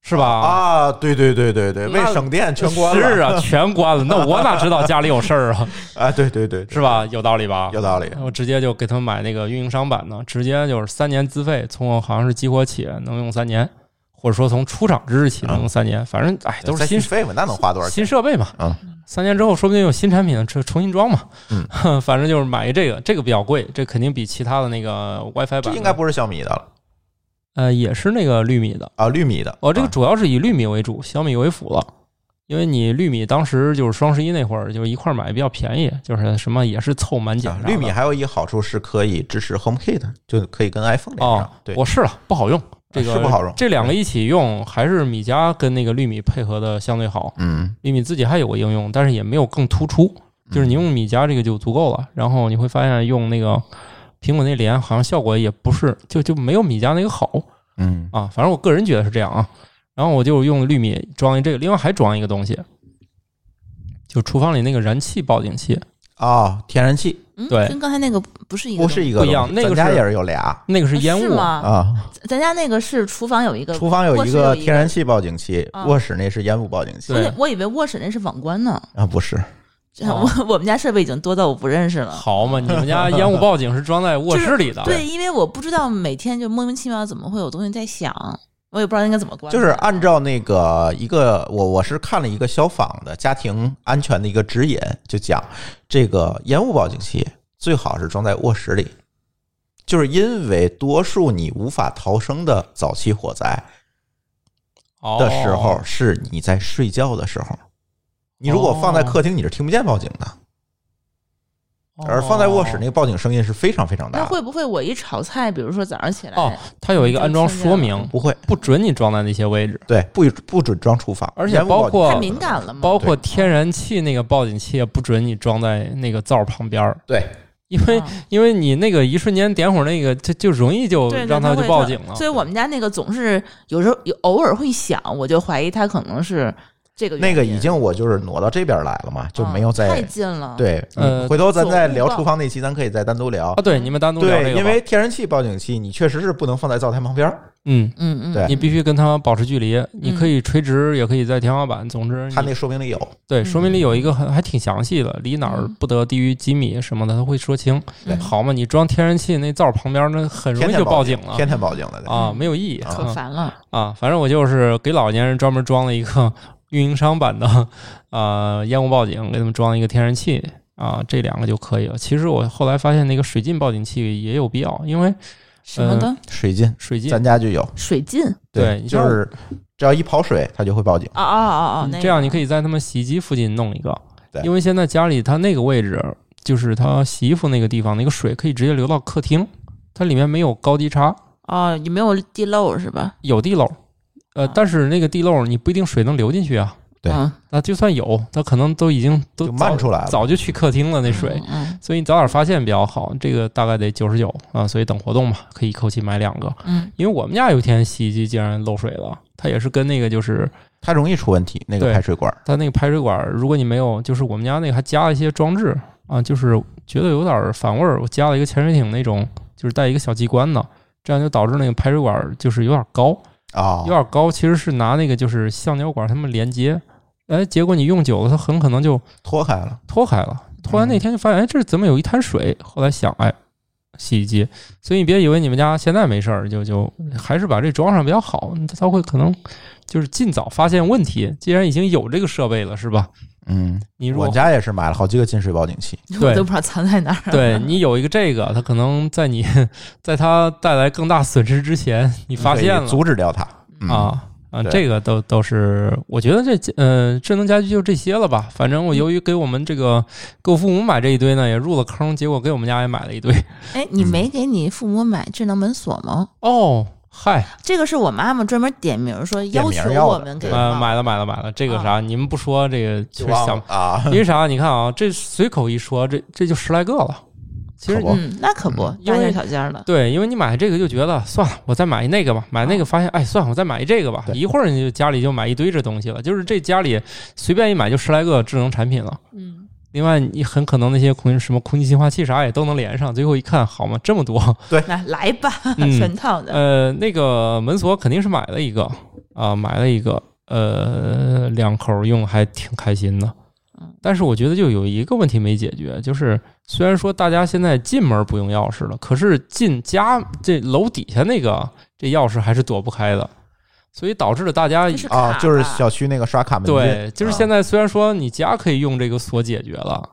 Speaker 2: 是吧？
Speaker 1: 啊，对对对对对，为
Speaker 2: 那
Speaker 1: 省电全关了。
Speaker 2: 是啊，全关了。那我哪知道家里有事儿 啊？
Speaker 1: 啊，对对对，对
Speaker 2: 是吧？有道理吧？
Speaker 1: 有道理。
Speaker 2: 我直接就给他们买那个运营商版的，直接就是三年资费，从我好像是激活起能用三年，或者说从出厂之日起
Speaker 1: 啊
Speaker 2: 能用三年，反正哎都是
Speaker 1: 再
Speaker 2: 新
Speaker 1: 续费嘛，那能花多少钱？
Speaker 2: 新设备嘛，
Speaker 1: 嗯，
Speaker 2: 三年之后说不定有新产品，这重新装嘛，嗯， 反正就是买一这个，这个比较贵，这肯定比其他的那个 WiFi 版
Speaker 1: 这
Speaker 2: 的
Speaker 1: 应该不是小米的了
Speaker 2: 呃也是那个绿米的，
Speaker 1: 啊，绿米的。
Speaker 2: 哦我、这个
Speaker 1: 啊
Speaker 2: 主要是以绿米为主，小米为辅了。因为你绿米当时就是双十一那会儿，就是一块儿买比较便宜，就是什么也是凑满减
Speaker 1: 啊
Speaker 2: 啥的、
Speaker 1: 绿米还有一个好处是可以支持 HomeKit，的就可以跟 iPhone 连
Speaker 2: 哦
Speaker 1: 上。对，啊
Speaker 2: 我试了，不好用。这个
Speaker 1: 是不好用
Speaker 2: 这两个一起用，还是米家跟那个绿米配合的相对好。
Speaker 1: 嗯
Speaker 2: 绿米自己还有个应用，但是也没有更突出。就是你用米家这个就足够了。然后你会发现用那个苹果那联，好像效果也不是就就没有米家那个好
Speaker 1: 嗯
Speaker 2: 啊。反正我个人觉得是这样啊。然后我就用绿米装一这个，另外还装一个东西，就厨房里那个燃气报警器。
Speaker 1: 哦，天然气
Speaker 3: 嗯
Speaker 2: 对
Speaker 3: 跟刚才那个不是一个
Speaker 1: 不
Speaker 3: 东西，哦
Speaker 1: 是一个
Speaker 2: 不一样
Speaker 1: 东西
Speaker 2: 那个
Speaker 1: 咱家
Speaker 2: 是
Speaker 1: 也是有俩
Speaker 2: 那个是烟
Speaker 3: 是
Speaker 2: 雾，
Speaker 3: 吗？
Speaker 1: 啊。
Speaker 3: 咱家那个是厨房有一个，
Speaker 1: 厨房有
Speaker 3: 卧
Speaker 1: 一
Speaker 3: 室有
Speaker 1: 个
Speaker 3: 一个
Speaker 1: 天然气报警器
Speaker 3: 啊，
Speaker 1: 卧室那是烟雾报警器
Speaker 3: 我以
Speaker 2: 对
Speaker 3: 我以为卧室那是网关呢。
Speaker 1: 啊，不是
Speaker 2: 哦
Speaker 3: 我我们家设备已经多到我不认识了。
Speaker 2: 好嘛，你们 家烟雾报警是装在卧室里
Speaker 1: 啊
Speaker 2: 的，
Speaker 3: 对，因为我不知道每天就莫名其妙怎么会有东西在响，我也不知道应该怎么关。
Speaker 1: 就是按照那个一个我我是看了一个消防的家庭安全的一个指引，就讲这个烟雾报警器最好是装在卧室里，就是因为多数你无法逃生的早期火灾
Speaker 2: 哦
Speaker 1: 的时候，是你在睡觉的时候。你如果放在客厅，你是听不见报警的；而放在卧室，那
Speaker 2: 哦
Speaker 1: 个报警声音是非常非常
Speaker 3: 那
Speaker 1: 大的。
Speaker 3: 会不会我一炒菜，比如说早上起来，
Speaker 2: 哦，它有一个安装说明，
Speaker 1: 不会，
Speaker 2: 不准你装在那些位置，
Speaker 1: 对，不不准装厨房，
Speaker 2: 而且
Speaker 1: 烟雾报
Speaker 2: 包
Speaker 1: 警
Speaker 2: 括
Speaker 3: 太敏感了嘛？
Speaker 2: 包括天然气那个报警器也不准你装在那个灶旁边儿，
Speaker 1: 对
Speaker 2: 因为
Speaker 3: 啊
Speaker 2: 因为你那个一瞬间点火那个，它就容易就
Speaker 3: 对，
Speaker 2: 让
Speaker 3: 它
Speaker 2: 它就
Speaker 3: 会
Speaker 2: 报
Speaker 3: 特
Speaker 2: 警
Speaker 1: 哦
Speaker 2: 了。
Speaker 3: 所以我们家那个总是有时候有偶尔会响，我就怀疑它可能是这个原
Speaker 1: 那个
Speaker 3: 因
Speaker 1: 已经我就是挪到这边来了嘛，就没有
Speaker 3: 啊
Speaker 1: 再
Speaker 3: 太近了。，
Speaker 1: 对，
Speaker 2: 呃
Speaker 1: 回头咱再聊
Speaker 3: 走路
Speaker 1: 厨房那期，咱可以再单独聊
Speaker 2: 啊，。对，你们单独聊这
Speaker 1: 对，
Speaker 2: 个吧，
Speaker 1: 因为天然气报警器，你确实是不能放在灶台旁边儿，
Speaker 2: 嗯，
Speaker 3: 嗯嗯，
Speaker 1: 对
Speaker 2: 你必须跟它保持距离，你可以垂直，也可以在天花板，总之你
Speaker 1: 它那说明里有。
Speaker 2: 对
Speaker 3: 嗯
Speaker 2: 说明里有一个很还挺详细的，离哪儿不得低于几米什么的，它会说清。
Speaker 1: 对
Speaker 3: 嗯
Speaker 2: 好嘛，你装天然气那灶旁边，那很容
Speaker 1: 天
Speaker 2: 易
Speaker 1: 天
Speaker 2: 就报
Speaker 1: 警
Speaker 2: 警了。
Speaker 1: 天天报警了。对
Speaker 2: 嗯啊，没有意义
Speaker 1: 啊
Speaker 3: 可
Speaker 2: 啊
Speaker 3: 烦了。
Speaker 2: 啊！反正我就是给老年人专门装了一个运营商版的 呃烟雾报警，给他们装了一个天然气啊，这两个就可以了。其实我后来发现那个水浸报警器也有必要，因为
Speaker 3: 什
Speaker 2: 嗯
Speaker 3: 么的
Speaker 1: 水浸，
Speaker 2: 水浸
Speaker 1: 咱家就有。
Speaker 3: 水浸
Speaker 2: 对你
Speaker 1: 就
Speaker 2: 像
Speaker 1: 是只要一跑水，它就会报警。
Speaker 3: 啊啊啊啊！那
Speaker 2: 嗯这样你可
Speaker 3: 以
Speaker 2: 以在他们洗衣机附近弄一个
Speaker 1: 对，
Speaker 2: 因为现在家里它那个位置，就是它洗衣服那个地方，那个水可以直接流到客厅，它里面没有高低差，
Speaker 3: 哦，你没有地漏是吧？
Speaker 2: 有地漏，呃
Speaker 3: 啊，
Speaker 2: 但是那个地漏你不一定水能流进去啊，
Speaker 1: 对
Speaker 3: 嗯，
Speaker 2: 那就算有，它可能都已经都
Speaker 1: 就
Speaker 2: 早
Speaker 1: 漫出来了
Speaker 2: 早就去客厅了那水，
Speaker 3: 嗯嗯
Speaker 2: 所以你早点发现比较好。这个大概得九十九啊，所以等活动嘛，可以一口气买两个。
Speaker 3: 嗯，
Speaker 2: 因为我们家有一天洗衣机竟然漏水了，它也是跟那个就是
Speaker 1: 它容易出问题，那个
Speaker 2: 对
Speaker 1: 排水管儿。
Speaker 2: 它那个排水管儿，如果你没有，就是我们家那个还加了一些装置啊，就是觉得有点儿反味儿。我加了一个潜水艇那种，就是带一个小机关的，这样就导致那个排水管儿就是有点儿高，
Speaker 1: 啊
Speaker 2: 有，点儿高。其实是拿那个就是橡胶管儿它们连接，哎，结果你用久了，它很可能就
Speaker 1: 脱开了。
Speaker 2: 脱开了。脱完那天就发现，哎，这怎么有一滩水？后来想，哎，洗衣机。所以你别以为你们家现在没事儿，就就 还是把这装上比较好，它会可能就是尽早发现问题。既然已经有这个设备了，是吧？
Speaker 1: 嗯，
Speaker 2: 你如
Speaker 1: 我
Speaker 2: 果
Speaker 1: 家也是买了好几个进水报警器。
Speaker 3: 嗯我
Speaker 2: 对
Speaker 3: 都不知道藏在哪儿。
Speaker 2: 对你有一个这个，它可能在你在它带来更大损失之前，你发现
Speaker 1: 可以
Speaker 2: 了
Speaker 1: 阻止掉它。嗯，
Speaker 2: 啊。啊，
Speaker 1: 对
Speaker 2: 这个都都是，我觉得这呃，智能家居就这些了吧。反正我由于给我们这个给我父母买这一堆呢，也入了坑，结果给我们家也买了一堆。
Speaker 3: 哎，你
Speaker 1: 嗯
Speaker 3: 没给你父母买智能门锁吗？
Speaker 2: 哦，嗨，
Speaker 3: 这个是我妈妈专门点名说
Speaker 1: 点
Speaker 3: 要
Speaker 1: 名
Speaker 3: 求
Speaker 1: 要
Speaker 3: 我
Speaker 1: 的
Speaker 3: 们给
Speaker 1: 对
Speaker 2: 呃，
Speaker 3: 忘
Speaker 2: 买了买了买了，这个啥，你们不说这个
Speaker 1: 啊就
Speaker 2: 确实
Speaker 1: 忘
Speaker 2: 想
Speaker 1: 了，啊，
Speaker 2: 因为啥？你看啊，这随口一说，这这就十来个了。其实
Speaker 1: 可不
Speaker 3: 嗯，那可不，
Speaker 2: 因
Speaker 3: 大件
Speaker 2: 为
Speaker 3: 小件的。
Speaker 2: 对，因为你买这个就觉得算了，我再买一那个吧，买那个发现哎算了，我再买一这个吧，
Speaker 1: 对
Speaker 2: 一会儿你就家里就买一堆这东西了，就是这家里随便一买就十来个智能产品了。
Speaker 3: 嗯，
Speaker 2: 另外，你很可能那些空什么空气净化器啥也都能连上，最后一看，好嘛，这么多，
Speaker 3: 来来吧， 全
Speaker 2: 嗯，
Speaker 3: 套的。
Speaker 2: 呃，那个门锁肯定是买了一个啊，买了一个，呃，两口用还挺开心的
Speaker 3: 嗯。
Speaker 2: 但是我觉得就有一个问题没解决，就是虽然说大家现在进门不用钥匙了，可是进家这楼底下那个这钥匙还是躲不开的，所以导致了大家
Speaker 3: 这是 卡
Speaker 1: 啊，就是
Speaker 3: 吧
Speaker 1: 小区那个刷卡门禁，
Speaker 2: 对，就是现在虽然说你家可以用这个锁解决了，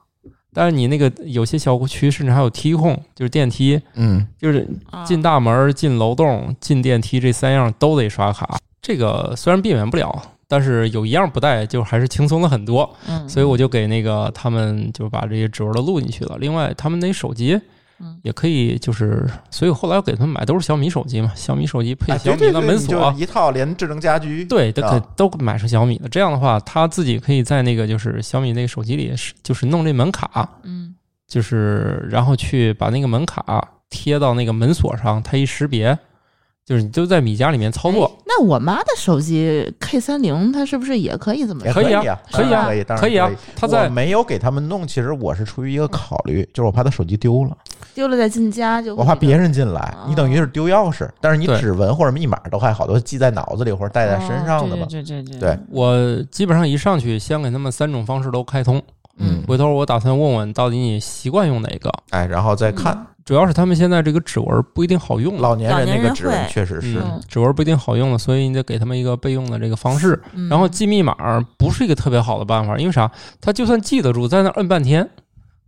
Speaker 2: 但是你那个有些小区甚至还有梯控，就是电梯，
Speaker 1: 嗯，
Speaker 2: 就是
Speaker 3: 啊
Speaker 2: 进大门、进楼栋、进电梯这三样都得刷卡。这个虽然避免不了，但是有一样不带，就还是轻松了很多。
Speaker 3: 嗯，
Speaker 2: 所以我就给那个他们就把这些指纹都录进去了。另外，他们那手机
Speaker 3: 嗯。
Speaker 2: 也可以，就是，所以后来我给他们买都是小米手机嘛，小米手机配
Speaker 1: 哎对
Speaker 2: 小米
Speaker 1: 对
Speaker 2: 的
Speaker 1: 对
Speaker 2: 门
Speaker 1: 你
Speaker 2: 锁，
Speaker 1: 就一套连智能家居，
Speaker 2: 对，都可
Speaker 1: 啊
Speaker 2: 都买成小米的。这样的话，他自己可以在那个就是小米那个手机里是，就是弄这门卡，
Speaker 3: 嗯
Speaker 2: 就是然后去把那个门卡贴到那个门锁上，它一识别，就是你都在米家里面操作。
Speaker 3: 哎那我妈的手机 K 三零，它是不是也可以这么
Speaker 1: 也
Speaker 3: 说？
Speaker 2: 可以啊
Speaker 1: 啊，
Speaker 2: 可以
Speaker 1: 当
Speaker 2: 啊
Speaker 1: 然可以，当然
Speaker 2: 可以啊他在嗯
Speaker 1: 我没有给他们弄，其实我是出于一个考虑，就是我怕他手机丢了，
Speaker 3: 丢了再进家就
Speaker 1: 我怕别人进来
Speaker 3: 哦，
Speaker 1: 你等于是丢钥匙，但是你
Speaker 2: 啊对哦
Speaker 1: 指纹或者密码都还好，都记在脑子里或者带在身上的嘛。
Speaker 3: 哦对对对
Speaker 1: 对
Speaker 2: 我基本上一上去，先给他们三种方式都开通，
Speaker 1: 嗯，
Speaker 2: 回头我打算问问，到底你习惯用哪个？
Speaker 1: 哎，然后再看
Speaker 2: 主要是他们现在这个指纹不一定好用了，
Speaker 1: 老年人那
Speaker 3: 老年
Speaker 1: 个
Speaker 3: 人
Speaker 1: 指纹
Speaker 3: 会
Speaker 1: 确实是，
Speaker 2: 嗯、指纹不一定好用了，所以你得给他们一个备用的这个方式。
Speaker 3: 嗯
Speaker 2: 然后记密码不是一个特别好的办法，因为啥？他就算记得住，在那摁半天，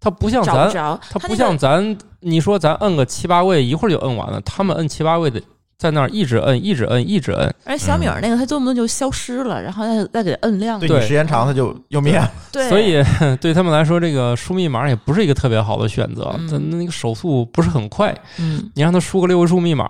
Speaker 2: 他不像
Speaker 3: 找
Speaker 2: 咱
Speaker 3: 不，着，
Speaker 2: 他不
Speaker 3: 那个
Speaker 2: 像咱，你说咱摁个七八位，一会儿就摁完了，他们摁七八位的，在那儿一直摁，一直摁，一直摁。
Speaker 3: 而且小米
Speaker 1: 嗯
Speaker 3: 儿那个，它动不动就消失了，然后再再给它摁亮。
Speaker 1: 对
Speaker 2: 对
Speaker 1: 你时间长它就又灭了。
Speaker 3: 对，
Speaker 2: 所以 对他们来说，这个输密码也不是一个特别好的选择，
Speaker 3: 嗯
Speaker 2: 他那个手速不是很快，
Speaker 3: 嗯，
Speaker 2: 你让他输个六位数密码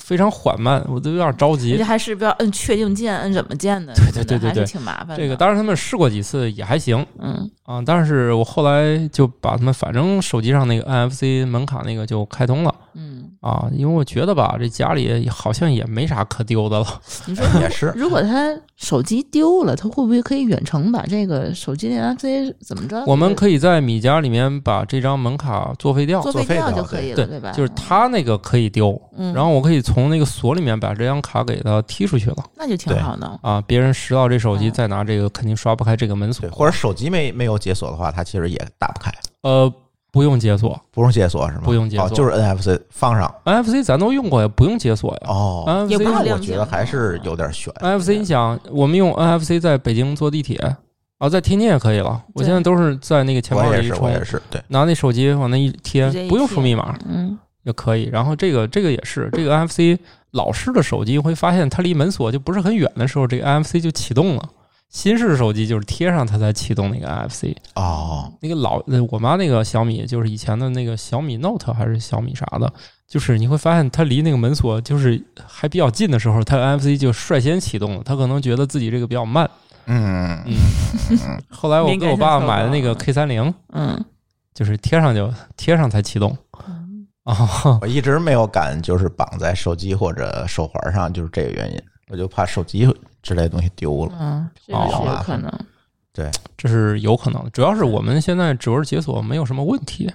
Speaker 2: 非常缓慢，我都有点着
Speaker 3: 而
Speaker 2: 急
Speaker 3: 且。还是不要摁确定键，摁什么键的，对
Speaker 2: 对对对
Speaker 3: 还
Speaker 2: 对
Speaker 3: 是挺麻烦的。
Speaker 2: 这个当然他们试过几次也还行
Speaker 3: 嗯
Speaker 2: 啊，但是我后来就把他们反正手机上那个 NFC 门卡那个就开通了
Speaker 3: 嗯，
Speaker 2: 啊，因为我觉得吧，这家里好像也没啥可丢的了。
Speaker 3: 你说
Speaker 1: 也 是，
Speaker 3: 如果他手机丢了，他会不会可以远程把这个手机连 NFC 怎么着？
Speaker 2: 我们可以在米家里面把这张门卡作废掉，
Speaker 3: 作
Speaker 1: 作废
Speaker 3: 掉
Speaker 1: 掉
Speaker 3: 就可以了，
Speaker 2: 对
Speaker 3: 对吧？
Speaker 2: 就是他那个可以丢，
Speaker 3: 嗯，
Speaker 2: 然后我可以从那个锁里面把这张卡给它踢出去了
Speaker 3: 那就挺
Speaker 1: 对
Speaker 3: 好的。
Speaker 2: 啊！别人拾到这手机
Speaker 3: 嗯
Speaker 2: 再拿这个，肯定刷不开这个门锁
Speaker 1: 对，。或者手机没没有解锁的话，它其实也打不开，
Speaker 2: 呃，不用解锁
Speaker 1: 不用解锁是吗？
Speaker 2: 不用解锁
Speaker 1: 哦，就是 NFC 放上。
Speaker 2: ，NFC 咱都用过呀，不用解锁呀。
Speaker 1: 哦，
Speaker 3: 也不
Speaker 1: 那
Speaker 3: 用
Speaker 2: ，NFC
Speaker 1: 我
Speaker 3: 亮
Speaker 1: 觉
Speaker 3: 相
Speaker 1: 得还是有点悬。
Speaker 2: NFC，你想，我们用 NFC 在北京坐地铁啊，在天津也可以了。我现在都是在那个钱包
Speaker 1: 我也
Speaker 2: 里一
Speaker 1: 是，我
Speaker 2: 充，
Speaker 1: 也是，对，
Speaker 2: 拿那手机往那一贴
Speaker 3: 直接，一
Speaker 2: 不用
Speaker 3: 贴
Speaker 2: 输密码
Speaker 3: 嗯，
Speaker 2: 也可以。然后这个这个也是，这个 NFC 老式的手机会发现它离门锁就不是很远的时候，这个 NFC 就启动了。新式手机就是贴上它才启动那个 NFC。
Speaker 1: 哦，
Speaker 2: 那个老呃我妈那个小米，就是以前的那个小米 Note 还是小米啥的，就是你会发现它离那个门锁就是还比较近的时候，它 NFC 就率先启动了。它可能觉得自己这个比较慢。
Speaker 1: 嗯，
Speaker 2: 后来我
Speaker 3: 敏
Speaker 2: 跟
Speaker 3: 感
Speaker 2: 我
Speaker 3: 性
Speaker 2: 爸
Speaker 3: 特
Speaker 2: 买的那个
Speaker 3: 高啊
Speaker 2: K 三零，
Speaker 3: 嗯
Speaker 2: 就是贴上就贴上才启动
Speaker 3: 嗯，
Speaker 2: 啊。
Speaker 1: 我一直没有敢就是绑在手机或者手环上，就是这个原因，我就怕手机之类的东西丢了。
Speaker 3: 嗯，这个是有可能。
Speaker 2: 这是有可能的。主要是我们现在指纹解锁没有什么问题。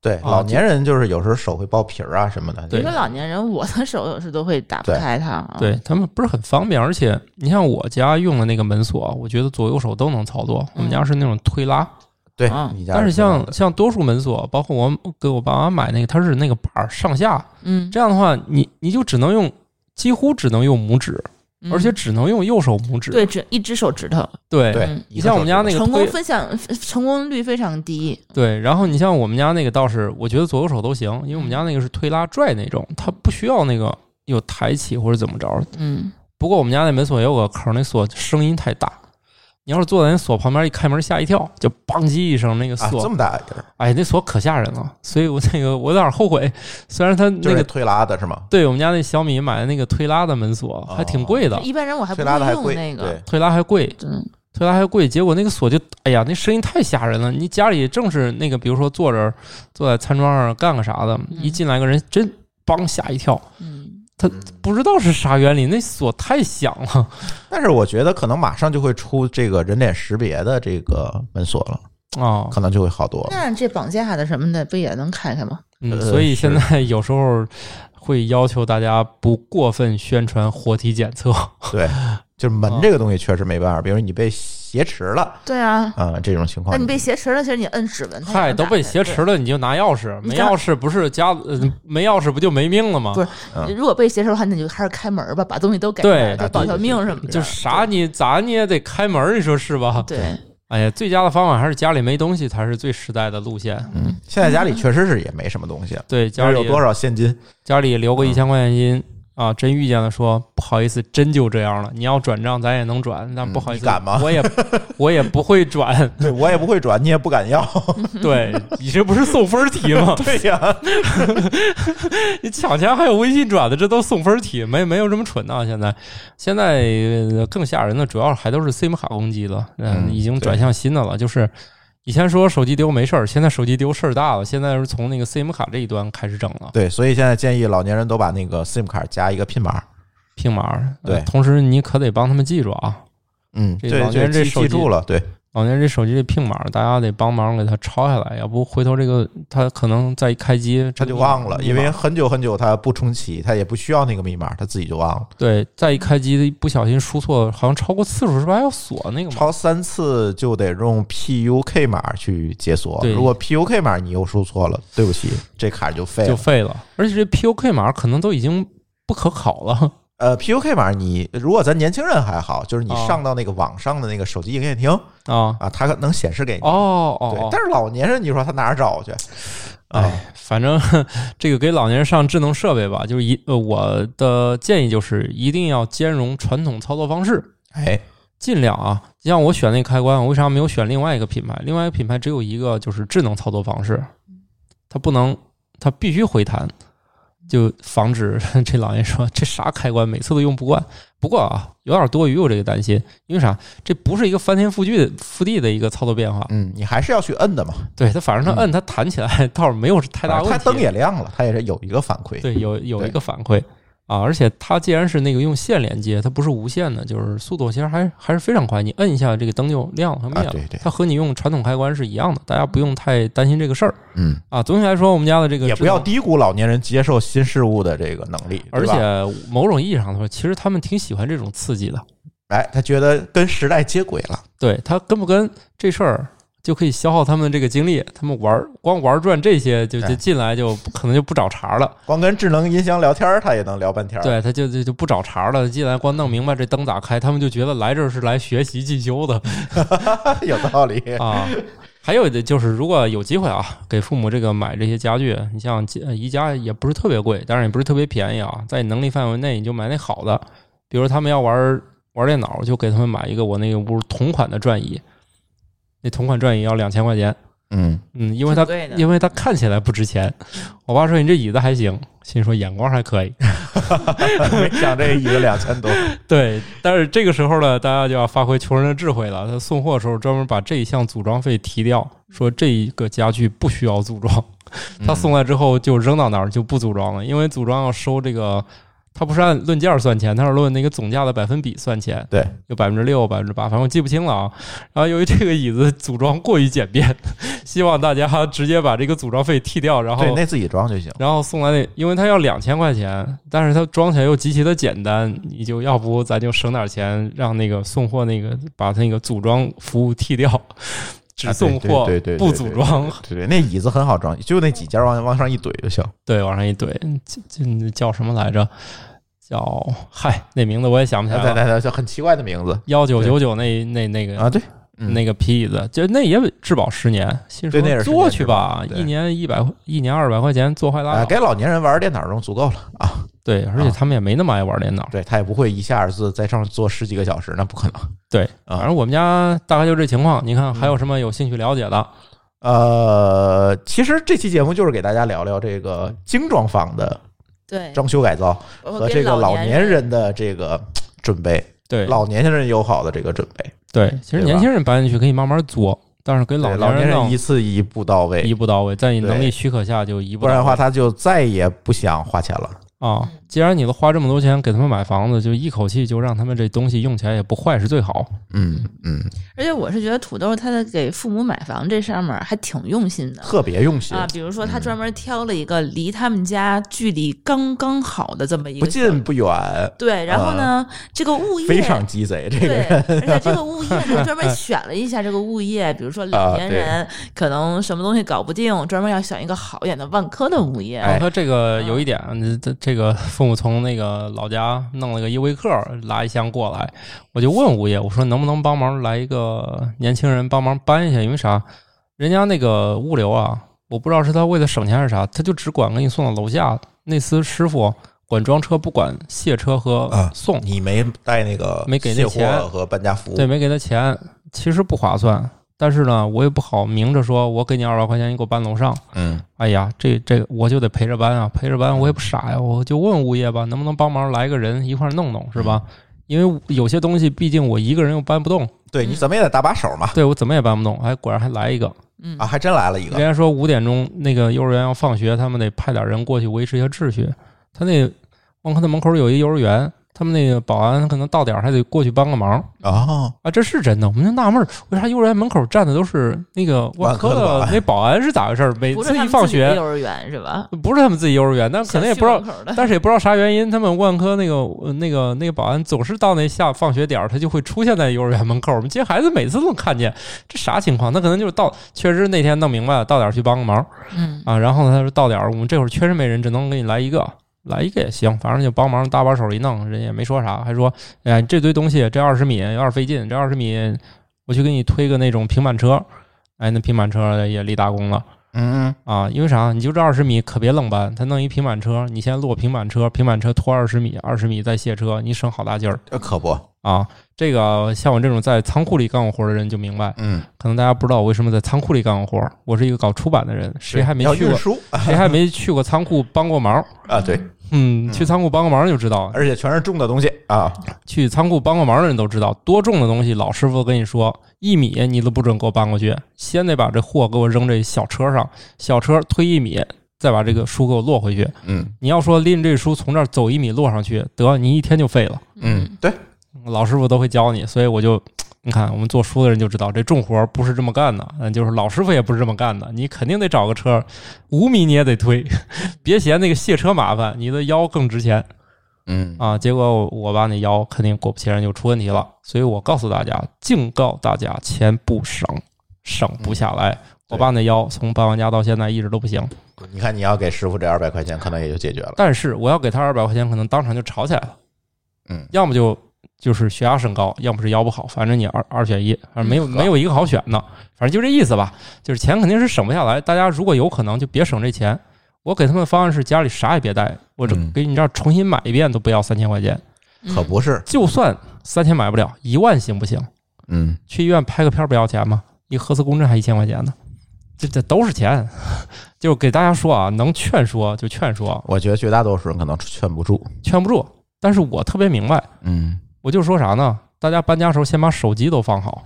Speaker 1: 对，
Speaker 2: 哦
Speaker 1: 老年人就是有时候手会爆皮儿啊什么的。
Speaker 2: 对
Speaker 3: 一个老年人，我的手有时都会打不
Speaker 1: 对
Speaker 3: 开它。啊，
Speaker 2: 对他们不是很方便，而且你像我家用的那个门锁，我觉得左右手都能操作。我们家是那种推拉，
Speaker 1: 对，
Speaker 3: 嗯
Speaker 1: 你家
Speaker 2: 但是
Speaker 1: 这样
Speaker 2: 像像多数门锁，包括我给我爸妈买那个，它是那个把儿上下，
Speaker 3: 嗯，
Speaker 2: 这样的话，你你就只能用，几乎只能用拇指，
Speaker 3: 嗯
Speaker 2: 而且只能用右手拇指。
Speaker 3: 对只一只手指头，
Speaker 1: 的
Speaker 2: 对
Speaker 1: 对
Speaker 3: 嗯，
Speaker 1: 一个
Speaker 2: 你像我们家
Speaker 1: 手
Speaker 2: 那
Speaker 1: 指
Speaker 2: 个
Speaker 3: 成功
Speaker 2: 推
Speaker 3: 分享成功率非常低。
Speaker 2: 对，然后你像我们家那个倒是，我觉得左右手都行，因为
Speaker 3: 嗯
Speaker 2: 我们家那个是推拉拽那种，它不需要那个有抬起或者怎么着。
Speaker 3: 嗯，
Speaker 2: 不过我们家那门锁也有个坑，那锁声音太大。你要是坐在那锁旁边一开门，吓一跳，就邦叽一声，那个
Speaker 1: 头啊
Speaker 2: 锁，
Speaker 1: 这么大一个，
Speaker 2: 哎，那锁可吓人了。所以我那个我有点后悔，虽然它
Speaker 1: 就
Speaker 2: 那
Speaker 1: 是
Speaker 2: 个
Speaker 1: 推拉的是吗？
Speaker 2: 对我们家那啊小米买的那个推拉的门锁还挺贵的，
Speaker 3: 一般人我还不
Speaker 1: 推拉的还
Speaker 3: 会
Speaker 1: 贵，
Speaker 3: 用那个。
Speaker 1: 对，
Speaker 2: 推拉还贵，
Speaker 3: 嗯，
Speaker 2: 推拉还贵，结果那个锁就，哎呀，那声音太吓人了。你家里正是那个，比如说坐着坐在餐桌上干个啥的，一进来个人真梆吓一跳，
Speaker 3: 嗯，
Speaker 2: 它
Speaker 1: 嗯
Speaker 2: 不知道是啥原理，那锁太响了。
Speaker 1: 但是我觉得可能马上就会出这个人脸识别的这个门锁了，
Speaker 3: 哦
Speaker 2: 啊，
Speaker 1: 可能就会好多了。
Speaker 3: 那这绑架的什么的不也能开开吗？
Speaker 2: 嗯，
Speaker 1: 呃
Speaker 2: 所以现在有时候会要求大家不过分宣传活体检 测。
Speaker 1: 对，就是
Speaker 2: 哦
Speaker 1: 门这个东西确实没办法，比如你被挟持了，
Speaker 3: 对啊，
Speaker 1: 啊，这种情
Speaker 3: 那
Speaker 1: 况
Speaker 3: 你被挟持了，其实你摁指纹，它也
Speaker 2: 嗨，
Speaker 3: 能
Speaker 2: 都
Speaker 3: 打
Speaker 2: 被
Speaker 3: 开
Speaker 2: 挟持。了，你就拿钥匙，没
Speaker 3: 你看
Speaker 2: 钥匙不是家， 呃没钥匙不就没命了吗？
Speaker 3: 不是对
Speaker 1: 嗯
Speaker 3: 如果被挟持的话，那你就还是开门吧，把东西都给
Speaker 2: 对
Speaker 3: 就
Speaker 1: 啊
Speaker 3: 保
Speaker 1: 对
Speaker 3: 条
Speaker 1: 对
Speaker 3: 命
Speaker 1: 对
Speaker 3: 什么的，
Speaker 2: 就啥你咋你也得开门，你说是吧？
Speaker 3: 对，
Speaker 2: 哎呀，最佳的方法还是家里没东西才是最实在的路线。
Speaker 1: 嗯，现在家里确实是也没什么东西了，
Speaker 2: 对，家
Speaker 1: 家里
Speaker 2: 里
Speaker 1: 有多少现 金？
Speaker 2: 家里留个
Speaker 1: 嗯
Speaker 2: 一千块钱金、啊，真遇见了说不好意思，真就这样了。你要转账咱也能转，但
Speaker 1: 嗯
Speaker 2: 不好意思，
Speaker 1: 你敢吗
Speaker 2: 我也我也不 会转。
Speaker 1: 对我也不会转，你也不敢 要。？
Speaker 2: 对你这不是送分题吗
Speaker 1: 对呀，
Speaker 2: 你抢钱还有微信转的，这都送分题，没没有这么蠢的、现在现在呃更吓人的，主要还都是 SIM 卡攻击了，嗯，
Speaker 1: 嗯
Speaker 2: 已经
Speaker 1: 对
Speaker 2: 转向新的了，就是。以前说手机丢没事儿，现在手机丢事儿大了。现在是从那个 SIM 卡这一端开始整了。
Speaker 1: 对，所以现在建议老年人都把那个 SIM 卡加一个 PIN 码。
Speaker 2: 拼码儿。呃
Speaker 1: 对
Speaker 2: 同时你可得帮他们记住啊，
Speaker 1: 嗯，
Speaker 2: 这
Speaker 1: 对，
Speaker 2: 老
Speaker 1: 就
Speaker 2: 年人这
Speaker 1: 记
Speaker 2: 手
Speaker 1: 记
Speaker 2: 机
Speaker 1: 住了，对，
Speaker 2: 老年人这手机这拼码，大家得帮忙给他抄下来，要不回头这个他可能再一开机
Speaker 1: 他就忘了，因
Speaker 2: 为。
Speaker 1: 为很久很久他不重启，他也不需要那个密码，他自己就忘了。
Speaker 2: 对，再一开机不小心输错，好像超过次数是不是还要锁那个嘛？
Speaker 1: 超三次就得用 PUK 码去解锁，
Speaker 2: 对
Speaker 1: 如果 PUK 码你又输错了，对不起，这卡就废
Speaker 2: 就
Speaker 1: 了。
Speaker 2: 废了。啊而且这 POK 码可能都已经不可考了。
Speaker 1: 呃，PUK 码你如果咱年轻人还好，就是你
Speaker 2: 哦
Speaker 1: 上到那个网上的那个手机营业厅
Speaker 2: 啊，
Speaker 1: 啊，它能显示给你。
Speaker 2: 哦哦
Speaker 1: 对，
Speaker 2: 哦，
Speaker 1: 但是老年人，你说他哪儿找去？哎，
Speaker 2: 哎，反正 这个给老年人上智能设备吧，就是一呃，我的建议就是一定要兼容传统操作方式，
Speaker 1: 哎，
Speaker 2: 尽量啊。就像我选那个开关，我为啥没有选另外一个品牌？另外一个品牌只有一个，就是智能操作方式，它不能，它必须回弹，就防止 这老年说这啥开关每次都用不惯。不过啊，有点多余，我这个担心，因为啥？这不是一个翻天覆地覆地的一个操作变化，
Speaker 1: 嗯，你还是要去摁的嘛。
Speaker 2: 对它，反正它摁它弹起来倒是没有太大问题。
Speaker 1: 它灯也亮了，它也是有一个反馈。
Speaker 2: 对，有有
Speaker 1: 对
Speaker 2: 一个反馈啊，而且它既然是那个用线连接，它不是无线的，就是速度其实还还是非常快，你摁一下这个灯就亮了，它灭
Speaker 1: 啊，
Speaker 2: 了。
Speaker 1: 对对，
Speaker 2: 它和你用传统开关是一样的，大家不用太担心这个事儿
Speaker 1: 嗯，
Speaker 2: 啊。总体来说，我们家的这个
Speaker 1: 也
Speaker 2: 智
Speaker 1: 不要
Speaker 2: 能
Speaker 1: 低估老年人接受新事物的这个能力，
Speaker 2: 而
Speaker 1: 对吧
Speaker 2: 且某种意义上来说，其实他们挺喜欢这种刺激的。
Speaker 1: 哎，他觉得跟时代接轨了。
Speaker 2: 对他跟不跟这事儿，就可以消耗他们这个精力。他们玩儿光玩儿转这些，就就
Speaker 1: 哎
Speaker 2: 进来就不可能就不找茬了。
Speaker 1: 光跟智能音箱聊天儿，他也能聊半天。，
Speaker 2: 对，他就就就不找茬了，进来光弄明白这灯咋开，他们就觉得来这儿是来学习进修的
Speaker 1: 有道理。
Speaker 2: 啊。还有的就是，如果有机会啊，给父母这个买这些家具，你像呃宜家也不是特别贵，当然也不是特别便宜啊，在你能力范围内你就买那好的。比如他们要玩玩电脑，就给他们买一个我那个屋同款的转椅，那同款转椅要两千块钱。
Speaker 1: 嗯，
Speaker 2: 嗯，因为它
Speaker 3: 挺贵的
Speaker 2: 因为它看起来不值钱。我爸说你这椅子还行，心说眼光还可以。
Speaker 1: 没想这一个两千多，
Speaker 2: 对，但是这个时候呢，大家就要发挥穷人的智慧了。他送货的时候专门把这一项组装费提掉，说这一个家具不需要组装。他送来之后就扔到那儿，就不组装了，因为组装要收这个，他不是按论件儿算钱，他是论那个总价的百分比算钱，
Speaker 1: 对，
Speaker 2: 有百分之六、百分之八，反正我记不清了啊。然后由于这个椅子组装过于简便， 希望大家直接把这个组装费剔掉，然后
Speaker 1: 对，那自己装就行。
Speaker 2: 然后送来那，因为它要两千块钱，但是它装起来又极其的简单，你就要不咱就省点钱，让那个送货那个把它那个组装服务剔掉，只
Speaker 1: 啊
Speaker 2: 送
Speaker 1: 对
Speaker 2: 货、
Speaker 1: 对对对
Speaker 2: 不
Speaker 1: 对
Speaker 2: 组
Speaker 1: 对
Speaker 2: 装，
Speaker 1: 对对，那椅子很好装，就那几件往往上一怼就行。
Speaker 2: 对，往上一怼，这这叫什么来着？叫嗨，那名字我也 想不起
Speaker 1: 啊对
Speaker 2: 来
Speaker 1: 对
Speaker 2: 了。
Speaker 1: 对，就很奇怪的名字
Speaker 2: 幺九九九那那那个、
Speaker 1: 啊，对，嗯
Speaker 2: 那个皮椅子，就那也质保十年，心说
Speaker 1: 对那是十
Speaker 2: 做
Speaker 1: 年
Speaker 2: 去
Speaker 1: 质
Speaker 2: 吧
Speaker 1: 保，
Speaker 2: 一
Speaker 1: 对
Speaker 2: 年一百，一年二百块钱做坏拉
Speaker 1: 啊，
Speaker 2: 倒。
Speaker 1: 给老年人玩电脑用足够了啊。
Speaker 2: 对，而且
Speaker 1: 啊
Speaker 2: 他们也没那么爱玩电脑。
Speaker 1: 对他也不会一下子在上面坐十几个小时，那不可能。
Speaker 2: 对，
Speaker 1: 啊
Speaker 2: 反正我们家大概就这情况。你看还有什么有兴趣了解的？
Speaker 1: 呃，其实这期节目就是给大家聊聊这个精装房的
Speaker 3: 对，
Speaker 1: 装修改造
Speaker 3: 我
Speaker 1: 和
Speaker 3: 给
Speaker 1: 这个
Speaker 3: 老
Speaker 1: 老年人的这个准备，
Speaker 2: 对，
Speaker 1: 老年人友好的这个准备。
Speaker 2: 对，其实
Speaker 1: 对吧
Speaker 2: 年轻人搬进去可以慢慢作，但是给
Speaker 1: 对
Speaker 2: 年
Speaker 1: 老年人
Speaker 2: 弄
Speaker 1: 一次一步到位，
Speaker 2: 一步到位，在你
Speaker 1: 对
Speaker 2: 能力许可下就一步
Speaker 1: 不
Speaker 2: 到位。
Speaker 1: 然的话，他就再也不想花钱了。
Speaker 2: 啊，既然你都花这么多钱给他们买房子，就一口气就让他们这东西用起来也不坏是最好。
Speaker 1: 嗯嗯，
Speaker 3: 而且我是觉得土豆他在给父母买房这上面还挺用心的。
Speaker 1: 特别用心，
Speaker 3: 啊，比如说他
Speaker 1: 嗯
Speaker 3: 专门挑了一个离他们家距离刚刚好的这么一
Speaker 1: 不
Speaker 3: 个小，
Speaker 1: 近不远，
Speaker 3: 对，然后呢，这个物业
Speaker 1: 非常鸡贼。这个
Speaker 3: 对，
Speaker 1: 人，
Speaker 3: 而且这个物业他专门 选了一下这个物业，比如说老
Speaker 1: 啊
Speaker 3: 年
Speaker 1: 对
Speaker 3: 人可能什么东西搞不定，专门要选一个好一点的万科的物业。
Speaker 1: 哎嗯
Speaker 2: 我说哦这个有一点，这这个父母从那个老家弄了个依维柯，拉一箱过来，我就问物业，我说能不能帮忙来一个年轻人帮忙搬一下？因为啥？人家那个物流啊，我不知道是他为了省钱还是啥，他就只管给你送到楼下。那次师傅管装车，不管卸车和
Speaker 1: 啊
Speaker 2: 送，
Speaker 1: 你没带那个
Speaker 2: 没给那
Speaker 1: 卸
Speaker 2: 钱
Speaker 1: 货和搬家服务，
Speaker 2: 对，没给他钱，其实不划算。但是呢，我也不好明着说，我给你二百块钱，你给我搬楼上。
Speaker 1: 嗯，
Speaker 2: 哎呀，这这我就得陪着搬啊，陪着搬我也不傻呀，我就问物业吧，能不能帮忙来个人一块儿弄弄，是吧？因为有些东西毕竟我一个人又搬不动，
Speaker 1: 对你怎么也得搭把手嘛。
Speaker 2: 对我怎么也搬不动。哎，果然还来一个，
Speaker 3: 嗯
Speaker 1: 啊，，还真来了一
Speaker 2: 人
Speaker 1: 个，
Speaker 2: 家说五点钟那个幼儿园要放学，他们得派点人过去维持一下秩序。他那万科的门口有一幼儿园，他他们那个保安可能到点儿还得过去帮个忙
Speaker 1: 哦，
Speaker 2: 啊，这是真的。我们就纳闷儿，为啥幼儿园门口站的都是那个
Speaker 1: 万
Speaker 2: 万
Speaker 1: 科
Speaker 2: 科
Speaker 1: 的保安
Speaker 2: 的那保安是咋回事儿？每
Speaker 3: 不是
Speaker 2: 次
Speaker 3: 他
Speaker 2: 一
Speaker 3: 们
Speaker 2: 放
Speaker 3: 自己的
Speaker 2: 学，
Speaker 3: 幼儿园是吧？
Speaker 2: 不是他们自己幼儿园，但可能也不知道
Speaker 3: 小区门 口的
Speaker 2: 但是也不知道啥原因，他们万科那个呃那个那个保安总是到那下放学点儿，他就会出现在幼儿园门口。我们接孩子每次都能看见，这啥情况？他可能就是到，确实那天弄明白了，到点儿去帮个忙
Speaker 3: 嗯，
Speaker 2: 啊。然后呢，他说到点儿，我们这会儿确实没人，只能给你来一个，来一个也行，反正就帮忙搭把手一弄，人也没说啥，还说，哎呀，这堆东西这二十米有点费劲，这二十米我去给你推个那种平板车，哎，那平板车也立大功了。
Speaker 1: 嗯，
Speaker 2: 啊，因为啥？你就这二十米可别愣搬，他弄一平板车，你先落平板车，平板车拖二十米，二十米再卸车，你省好大劲儿
Speaker 1: 这可不，
Speaker 2: 啊！这个像我这种在仓库里干过活的人就明白，
Speaker 1: 嗯，
Speaker 2: 可能大家不知道我为什么在仓库里干过活，我是一个搞出版的人，谁还没
Speaker 1: 要
Speaker 2: 去
Speaker 1: 运
Speaker 2: 过？
Speaker 1: 输
Speaker 2: 谁还没去过仓库帮过忙？
Speaker 1: 啊？对，
Speaker 2: 嗯，去仓库帮个忙就知道，
Speaker 1: 而且全是重的东西啊，
Speaker 2: 去仓库帮过忙的人都知道，多重的东西，老师傅跟你说，一米你都不准给我搬过去，先得把这货给我扔这小车上，小车推一米，再把这个书给我落回去。
Speaker 1: 嗯
Speaker 2: 你要说拎这书从这儿走一米落上去，得你一天就废了。
Speaker 1: 嗯，对，
Speaker 2: 老师傅都会教你，所以我就，你看我们做书的人就知道，这重活儿不是这么干的，嗯，就是老师傅也不是这么干的，你肯定得找个车，五米你也得推， 别嫌那个卸车麻烦，你的腰更值钱
Speaker 1: 嗯
Speaker 2: 啊。结果我我爸那腰肯定果不其然就出问题了，所以我告诉大家，警告大家，钱不省，省不下来。我爸那腰从搬完家到现在一直都不行，
Speaker 1: 你看你要给师傅这二百块钱，可能也就解决了。
Speaker 2: 但是我要给他二百块钱，可能当场就吵起来了。
Speaker 1: 嗯
Speaker 2: 要么就就是血压升高，要么是腰不好，反正你二二选一，反正没有
Speaker 1: 嗯呵
Speaker 2: 没有一个好选的，反正就这意思吧。就是钱肯定是省不下来，大家如果有可能就别省这钱。我给他们的方案是家里啥也别带，我这
Speaker 1: 嗯
Speaker 2: 给你这儿重新买一遍都不要三千块钱，
Speaker 3: 嗯
Speaker 1: 可不是，
Speaker 2: 就算三千买不了，一万行不行？
Speaker 1: 嗯，
Speaker 2: 去医院拍个片儿不要钱吗？一核磁共振还一千块钱呢，这这都是钱。 就给大家说啊，能劝说就劝说，
Speaker 1: 我觉得绝大多数人可能劝不住。
Speaker 2: 劝不住。但是我特别明白，
Speaker 1: 嗯，
Speaker 2: 我就说啥呢？大家搬家时候先把手机都放好。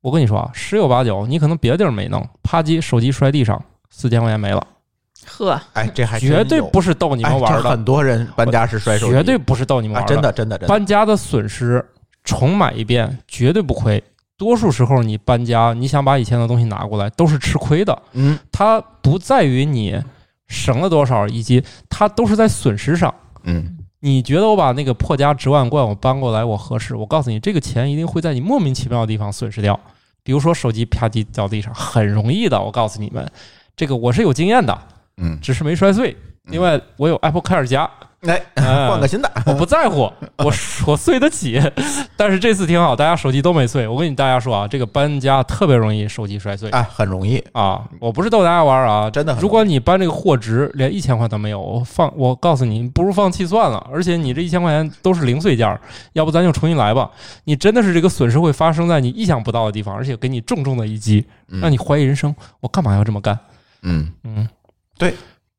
Speaker 2: 我跟你说啊，十有八九你可能别的地儿没弄，啪叽手机摔地上，四千块钱没了，
Speaker 3: 呵，
Speaker 1: 哎，这还
Speaker 2: 绝对不
Speaker 1: 是
Speaker 2: 是逗
Speaker 1: 你
Speaker 2: 你们玩的，
Speaker 1: 很多人搬家是摔手机，
Speaker 2: 绝对不是逗你们
Speaker 1: 啊，
Speaker 2: 玩
Speaker 1: 真的真的真的，
Speaker 2: 搬家的损失重买一遍绝对不亏。多数时候你搬家，你想把以前的东西拿过来，都是吃亏的。
Speaker 1: 嗯，
Speaker 2: 它不在于你省了多少，以及它都是在损失上。
Speaker 1: 嗯
Speaker 2: 你觉得我把那个破家值万贯我搬过来我合适？我告诉你，这个钱一定会在你莫名其妙的地方损失掉，比如说手机啪叽掉地上，很容易的。我告诉你们，这个我是有经验的，
Speaker 1: 嗯，
Speaker 2: 只是没摔碎。另外，我有 Apple Care 加，
Speaker 1: 来
Speaker 2: 哎
Speaker 1: 换个新的，
Speaker 2: 我不在乎，我我碎得起。 但是这次挺好，大家手机都没碎。我跟你大家说啊，这个搬家特别容易手机摔碎
Speaker 1: 哎，很容易，
Speaker 2: 啊！我不是逗大家玩儿啊，
Speaker 1: 真的很容易
Speaker 2: 如果你搬这个货值连一千块都没有，我放我告诉你，不如放弃算了。而且你这一千块钱都是零碎件儿，要不咱就重新来吧。你真的是这个损失会发生在你意想不到的地方，而且给你重重的一击，
Speaker 1: 嗯
Speaker 2: 让你怀疑人生。我干嘛要这么干？
Speaker 1: 嗯，
Speaker 2: 嗯，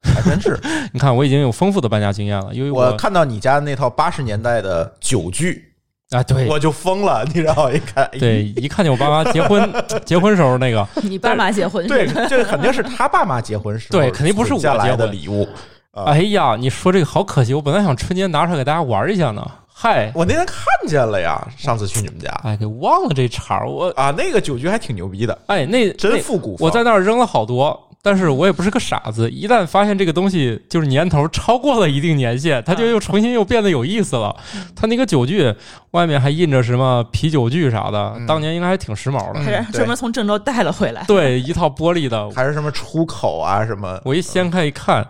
Speaker 1: 还真 是。
Speaker 2: 你看我已经有丰富的搬家经验了，因为
Speaker 1: 我看到你家那套八十年代的酒具，
Speaker 2: 啊，对
Speaker 1: 我就疯了，你知道吗？一看，哎
Speaker 2: 对，一看见我爸妈 结婚结婚时候那个，
Speaker 3: 你爸妈结 婚
Speaker 1: 哎对，这肯定是他爸妈结婚时候
Speaker 2: 对肯定不是我
Speaker 1: 存下来
Speaker 2: 结
Speaker 1: 的
Speaker 2: 婚
Speaker 1: 礼物。啊
Speaker 2: 哎呀，你说这个好可惜，我本来想春节拿出来给大家玩一下呢，嗨，
Speaker 1: 我那天看见了呀，上次去你们家
Speaker 2: 哎，给忘了这茬儿，我
Speaker 1: 啊，那个酒局还挺牛逼的，
Speaker 2: 哎那
Speaker 1: 真
Speaker 2: 那
Speaker 1: 复古风。
Speaker 2: 我在那儿扔了好多，但是我也不是个傻子，一旦发现这个东西就是年头超过了一定年限，它就
Speaker 3: 嗯
Speaker 2: 又重新又变得有意思了。它那个酒具外面还印着什么啤酒具啥的，当年应该还挺时髦的。
Speaker 3: 还
Speaker 1: 嗯
Speaker 3: 是
Speaker 1: 对
Speaker 3: 专门从郑州带了回来。
Speaker 2: 对，一套玻璃的，
Speaker 1: 还是什么出口啊什么，
Speaker 2: 我一掀开一看，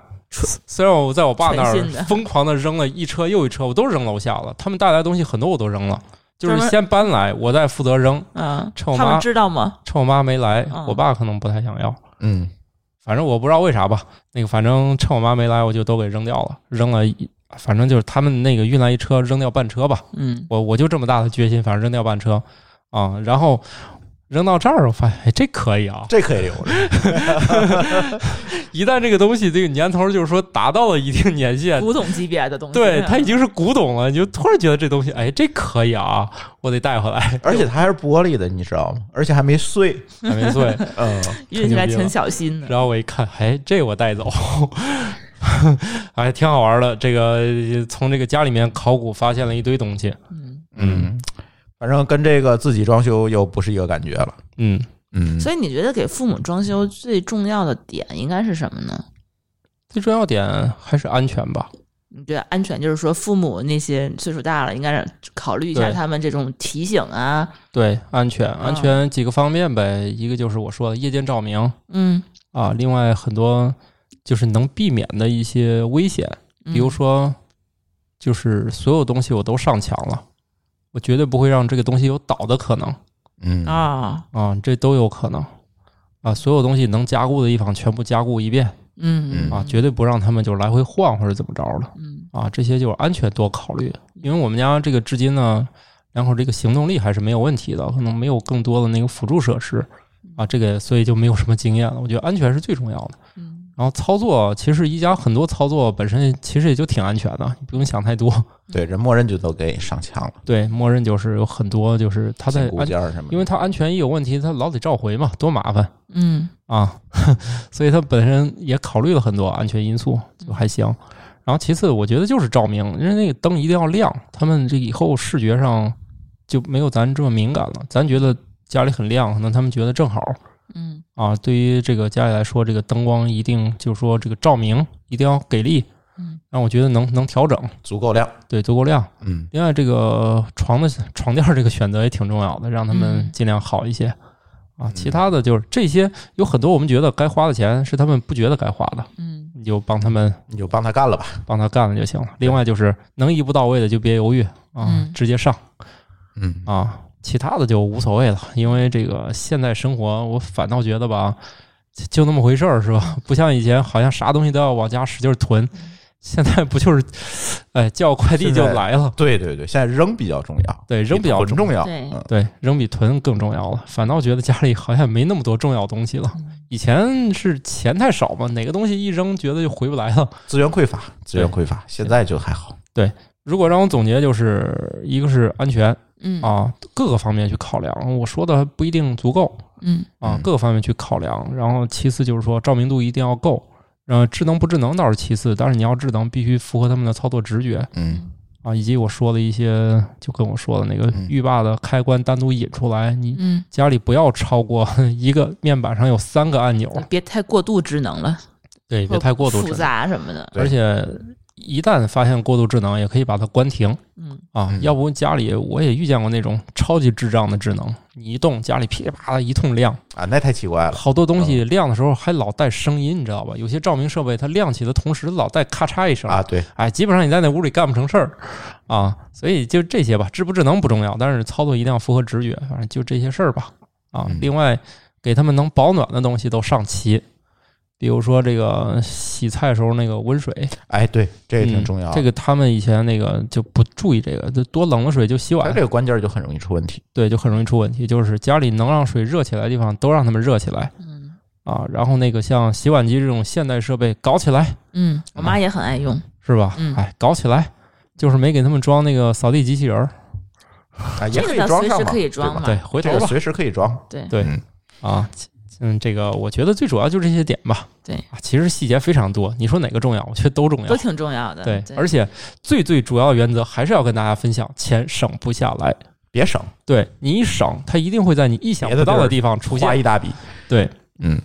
Speaker 2: 虽然我在我爸那
Speaker 3: 全新的
Speaker 2: 儿疯狂的扔了一车又一车，我都扔楼下了。他们带来的东西很多我都扔了，就是
Speaker 3: 专门
Speaker 2: 先搬来，我再负责扔。
Speaker 3: 嗯，
Speaker 2: 趁我
Speaker 3: 他
Speaker 2: 妈
Speaker 3: 们知道吗？
Speaker 2: 趁我妈没来
Speaker 3: 嗯，
Speaker 2: 我爸可能不太想要，
Speaker 1: 嗯，
Speaker 2: 反正我不知道为啥吧。那个反正趁我妈没来，我就都给扔掉了，扔了一。反正就是他们那个运来一车，扔掉半车吧。
Speaker 3: 嗯，
Speaker 2: 我我就这么大的决心，反正扔掉半车啊、然后扔到这儿，我发现哎，这可以啊！
Speaker 1: 这可以留 着。
Speaker 2: 一旦这个东西这个年头就是说达到了一定年限，
Speaker 3: 嗯古董级别的东西。
Speaker 2: 对，它已经是古董了，你就突然觉得这东西，哎，这可以啊，我得带回来，
Speaker 1: 而且它还是玻璃的，你知道吗？而且还没碎。
Speaker 2: 还没碎。
Speaker 1: 嗯，
Speaker 3: 运起来挺小心的。
Speaker 2: 然后我一看，哎，这我带走， 哎，挺好玩的。这个呃从这个家里面考古发现了一堆东西。
Speaker 3: 嗯，
Speaker 1: 嗯，反正跟这个自己装修又不是一个感觉了。
Speaker 2: 嗯，
Speaker 1: 嗯，
Speaker 3: 所以你觉得给父母装修最重要的点应该是什么呢？
Speaker 2: 最重要点还是安全吧。
Speaker 3: 你觉得安全，就是说父母那些岁数大了，应该是考虑一下
Speaker 2: 对
Speaker 3: 他们这种提醒啊，
Speaker 2: 对，安全，安全几个方面呗。一个就是我说的夜间照明
Speaker 3: 嗯，
Speaker 2: 啊，另外很多就是能避免的一些危险，
Speaker 3: 嗯
Speaker 2: 比如说就是所有东西我都上墙了，我绝对不会让这个东西有倒的可能
Speaker 1: 嗯
Speaker 3: 啊，
Speaker 2: 啊，这都有可能啊。所有东西能加固的地方全部加固一遍
Speaker 3: 嗯
Speaker 2: 啊，绝对不让他们就来回晃或者怎么着了。
Speaker 3: 嗯
Speaker 2: 啊，这些就是安全多考虑，因为我们家这个至今呢，两口这个行动力还是没有问题的，可能没有更多的那个辅助设施啊，这个所以就没有什么经验了。我觉得安全是最重要的。
Speaker 3: 嗯
Speaker 2: 然后操作，其实宜家很多操作本身其实也就挺安全的，你不用想太多。
Speaker 1: 对，人默认就都给上墙了，
Speaker 2: 对，默认就是有很多就是它在
Speaker 1: 紧固
Speaker 2: 安，
Speaker 1: 件儿什么的，
Speaker 2: 啊因为它安全一有问题，它老得召回嘛，多麻烦
Speaker 3: 嗯
Speaker 2: 啊， 所以它本身也考虑了很多安全因素，就还行。然后其次，我觉得就是照明，因为那个灯一定要亮，他们这以后视觉上就没有咱这么敏感了。咱觉得家里很亮，可能他们觉得正好
Speaker 3: 嗯
Speaker 2: 啊。对于这个家里来说，这个灯光一定就是说这个照明一定要给力
Speaker 3: 嗯，
Speaker 2: 让我觉得能能调整，
Speaker 1: 足够亮。
Speaker 2: 对，足够亮。
Speaker 1: 嗯
Speaker 2: 另外，这个床的床垫儿这个选择也挺重要的，让他们
Speaker 3: 嗯
Speaker 2: 尽量好一些啊。
Speaker 1: 嗯
Speaker 2: 其他的就是这些，有很多我们觉得该花的钱是他们不觉得该花的，
Speaker 3: 嗯
Speaker 2: 你就帮他们
Speaker 1: 你就帮他干了吧。
Speaker 2: 帮他干了就行了。另外就是能一步到位的就别犹豫啊，
Speaker 3: 嗯
Speaker 2: 直接上
Speaker 1: 嗯
Speaker 2: 啊，其他的就无所谓了。因为这个现在生活，我反倒觉得吧，就就那么回事儿是吧？ 不像以前好像啥东西都要往家使劲囤，
Speaker 3: 嗯
Speaker 2: 现在不就是，哎，叫快递就
Speaker 1: 现在
Speaker 2: 来了，
Speaker 1: 对对对，现在扔比较重要，
Speaker 2: 对，扔比较
Speaker 1: 囤
Speaker 2: 重。
Speaker 1: 重要。
Speaker 3: 对
Speaker 1: 嗯
Speaker 2: 对，扔比囤更重要了。反倒觉得家里好像没那么多重要东西了。以前是钱太少嘛，哪个东西一扔觉得就回不来了。
Speaker 1: 资源匮乏，资源匮乏，现在就还好。
Speaker 2: 如果让我总结，就是一个是安全
Speaker 3: 嗯
Speaker 2: 啊，各个方面去考量。我说的还不一定足够
Speaker 3: 嗯
Speaker 2: 啊
Speaker 1: 嗯，
Speaker 2: 各个方面去考量。然后其次就是说照明度一定要够，呃，智能不智能倒是其次，但是你要智能必须符合他们的操作直觉
Speaker 1: 嗯
Speaker 2: 啊，以及我说的一些，就跟我说的那个
Speaker 1: 嗯
Speaker 2: 浴霸的开关单独引出来，你
Speaker 3: 嗯，
Speaker 2: 家里不要超过 一个面板上有三个按钮，
Speaker 3: 别太过度智能了，
Speaker 2: 对，别太过度
Speaker 3: 嗯复
Speaker 2: 智能。
Speaker 3: 杂什么的，
Speaker 1: 对
Speaker 2: 而且一旦发现过度智能，也可以把它关停
Speaker 3: 嗯
Speaker 2: 啊。
Speaker 1: 嗯
Speaker 2: 要不家里我也遇见过那种超级智障的智能，你一动家里噼里啪啦一通亮，
Speaker 1: 啊，那太奇怪了。
Speaker 2: 好多东西亮的时候还老带声音，你知道吧？有些照明设备它亮起的同时老带咔嚓一声
Speaker 1: 啊，，对，
Speaker 2: 哎，基本上你在那屋里干不成事儿啊。所以就这些吧，智不智能不重要，但是操作一定要符合直觉，反正就这些事儿吧。啊
Speaker 1: 嗯，
Speaker 2: 另外给他们能保暖的东西都上齐，比如说这个洗菜时候那个温水，
Speaker 1: 哎，对，这也挺重要
Speaker 2: 嗯
Speaker 1: 的。
Speaker 2: 这个他们以前那个就不注意这个，就多冷的水就洗
Speaker 1: 它
Speaker 2: 碗
Speaker 1: 这，个关键就很容易出问题。
Speaker 2: 对，就很容易出问题。就是家里能让水热起来的地方都让他们热起来
Speaker 3: 嗯
Speaker 2: 啊。然后那个像洗碗机这种现代设备搞起来，
Speaker 3: 嗯，我妈也很爱用，
Speaker 2: 是吧？
Speaker 3: 嗯
Speaker 2: 哎，搞起来，就是没给他们装那个扫地机器人儿。
Speaker 1: 啊，也
Speaker 3: 这
Speaker 1: 可
Speaker 3: 个
Speaker 1: 以
Speaker 3: 倒
Speaker 1: 装
Speaker 3: 随
Speaker 1: 上
Speaker 3: 时
Speaker 1: 嘛，
Speaker 3: 可以
Speaker 1: 对
Speaker 3: 装
Speaker 1: 啊吧
Speaker 3: 嘛，
Speaker 2: 对，回头
Speaker 1: 这个
Speaker 2: 吧
Speaker 1: 随时可以装。
Speaker 3: 对
Speaker 2: 对
Speaker 1: 嗯
Speaker 2: 啊。嗯，这个我觉得最主要就这些点吧。
Speaker 3: 对
Speaker 2: 啊，其实细节非常多，你说哪个重要？我觉得都重要
Speaker 3: 都。挺重要的，
Speaker 2: 对，而且最最主要的原则还是要跟大家分享：钱省不下来。
Speaker 1: 别省，
Speaker 2: 对你一省，它一定会在你意想不到的地方出
Speaker 1: 花
Speaker 2: 现。
Speaker 1: 一大笔。
Speaker 2: 对，
Speaker 1: 嗯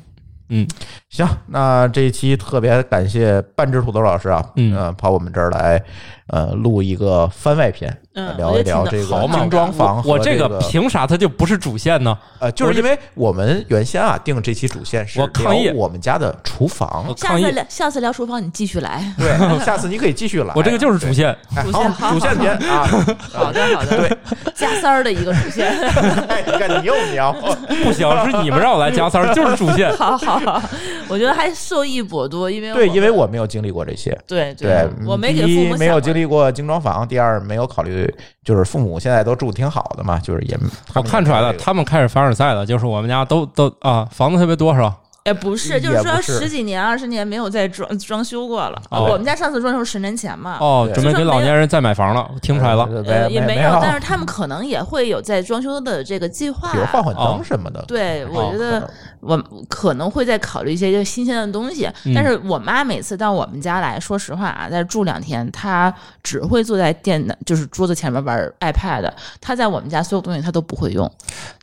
Speaker 2: 嗯，
Speaker 1: 行，那这一期特别感谢半只土豆老师啊，
Speaker 2: 嗯
Speaker 1: 呃跑我们这儿来，呃，录一个番外篇，
Speaker 3: 嗯
Speaker 1: 聊一聊这个
Speaker 2: 好嘛
Speaker 1: 精装房和
Speaker 2: 我
Speaker 1: 这
Speaker 2: 个凭啥它就不是主线呢？
Speaker 1: 呃，就是因为我们原先啊定这期主线是
Speaker 2: 我
Speaker 1: 聊
Speaker 2: 抗议
Speaker 1: 我们家的厨房
Speaker 2: 我，
Speaker 3: 下
Speaker 2: 抗议
Speaker 3: 次，聊下次聊厨房，你继续来。
Speaker 1: 对，下次你可以继续来啊，
Speaker 2: 我这个就是主线。
Speaker 1: 哎
Speaker 3: 主线
Speaker 1: 好
Speaker 3: 好
Speaker 1: 主线篇啊，
Speaker 3: 好的，好的，对，加三儿的一个主线，。
Speaker 1: 哎，你看你又瞄，
Speaker 2: 不行，是你们让我来加三儿，就是主 线
Speaker 3: 好好好，我觉得还受益颇多，因为
Speaker 1: 对，
Speaker 3: 我
Speaker 1: 因为我没有经历过这些。
Speaker 3: 对
Speaker 1: 对，嗯
Speaker 3: 我没给
Speaker 1: 第
Speaker 3: 父
Speaker 1: 一
Speaker 3: 母
Speaker 1: 没有
Speaker 3: 想
Speaker 1: 经
Speaker 3: 过
Speaker 1: 历过精装房，第二没有考虑，就是父母现在都住挺好的嘛，就是也
Speaker 2: 我看出来了，他们开始凡尔赛了，就是我们家都都啊，房子特别多是吧？
Speaker 3: 也不是，就
Speaker 1: 也
Speaker 3: 是
Speaker 1: 不
Speaker 3: 说
Speaker 1: 是
Speaker 3: 十几年、二十年没有再装装修过了。
Speaker 2: 哦
Speaker 3: 我们家上次装修是十年前嘛。
Speaker 2: 哦，准备给老年人再买房了，我听出来了。
Speaker 1: 对
Speaker 3: 呃，也
Speaker 1: 没
Speaker 3: 有，但
Speaker 1: 有
Speaker 3: 是，他们可能也会有在装修的这个计划
Speaker 1: 比。如换换灯
Speaker 2: 哦
Speaker 1: 什么的。
Speaker 3: 对，我觉
Speaker 1: 可
Speaker 3: 得
Speaker 1: 能
Speaker 3: 我可能会再考虑一些就新鲜的东西。
Speaker 2: 嗯
Speaker 3: 但是我妈每次到我们家来，说实话啊，在住两天，她只会坐在电脑就是桌子前面玩 iPad。她在我们家所有东西她都不会用，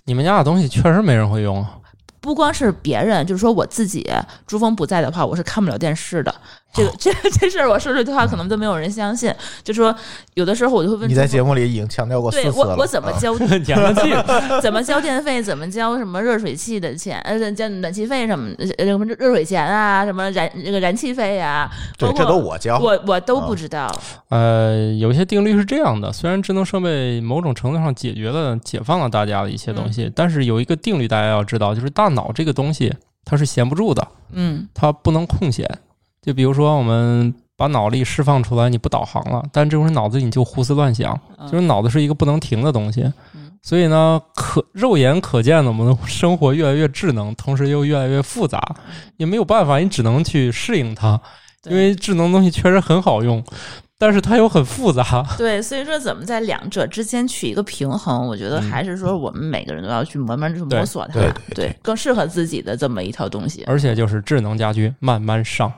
Speaker 2: 你们家的东西确实没人会用 啊。
Speaker 3: 不光是别人，就是说我自己，珠峰不在的话，我是看不了电视的。这个、
Speaker 1: 哦
Speaker 3: 这个、这事儿，我说这句话可能都没有人相信。就说有的时候我就会问
Speaker 1: 你在
Speaker 3: 珠峰
Speaker 1: 节目里已经强调过四
Speaker 3: 对
Speaker 1: 次了。
Speaker 3: 我我怎么
Speaker 1: 啊
Speaker 3: 交、
Speaker 2: 讲个屁！
Speaker 3: 怎么交电费，怎么交什么热水器的钱，呃，交暖气费什么，呃，什么热水钱啊，什么燃这个燃气费呀、
Speaker 1: 对
Speaker 3: 包
Speaker 1: 这
Speaker 3: 括
Speaker 1: 都我
Speaker 2: 哦
Speaker 1: 教。
Speaker 3: 我我都不知道。
Speaker 2: 呃，有一些定律是这样的：虽然智能设备某种程度上解决了、解放了大家的一些东
Speaker 3: 嗯
Speaker 2: 西，但是有一个定律大家要知道，就是大脑这个东西它是闲不住的，
Speaker 3: 嗯
Speaker 2: 它不能空闲。就比如说我们把脑力释放出来，你不导航了，但这会儿脑子里你就胡思乱想，
Speaker 3: 嗯
Speaker 2: 就是脑子是一个不能停的东西
Speaker 3: 嗯。
Speaker 2: 所以呢，可肉眼可见的，我们的生活越来越智能，同时又越来越复杂，也没有办法，你只能去适应它。
Speaker 3: 对
Speaker 2: 因为智能东西确实很好用，但是它又很复杂。
Speaker 3: 对，所以说怎么在两者之间取一个平衡，我觉得
Speaker 2: 嗯
Speaker 3: 还是说我们每个人都要去慢慢去摸
Speaker 2: 对
Speaker 3: 索它，
Speaker 1: 对
Speaker 3: 更适合自己的这么一套东西。
Speaker 2: 而且就是智能家居慢慢上，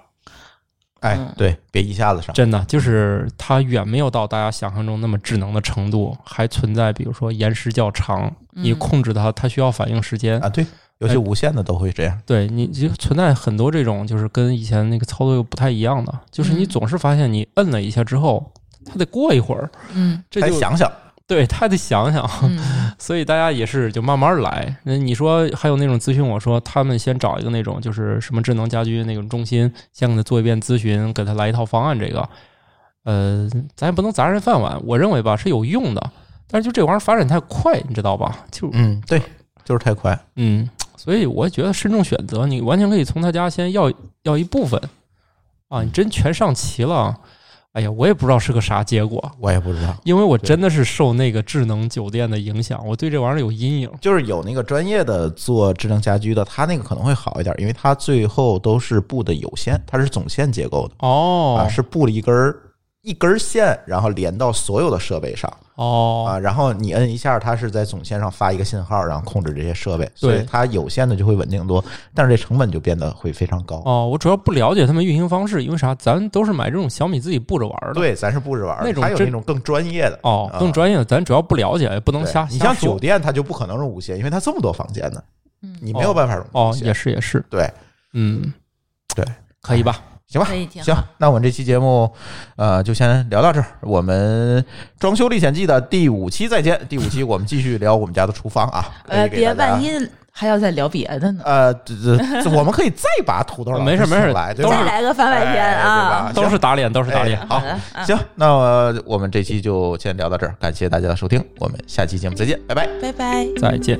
Speaker 1: 哎
Speaker 3: 嗯，
Speaker 1: 对，别一下子上。
Speaker 2: 真的就是它远没有到大家想象中那么智能的程度，还存在比如说延时较长，你
Speaker 3: 嗯
Speaker 2: 控制它，它需要反应时间。
Speaker 1: 啊，对，尤
Speaker 3: 哎
Speaker 1: 其无线的都会这样。
Speaker 2: 对你就存在很多这种就是跟以前那个操作又不太一样的，就是你
Speaker 3: 嗯
Speaker 2: 总是发现你摁了一下之后，它得过一会儿，
Speaker 3: 嗯
Speaker 2: 这
Speaker 1: 还
Speaker 2: 就
Speaker 1: 想想，
Speaker 2: 对它得想想。
Speaker 3: 嗯
Speaker 2: 所以大家也是就慢慢来。那你说还有那种咨询，我说他们先找一个那种就是什么智能家居那种中心，先给他做一遍咨询，给他来一套方案。这个，呃，咱也不能砸人饭碗。我认为吧是有用的，但是就这玩意儿发展太快，你知道吧？就
Speaker 1: 嗯，对，就是太快。
Speaker 2: 嗯，所以我觉得慎重选择，你完全可以从他家先要要一部分啊，你真全上齐了。哎呀，我也不知道是个啥结果，
Speaker 1: 我也不知道，
Speaker 2: 因为我
Speaker 1: 对
Speaker 2: 真的是受那个智能酒店的影响，我对这玩意儿有阴影。
Speaker 1: 就是有那个专业的做智能家居的，他那个可能会好一点，因为他最后都是布的有线，它是总线结构的、
Speaker 2: 哦，
Speaker 1: 啊，是布了一根儿一根儿线，然后连到所有的设备上
Speaker 2: 哦，
Speaker 1: 啊，然后你摁一下，它是在总线上发一个信号，然后控制这些设备，所以
Speaker 2: 对
Speaker 1: 它有线的就会稳定多，但是这成本就变得会非常高。
Speaker 2: 哦，我主要不了解他们运行方式，因为啥？咱都是买这种小米自己布着玩儿的。，
Speaker 1: 对，咱是布置玩儿的，
Speaker 2: 那种
Speaker 1: 还有
Speaker 2: 真
Speaker 1: 那种更专业的。
Speaker 2: 哦，
Speaker 1: 啊
Speaker 2: 更专业的，咱主要不了解，也不能
Speaker 1: 对
Speaker 2: 瞎
Speaker 1: 你
Speaker 2: 瞎
Speaker 1: 像
Speaker 2: 说
Speaker 1: 酒店，它就不可能是无线，因为它这么多房间呢，
Speaker 3: 嗯，
Speaker 1: 你没有办法用无
Speaker 2: 哦，
Speaker 1: 线
Speaker 2: 也是也是，
Speaker 1: 对，
Speaker 2: 嗯，
Speaker 1: 对，
Speaker 2: 可以吧？
Speaker 1: 行吧
Speaker 3: 可。以挺
Speaker 1: 行
Speaker 3: 好。，
Speaker 1: 那我们这期节目，呃，就先聊到这儿。我们《装修历险记》的第五期再见。第五 期我们继续聊我们家的厨房啊。
Speaker 3: 呃，别万
Speaker 1: 万一
Speaker 3: 一还要再聊别的呢，
Speaker 1: 呃，这这这我们可以再把土豆老师
Speaker 2: 没事没事
Speaker 1: 请来对
Speaker 2: 都
Speaker 1: 吧？
Speaker 2: 是
Speaker 3: 再来个番外篇啊
Speaker 1: 哎对吧。
Speaker 2: 都是打脸，都是打脸。
Speaker 1: 哎
Speaker 3: 好
Speaker 1: 好
Speaker 3: 的，嗯
Speaker 1: 行，那呃我们这期就先聊到这儿，感谢大家的收听，我们下期节目再见，拜拜。
Speaker 3: 拜拜。
Speaker 2: 再见。